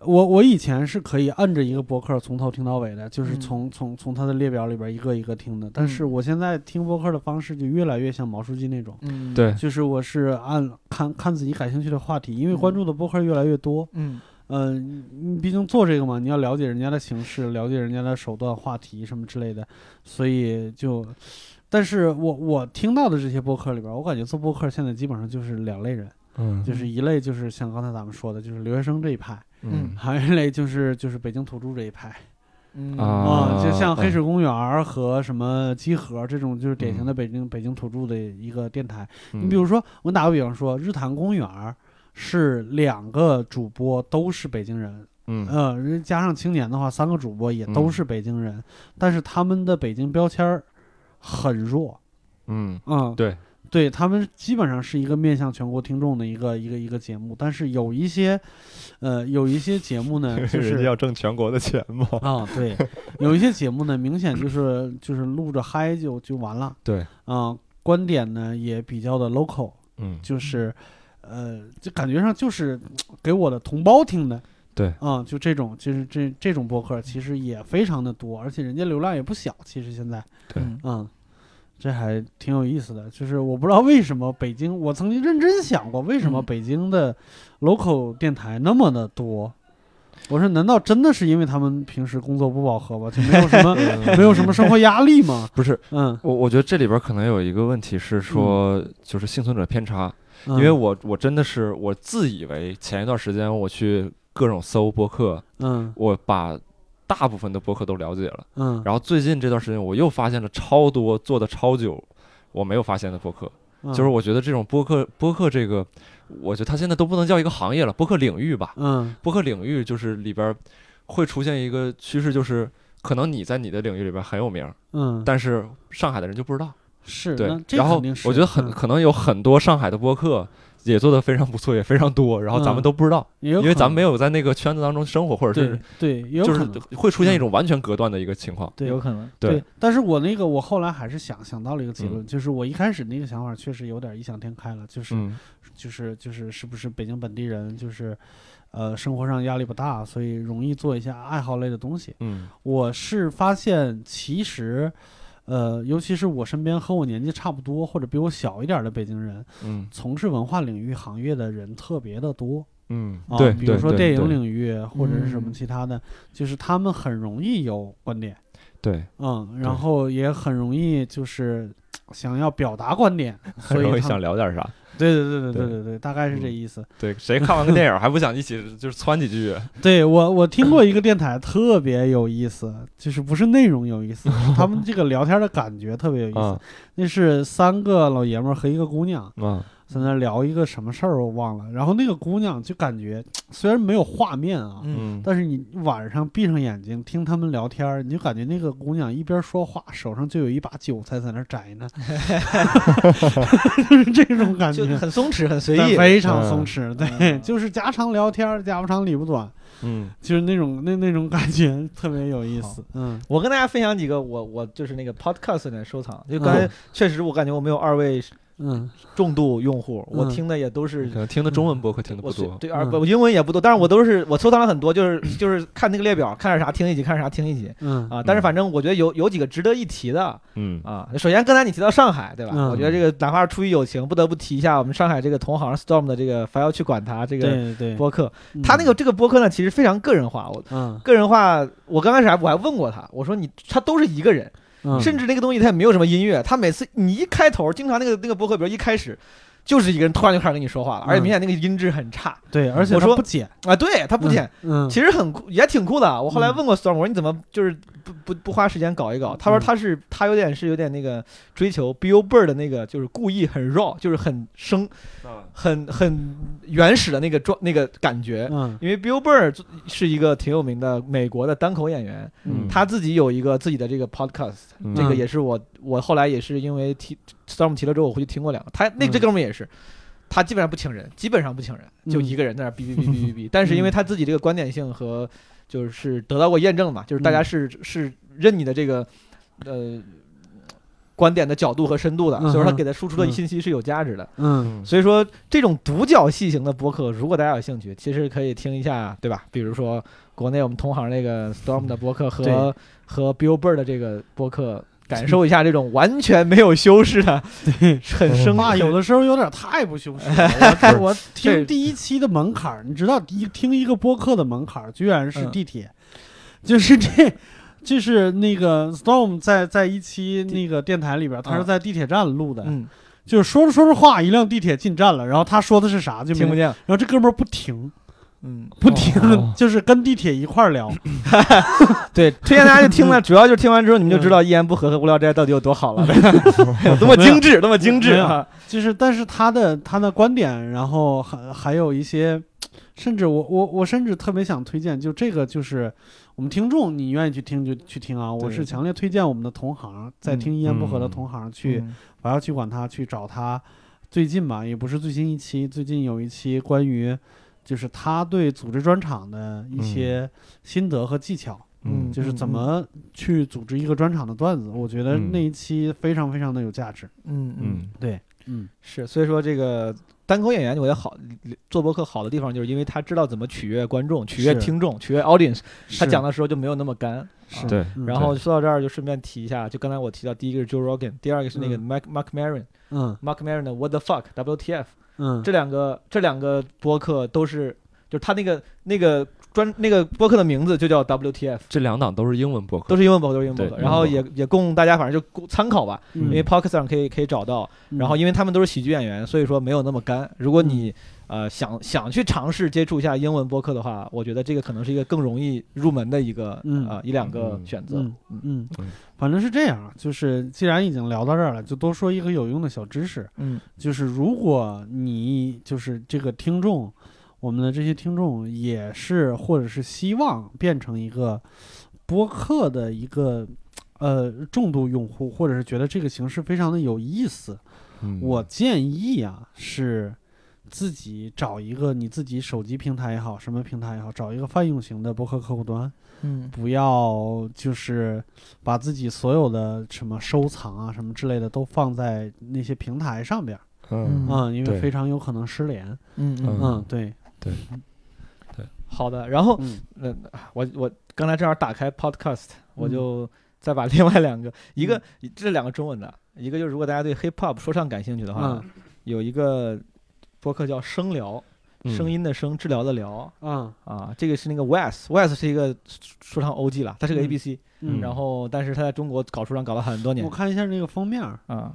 我我以前是可以按着一个播客从头听到尾的，就是
嗯
从、从从它的列表里边一个一个听的，但是
嗯
我现在听播客的方式就越来越像毛书记那 种。
嗯，
对，
就是我是按看看自己感兴趣的话题，因为关注的播客越来越多，
嗯
嗯，你毕竟做这个嘛，你要了解人家的形式，了解人家的手段、话题什么之类的，所以就，但是我我听到的这些播客里边，我感觉做播客现在基本上就是两类人，
嗯
就是一类就是像刚才咱们说的，就是留学生这一派，
嗯
还有一类就是就是北京土著这一派
嗯
啊
啊、就
啊
像黑水公园儿和什么集合这种，就是典型的
嗯
北京、北京土著的一个电台。你比如说，我打个比方说，日坛公园儿是两个主播都是北京人，
嗯嗯
呃，人加上青年的话，三个主播也都是北京人，但是他们的北京标签儿很弱，
嗯
嗯，
对，
对他们基本上是一个面向全国听众的一个一个一个节目，但是有一些，呃，有一些节目 呢，嗯就
人
是
家要挣全国的钱嘛，
啊、对，有一些节目呢，明显就是就是录着嗨就就完了，
对，
啊、观点呢也比较的 local，
嗯
就是，呃，就感觉上就是给我的同胞听的。
对
啊、就这种，就是这这种播客，其实也非常的多，而且人家流量也不小。其实现在，
对
嗯
嗯，这还挺有意思的。就是我不知道为什么北京，我曾经认真想过，为什么
嗯
北京的 local 电台那么的多？我说，难道真的是因为他们平时工作不饱和吗？就没 有什么没有什么生活压力吗？
不是
嗯，
我我觉得这里边可能有一个问题是说，就是幸存者偏差，
因
因为我我真的是我自以为前一段时间我去各种搜播客，
嗯
我把大部分的播客都了解了，
嗯，
然后最近这段时间我又发现了超多做的超久我没有发现的播客，
嗯
就是我觉得这种播客播客这个，我觉得它现在都不能叫一个行业了，播客领域吧，
嗯
播客领域就是里边会出现一个趋势，就是可能你在你的领域里边很有名，
嗯，
但是上海的人就不知道。
是，
对
那，这
然后
肯定是
我觉得很、
嗯
可能有很多上海的播客也做得非常不错，也非常多，然后咱们
嗯
都不知道，
也有
因为咱们没
有
有在那个圈子当中生活，或者
对
是
对，也有
就
可
是
能嗯
会出现一种完全隔断的一个情况。
对
有可能，
对
对。但是我那个我后来还是想想到了一个结论，
嗯
就是我一开始那个想法确实有点异想天开了，就是、
嗯
就是就是是不是北京本地人就是。呃，生活上压力不大，所以容易做一些爱好类的东西。
嗯
我是发现，其实，呃，尤其是我身边和我年纪差不多或者比我小一点的北京人，
嗯
从事文化领域行业的人特别的多。
嗯
啊，，
对，
比如说电影
域，
领域或者是什么
嗯
其他的，就是他们很容易有观点，
对，
嗯，
对
然后也很容易就是想要表达 观点，
很
所
容
以
易
他
想
们
聊点啥。
对对对对对
对嗯
对对，大概是这意思。
对，谁看完个电影还不想一起就是窜几句？
对我我听过一个电台特别有意思，就是不是内容有意思，是他们这个聊天的感觉特别有意思
啊。
那是三个老爷们儿和一个姑娘
嗯
在那聊一个什么事儿，我忘了。然后那个姑娘就感觉虽然没有画面啊，
嗯
但是你晚上闭上眼睛听他们聊天儿，你就感觉那个姑娘一边说话，手上就有一把韭菜在那儿摘 呢，就是这种感
就
觉，
很松弛，很随
嗯但
意，
非常
嗯
松弛。对，
嗯
就是家常聊天儿，家不长理不短，
嗯
就是那种那那种感觉特别有意思。嗯
我跟大家分享几个我我就是那个 podcast 里的收藏，就刚才
嗯
确实我感觉我没有二位
嗯
重度用户，
嗯
我听的也都
可
是。
能听的中文播客听的
我
不
是
多。
对，而
嗯
我英文也不多，但是我都是我收藏了很多，就是 就是看那个列表，看点啥听一集，看点啥听一集
嗯
啊。但是反正我觉得有有几个值得一提的
嗯
啊。首先刚才你提到上海，对吧？
嗯
我觉得这个哪怕是出于友情，不得不提一下我们上海这个同行 Storm 的这个“凡要去管他”这个
对对，
播客，
嗯
他那个这个播客呢，其实非常个人化。我
嗯
个人化，我刚开始还我还问过他，我说你他都是一个人，
嗯
甚至那个东西它也没有什么音乐，它每次你一开头，经常那个那个播客，比如一开始。就是一个人突然就开始跟你说话了，而且明显那个音质很差
对，嗯而且
我
他
说
不剪，
啊！对他不剪，
嗯，
其实很酷，也挺酷的。我后来问过 Storm，我说你怎么就是不不不花时间搞一搞？他说
嗯
他是他有点是有点那个追求 Billboard 的那个，就是故意很 raw，就是很生很很原始的那个状那个感觉。
嗯
因为 Billboard 是一个挺有名的美国的单口演员，
嗯
他自己有一个自己的这个 podcast，
嗯
这个也是我我后来也是因为提 Storm 提了之后，我回去听过两个，他那这
嗯
哥们儿也是，他基本上不请人，基本上不请人，就
嗯
一个人在那儿哔哔哔哔哔 哔。但是因为他自己这个观点性和就是得到过验证嘛，就是大家
嗯
是是认你的这个呃观点的角度和深度的，
嗯哼
所以说他给他输出的
嗯
信息是有价值的。
嗯
嗯，
所以说这种独角戏型的播客，如果大家有兴趣，其实可以听一下，对吧？比如说国内我们同行那个 Storm 的播客和
对
和 Billboard 的这个播客，感受一下这种完全没有修饰的、很生哎
话有
的
的时候有点太 不修饰了。我我
这
听第一期的门槛儿，你知道，一听一个播客的门槛儿居然是
嗯
地铁，就是这。就是那个 Storm 在在一期那个电台里边儿，他是
嗯
在地铁站录的，
嗯，
就是说着说着话，一辆地铁进站了，然后他说的是啥就没
听不见了，
然后这哥们儿不停
嗯，
不停，
哦
就是跟地铁一块儿聊，
对，推荐大家去听了，主要就是听完之后你们就知道一言不合和无聊斋到底有多好了， 有多么精致，多么精致
没有
啊！
就是，但是他的他的观点，然后还还有一些，甚至我我我甚至特别想推荐，就这个就是我们听众，你愿意去听就去听啊，我
对
是强烈推荐我们的同行，在听一言不合的同行去，
嗯
我要去管他去找他。最近吧，也不是最新一期，最近有一期关于就是他对组织专场的
嗯
一些心得和技巧，
嗯
就是怎么去组织一个专场的段子，我觉得
嗯
那一期非常非常的有价值。
嗯嗯。
嗯
对，嗯，
是，所以说这个单口演员，我觉得好做播客好的地方，就是因为他知道怎么取悦观众、取悦
是
听众、取悦 audience，他
是
讲的时候就没有那么干。
是
啊
对，
嗯
然后说到这儿，就顺便提一下，就刚才我提到，第一个是 Joe Rogan，第二个是那个
嗯
Mark Mark Maron，Mark
嗯
Maron 的 What the Fuck WTF，
嗯，
这两个这两个播客都是，就是他那个那个专那个播客的名字就叫 WTF，
这两档都是英文博客，
都是英文播客，都是英文播
对
客，
英
然后
文播
也也供大家反正就供参考吧，
因
因为 Podcast 上可以可以找到。
嗯
然后因为他们都是喜剧演员，所以说没有那么干。如果你、呃想想去尝试接触一下英文播客的话，我觉得这个可能是一个更容易入门的一个、
嗯
呃一两个选择。
嗯嗯
嗯，
反正是这样啊，就是既然已经聊到这儿了，就多说一个有用的小知识，
嗯
就是如果你就是这个听众，我们的这些听众也是或者是希望变成一个播客的一个。呃，重度用户或者是觉得这个形式非常的有意思，
嗯
我建议啊是自己找一个你自己手机平台也好，什么平台也好，找一个泛用型的播客客户端，
嗯
不要就是把自己所有的什么收藏啊什么之类的都放在那些平台上边儿，
嗯
嗯
嗯，因为
对
非常有可能失联。
嗯
嗯
嗯，对，
好的。然后
嗯
嗯、我我刚才正好打开 Podcast，我就再把另外
嗯
两个，一个这两个中文的，一个就是如果大家对 Hip Hop 说唱感兴趣的话，
嗯
有一个播客叫声疗，
嗯
声音的声，治疗的疗。
嗯
啊，这个是那个 Wes，Wes 是一个说唱 OG 了，他是个
嗯
ABC，、
嗯，
然后但是他在中国搞说唱搞了很多年
我看一下那个封面儿
啊。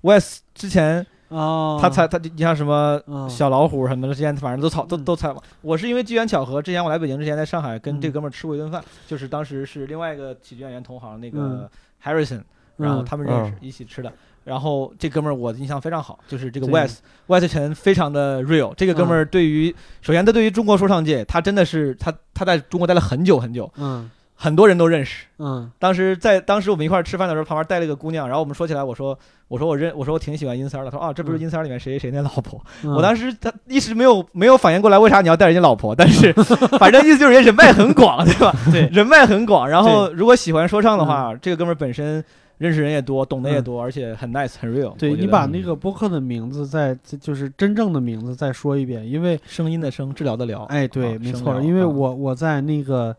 Wes 之前
哦，
他采他就你像什么
嗯
小老虎什么的，之前反正都采都
嗯
都采访。我是因为机缘巧合，之前我来北京之前，在上海跟这
嗯
哥们儿吃过一顿饭，就是当时是另外一个喜剧演员同行那个
嗯哦
Harrison，然后他们认识
嗯
一起吃的。然后这哥们儿我印象非常好，就是这个
对
Wes Wes 陈非常的 real。这个哥们
嗯
儿对于、首先他对于中国说唱界，他真的是他他在中国待了很久很久，
嗯
很多人都认识。
嗯
当时在当时我们一块儿吃饭的时候，旁边带了一个姑娘，然后我们说起来，我说我说我认我说我挺喜欢阴三儿的，他说啊这不是
嗯
阴三儿里面谁谁谁那老婆，
嗯，
我当时他一时没有没有反应过来，为啥你要带人家老婆？但是 反正意思就是人人脉很广，对吧？
对
人脉很广。然后如果喜欢说唱的话，这个哥们儿本身认识人也多，懂得也
嗯
多，而且很 nice，很 real。
对
我觉
你
得嗯
把那个播客的名字再就是真正的名字再说一遍，因为
声音的声，治疗的疗，
哎，对，
啊
没
声
错，
疗
因为
啊
我我在那个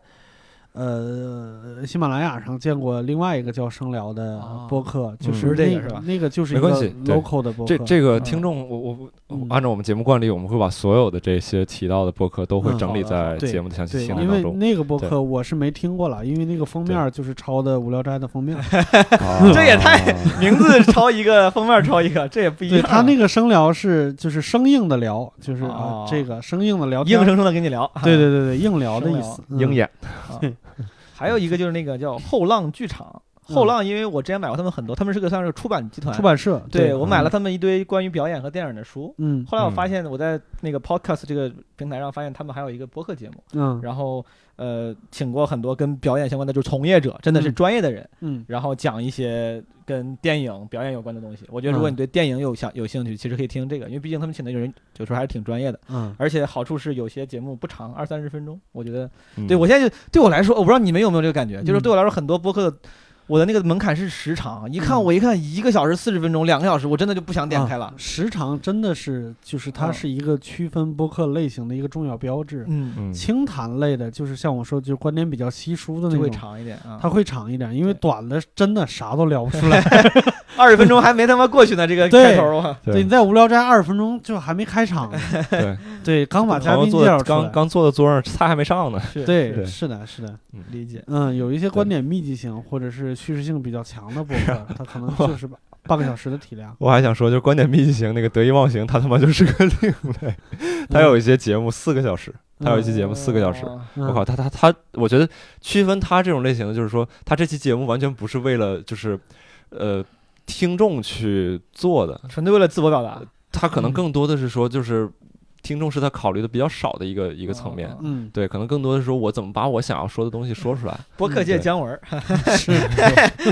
呃喜马拉雅上见过另外一个叫声聊的
啊
播客，就
嗯
是
是这
那
个是吧
那个就是一
没
个
关系对
local 的播客，
这这个
嗯
听众，我我我
嗯
按照我们节目惯例，我们会把所有的这些提到的播客都会
嗯
整理
好的
在
对
节目的详细
对，
信息
因
当
为
中。
那个播
对
客我是没听过了，因为那个封面儿就是抄的《无聊斋》的 封面儿。
啊
这也太名字抄一个，封面抄一个，这也不一
对
样。
他那个声聊是就是生硬的聊，就是啊
哦
这个生硬的聊天
硬
儿，
生生的跟你聊，
对对对对，硬聊的
嗯
声
意
聊
思，嗯
鹰
眼
眼，
嗯
啊还有一个就是那个叫后浪剧场，后浪，因为我之前买过他们很多，他们是个算是个出版集团，
出版社，
对我买
嗯
了他们一堆关于表演和电影的书。
嗯
后来我发
嗯
现我在那个 Podcast 这个平台上发现他们还有一个播客节目，
嗯
然后呃请过很多跟表演相关的就是从业者，真的是
嗯
专业的人，
嗯
然后讲一些跟电影表演有关的东西。我觉得如果
嗯
你对电影有想有兴趣，其实可以听这个，因为毕竟他们请的人有时候还是挺专业的，
嗯
而且好处是有些节目不长，二三十分钟，我觉得
嗯
对我现在就对我来说，我不知道你们有没有这个感觉，就是
嗯
对我来说，很多播客的我的那个门槛是时长，一看
嗯
我一看一个小时四十分钟，两个小时，我真的就不想点开了
啊。时长真的是，就是它
嗯
是一个区分播客类型的一个重要标志。
嗯，
嗯
清谈类的，就是像我说，就是观点比较稀疏的那
就
种
会，长一点啊。
它会长一点，因为
对
短的真的啥都聊不 出来。
二十分钟还没他妈过去呢，这个
对
开头啊，
对，你在无聊斋二十分钟就还没开 场呢，
对，
对，刚把
朋
嘉
友
宾
坐
介绍
的
出来
刚刚坐的桌上，菜还没上呢。
是
对，
对
是的，是的，
理解。
嗯，有一些观点密集性或者是叙事性比较强的播客，
啊
它可能就是半半个小时的体量。
我还想说，就是观点密集型那个得意忘形，它他妈就是个另 类。它有一些节目四个小时，它有一期节目四个小时。
哦
嗯，
我靠，它它它，我觉得区分它这种类型的，就是说，它这期节目完全不是为了就是，呃，听众去做的，
纯粹为了自我表达，
它可能
嗯
更多的是说，就是听众是他考虑的比较少的一个一个层面
哦。
嗯，
对，可能更多的是说我怎么把我想要说的东西说 出来。
播客界
嗯对
姜文儿，
是，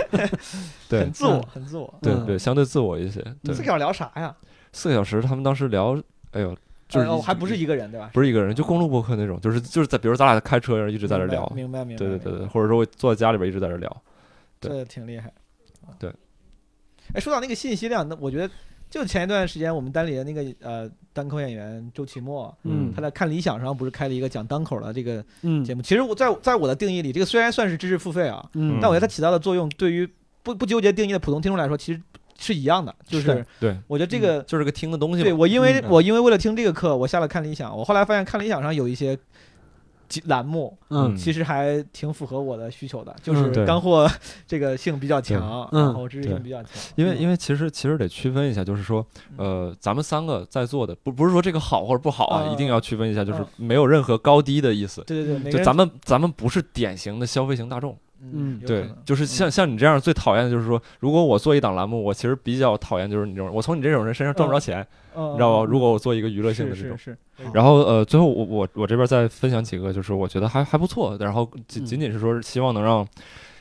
对
很自嗯我，很自我。
对
嗯
对，相对自我一些。对
这，个要聊啥呀？
四个小时，他们当时聊，哎呦，就是
呃
一
哦还不是一个人对吧？
不是一个人，就公路博客那种，就是就是在比如咱俩开车一直在这聊，
明白明白。
对对
明白
对对，，或者说我坐在家里边一直在这聊，对
这挺厉害。
对。
哎，说到那个信息量，那我觉得就前一段时间我们单里的那个呃单口演员周奇墨，
嗯
他在看理想上不是开了一个讲单口的这个
嗯
节目？其实我在我在我的定义里，这个虽然算是知识付费啊，
嗯，
但我觉得它起到的作用，对于不不纠结定义的普通听众来说，其实是一样的。就是
是
对，
我觉得这个
就是个听的东西
对
嘛。
我，因为
嗯
我因为为了听这个课，我下了看理想，我后来发现看理想上有一些集栏目，
嗯
嗯
其实还挺符合我的需求的，就
嗯
是
对
干货 这个性比较强，
嗯
然后知识性比较强。
因为
嗯
因为其实其实得区分一下，就是说，呃，咱们三个在座的，不不是说这个好或者不好啊，
嗯
一定要区分一下，就是
嗯
没有任何高低的意思。
对对对，每个
嗯就
人
咱们咱们不是典型的消费型大众，
嗯，有可
对
能，
就是像像你这样最讨厌的就是说，如果我做一档栏目，我其实比较讨厌就是你这种，我从你这种人身上赚不着钱，
嗯
你知道吧？
嗯
如果我做一个娱乐性
是
的这种
是。是，
然后呃，最后我我我这边再分享几个，就是我觉得还还不错，然后仅
嗯
仅仅是说是希望能让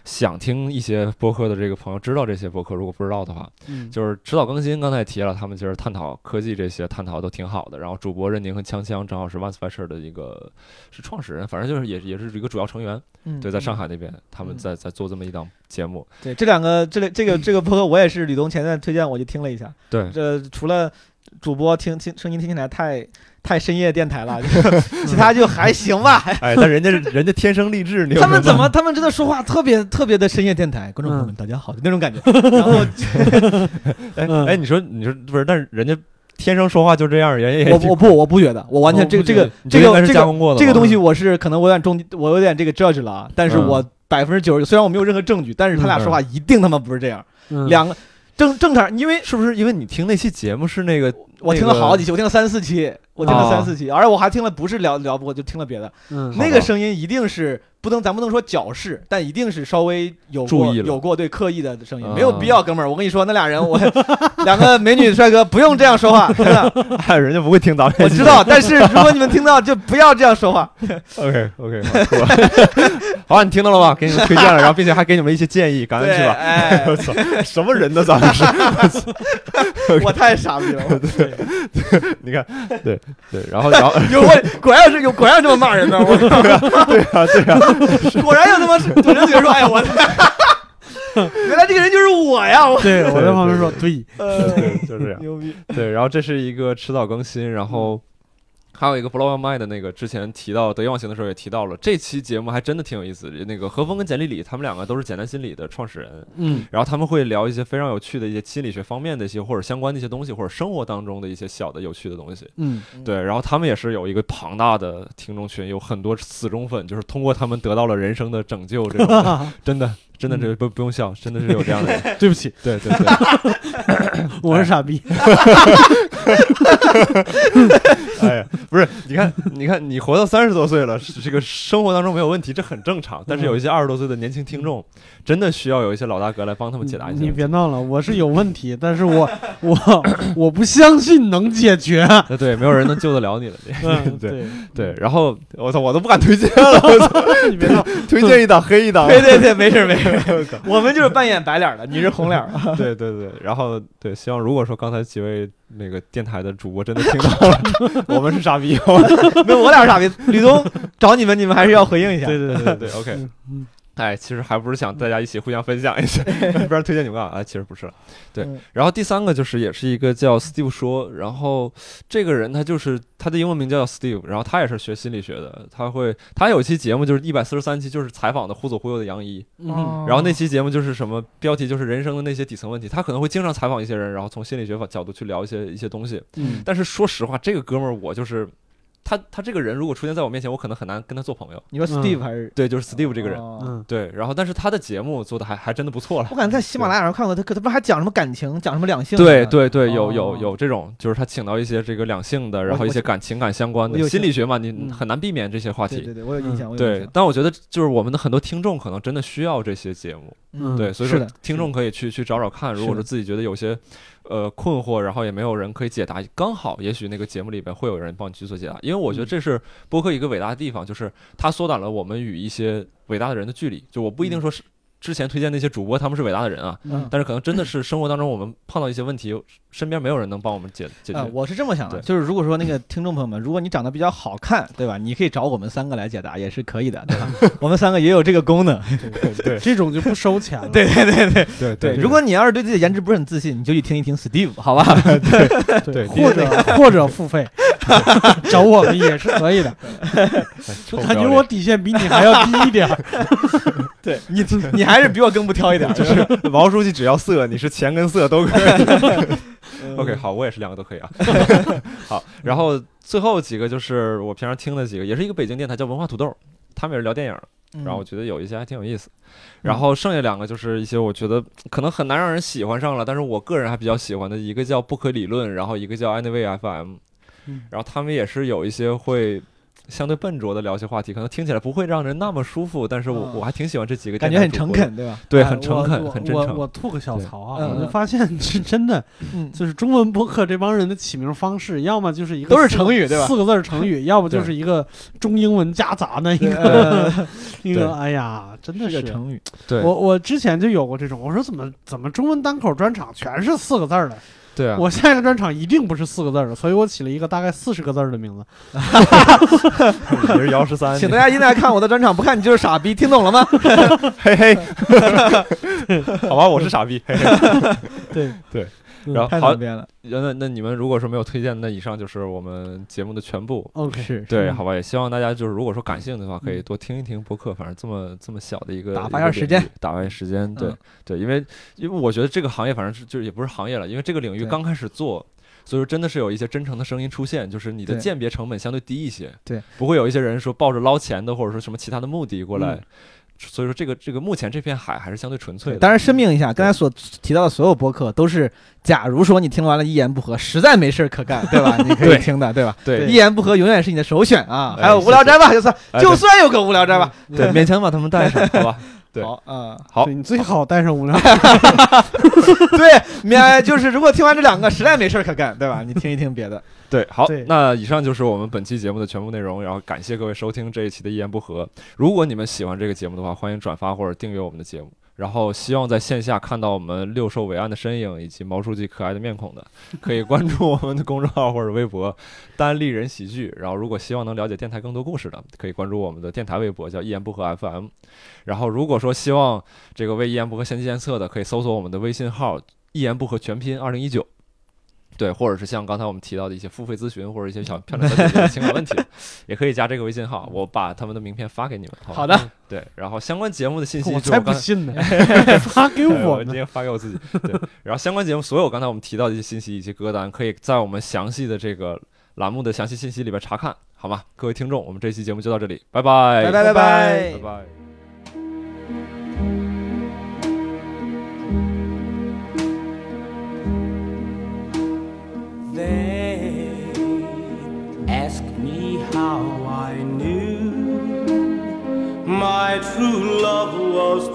想听一些播客的这个朋友知道这些播客，如果不知道的话，
嗯
就是迟早更新，刚才也提了，他们其实探讨科技这些探讨都挺好的。然后主播任宁和锵锵正好是 One Special 的一个是创始人，反正就是也也是一个主要成员，
嗯
对，在上。
嗯
海那边他们
嗯
在在做这么一档节目，
对这两个，这 类这个这个播客，我也是吕东前段推荐，我就听了一下。
对，
这除了主播听听声音听起来太太深夜电 台了，就是其他就还行吧。
哎，但人家人家天生丽质，你有
他
什
们怎么？他们真的说话特别特别的深夜电台，观众
嗯
朋友们大家好那种感觉。然后
哎
嗯
哎，你说你说不是？但是人家天生说话就这样，人家也
我我不我不觉得，我
哦
完全这个这个
你
这
应该
个
是
这
加
个
工过的
这个
吧
东西，我是可能我有点中，我有点这个 judge 了啊。但是我百分之九十，虽然我没有任何证据，但是他俩
嗯嗯嗯
说话一定他妈不是这样。
嗯
两个正正常，因为
是不是因为你听那期节目是那个
我听了好几期，我听了三四期，我听了
哦
三四期，而且我还听了不是聊聊播，就听了别的。
嗯
好
那
吧
个声音一定是不能，咱不能说矫饰，但一定是稍微有过
注意了
有过对刻意的声音，
啊
没有必要，哥们儿。我跟你说，那俩人我 两个美女帅哥不用这样说 话，真的，
个，哎，人家不会听咱们这
我
期
知道。但是如果你们听到，就不要这样 说话。
OK OK，好酷啊，好吧，你 听到了吧？给你们推荐了，然后并且还给你们一些建议，感
对，
恩去吧。
哎，
我操，什么人呢？咱 们是，
我太傻逼了，我
你看，对对，然后然后
有我果然是有果然这么骂人的，我
对啊对啊，
果然有他妈是怼着嘴说，哎我。 原来这个人就是我呀！我
对，我在
对
旁边
对
说， 对，
呃，
对就是这样。
牛逼！
对，然后这是一个迟早更新，然后还有一个 Blow My Mind 的那个，之前提到得意忘形的时候也提到了，这期节目还真的挺有意思。那个何峰跟简丽丽他们两个都是简单心理的创始人，
嗯
然后他们会聊一些非常有趣的一些心理学方面的一些或者相关的一些东西，或者生活当中的一些小的有趣的东西。
嗯
对，然后他们也是有一个庞大的 听众群，有很多死忠粉，就是通过他们得到了人生的拯救，这种真的真的
嗯
这不不用笑，真的是有这样的人。
对不起，
对对对，
我是傻逼。
哎呀，不是，你看，你看，你活到三十多岁了，是这个生活当中没有问题，这很正常。但是
嗯
有一些二十多岁的年轻听众，真的需要有一些老大哥来帮他们解答一
你
些问题。
别闹了，我是有问题，但是我我我不相信能 解决。
那对，没有人能救得了你了。
嗯，
对
对，
对，然后我操，我都不敢推荐了，我操，
你别闹，
推荐一档黑 一档。
对对对，没事没事，我们就是扮演白脸的，你是红脸儿。
对对对，然后对，希望如果说刚才几位那个电台的主播真的听到了， 我们是傻逼。
没有，我俩是傻逼。吕东找你们，你们还是要回应一下。
对对对对对，OK
嗯嗯。
哎，其实还不是想大家一起互相分享一下， 不然推荐你们干嘛？哎，其实不是了。对
嗯，
然后第三个就是也是一个叫 Steve 说，然后这个人他就是他的英文名叫 Steve，然后他也是学心理学的，他会他有一期节目就是一百四十三期，就是采访的忽左忽右的杨一，
嗯
然后那期节目就是什么标题就是人生的那些底层问题，他可能会经常采访一些人，然后从心理学角度去聊一些一些东西。
嗯
但是说实话，这个哥们儿我就是他他这个人如果出现在我面前，我可能很难跟他做朋友。
你说 Steve 还是
对，就是嗯 Steve 这个人。
哦
嗯，
对，然后但是他的节目做的还还真的不错了
我。感觉在喜马拉雅上看过他，他他不是还讲什么感情，讲什么两性？
对，对对，有
哦
有有这种，就是他请到一些这个两性的，然后一
我
些感情感相关
我有
的心理学嘛，你
嗯
很难避免这些话
对
题。嗯
对对，我有印象，我有印
对
象，。嗯
但我觉得就是我们的很多听众可能真的需要这些节目，
嗯
对，所以
是
说
的
听众可以去去找找看，如果
是
说
的
自己觉得有些呃困惑，然后也没有人可以解答，刚好也许那个节目里边会有人帮你去做解答，因为我觉得
嗯
这是播客一个伟大的地方，就是它缩短了我们与一些伟大的人的距离。就我不一定说是之前推荐那些主播他们是伟大的人啊，
嗯
但是可能真的是生活当中我们碰到一些问题，身边没有人能帮我们解解决。
啊，我是这么想的，
对
就是如果说那个听众朋友们，如果你长得比较好看，对吧？你可以找我们三个来解答，也是可以的，对吧？ 我们三个也有这个功能。
对
这种就不收钱 了。
对对对对
对
对，如果你要是对自己的颜值不是很自信，你就去听一听 Steve，好 吧？
对
或者或者付费 找我们也是可以的。
臭不要
感觉
脸
我底线比你还要低一点儿。
对 你，你还是比我更不挑一 点， 就是
毛书记只要色，你是钱跟色都可以。OK，好，我也是两个都可以啊。 好，然后最后几个就是我平常听的几个，也是一个北京电台叫文化土豆，他们也是聊电影，然
嗯
后我觉得有一些还挺有意思。然后剩下两个就是一些我觉得可能很难让人喜欢上了，但是我个人还比较喜欢的一个叫不可理论，然后一个叫 Anyway FM，
嗯
然后他们也是有一些会。相对笨拙的聊一些话题，可能听起来不会让人那么舒服，但是我、
啊
我还挺喜欢这几个，
感觉很诚，恳，对吧？
对，
哎
很诚
我
恳，
我
很真
我
诚。
我吐个小槽啊，
对
我
嗯
就
嗯
发现是真的，
嗯，
就是中文播客这帮人的起名方式，要么就是一个
都是
四个
成语对吧
四个字儿 成语，要不就是一个中英文夹杂的一 个
呃，
一
对
个。哎呀，真的
是
是
个。成语，
对
我我之前就有过这种，我说怎么怎么中文单口专场全是四个字儿的，
对啊，
我下一个专场一定不是四个字儿的，所以我起了一个大概四十个字儿的名字。
你是姚十三，
嗯请大家一来看我的专场，不看你就是傻逼，听懂了 吗？
嘿嘿，好吧，我是傻逼。嘿嘿
对
对，
嗯
然后
太
好
难，编了，
那那你们如果说没有推荐，那以上就是我们节目的全部。
OK
是嗯
对，
嗯
好吧，也希望大家就是如果说感兴趣的话，可以多听一听播客。反正这么这么小的一个
打发一下
个
时
领域
间，
打发一下时间。对
嗯
对，因为因为我觉得这个行业反正是就是也不是行业了，因为这个领域
对
刚开始做。所以说，真的是有一些真诚的声音出现，就是你的
对
鉴别成本相对低一些，
对，
不会有一些人说抱着捞钱的或者说什么其他的目的过来
嗯。
所以说，这个这个目前这片海还是相对纯粹的。
当然声明一下，刚才所提到的所有播客都是，假如说你听完了一言不合，实在没事儿可干，对 吧？你可以
对
听的，对吧？
对
一言不合永远是你的首选啊！
哎
还有无聊斋吧，就算
哎对嗯
就算有个无聊斋吧，
对，勉强把他们带 上，好吧？对
好啊，
好
对你最好带上无聊。
对，免就是如果听完这两个实在没事儿可干，对吧？你听一听别的，
对，好
对，
那以上就是我们本期节目的全部内容，然后感谢各位收听这一期的一言不合。如果你们喜欢这个节目的话，欢迎转发或者订阅我们的节目。然后希望在线下看到我们六兽伟岸的身影以及毛书记可爱的面孔的，可以关注我们的公众号或者微博“单立人喜剧”。然后如果希望能了解电台更多故事的，可以关注我们的电台微博叫“一言不合 FM”。然后如果说希望这个为一言不合献计献策的，可以搜索我们的微信号“一言不合全拼二零一九”。对，或者是像刚才我们提到的一些付费咨询，或者一些小漂亮小姐姐的情感 问题，也可以加这个微信号，我把他们的名片发给你们。好吧
好的，
对，然后相关节目的信息
我
就是
才不
刚才
信 呢，发给
对我
我
今
呢。
天发给我自己。对，然后相关节目所有刚才我们提到的一些信息以及歌单，可以在我们详细的这个栏目的详细信息里边查看，好吗？各位听众，我们这期节目就到这里，拜拜，
拜拜拜
拜拜
拜拜。
拜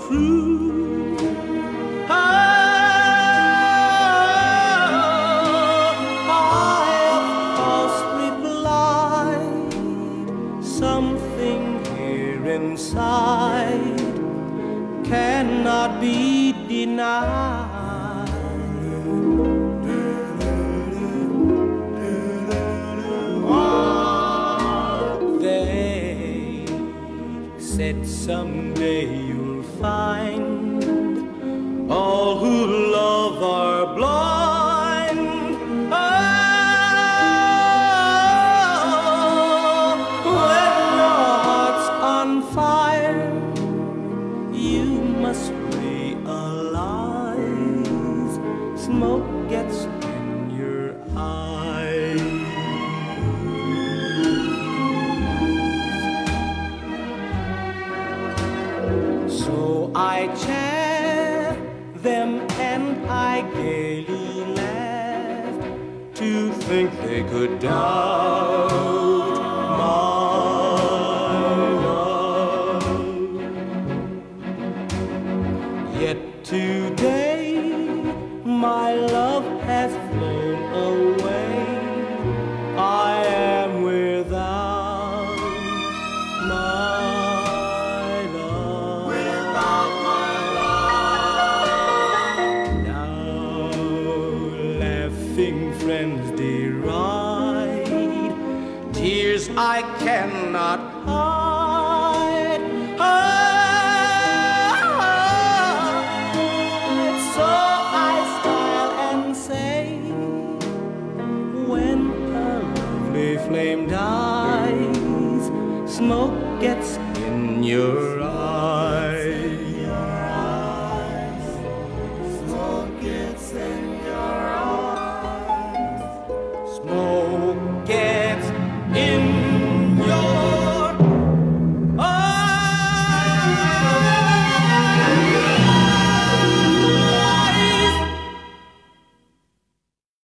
through. Ah, I have lost me blind. Something here inside cannot be denied. They said someday you'll find all who love are blind. Oh, when your heart's on fire, you must be alive. Smoke gets in your eyes. So I chaffed them and I gaily laughed to think they could doubt my love. Yet today my love has flown away. I am without my love. Without my love. Now laughing friends deride, tears I cannot hide. hide. So I smile and say, when a lovely flame dies, smoke gets in your eyes.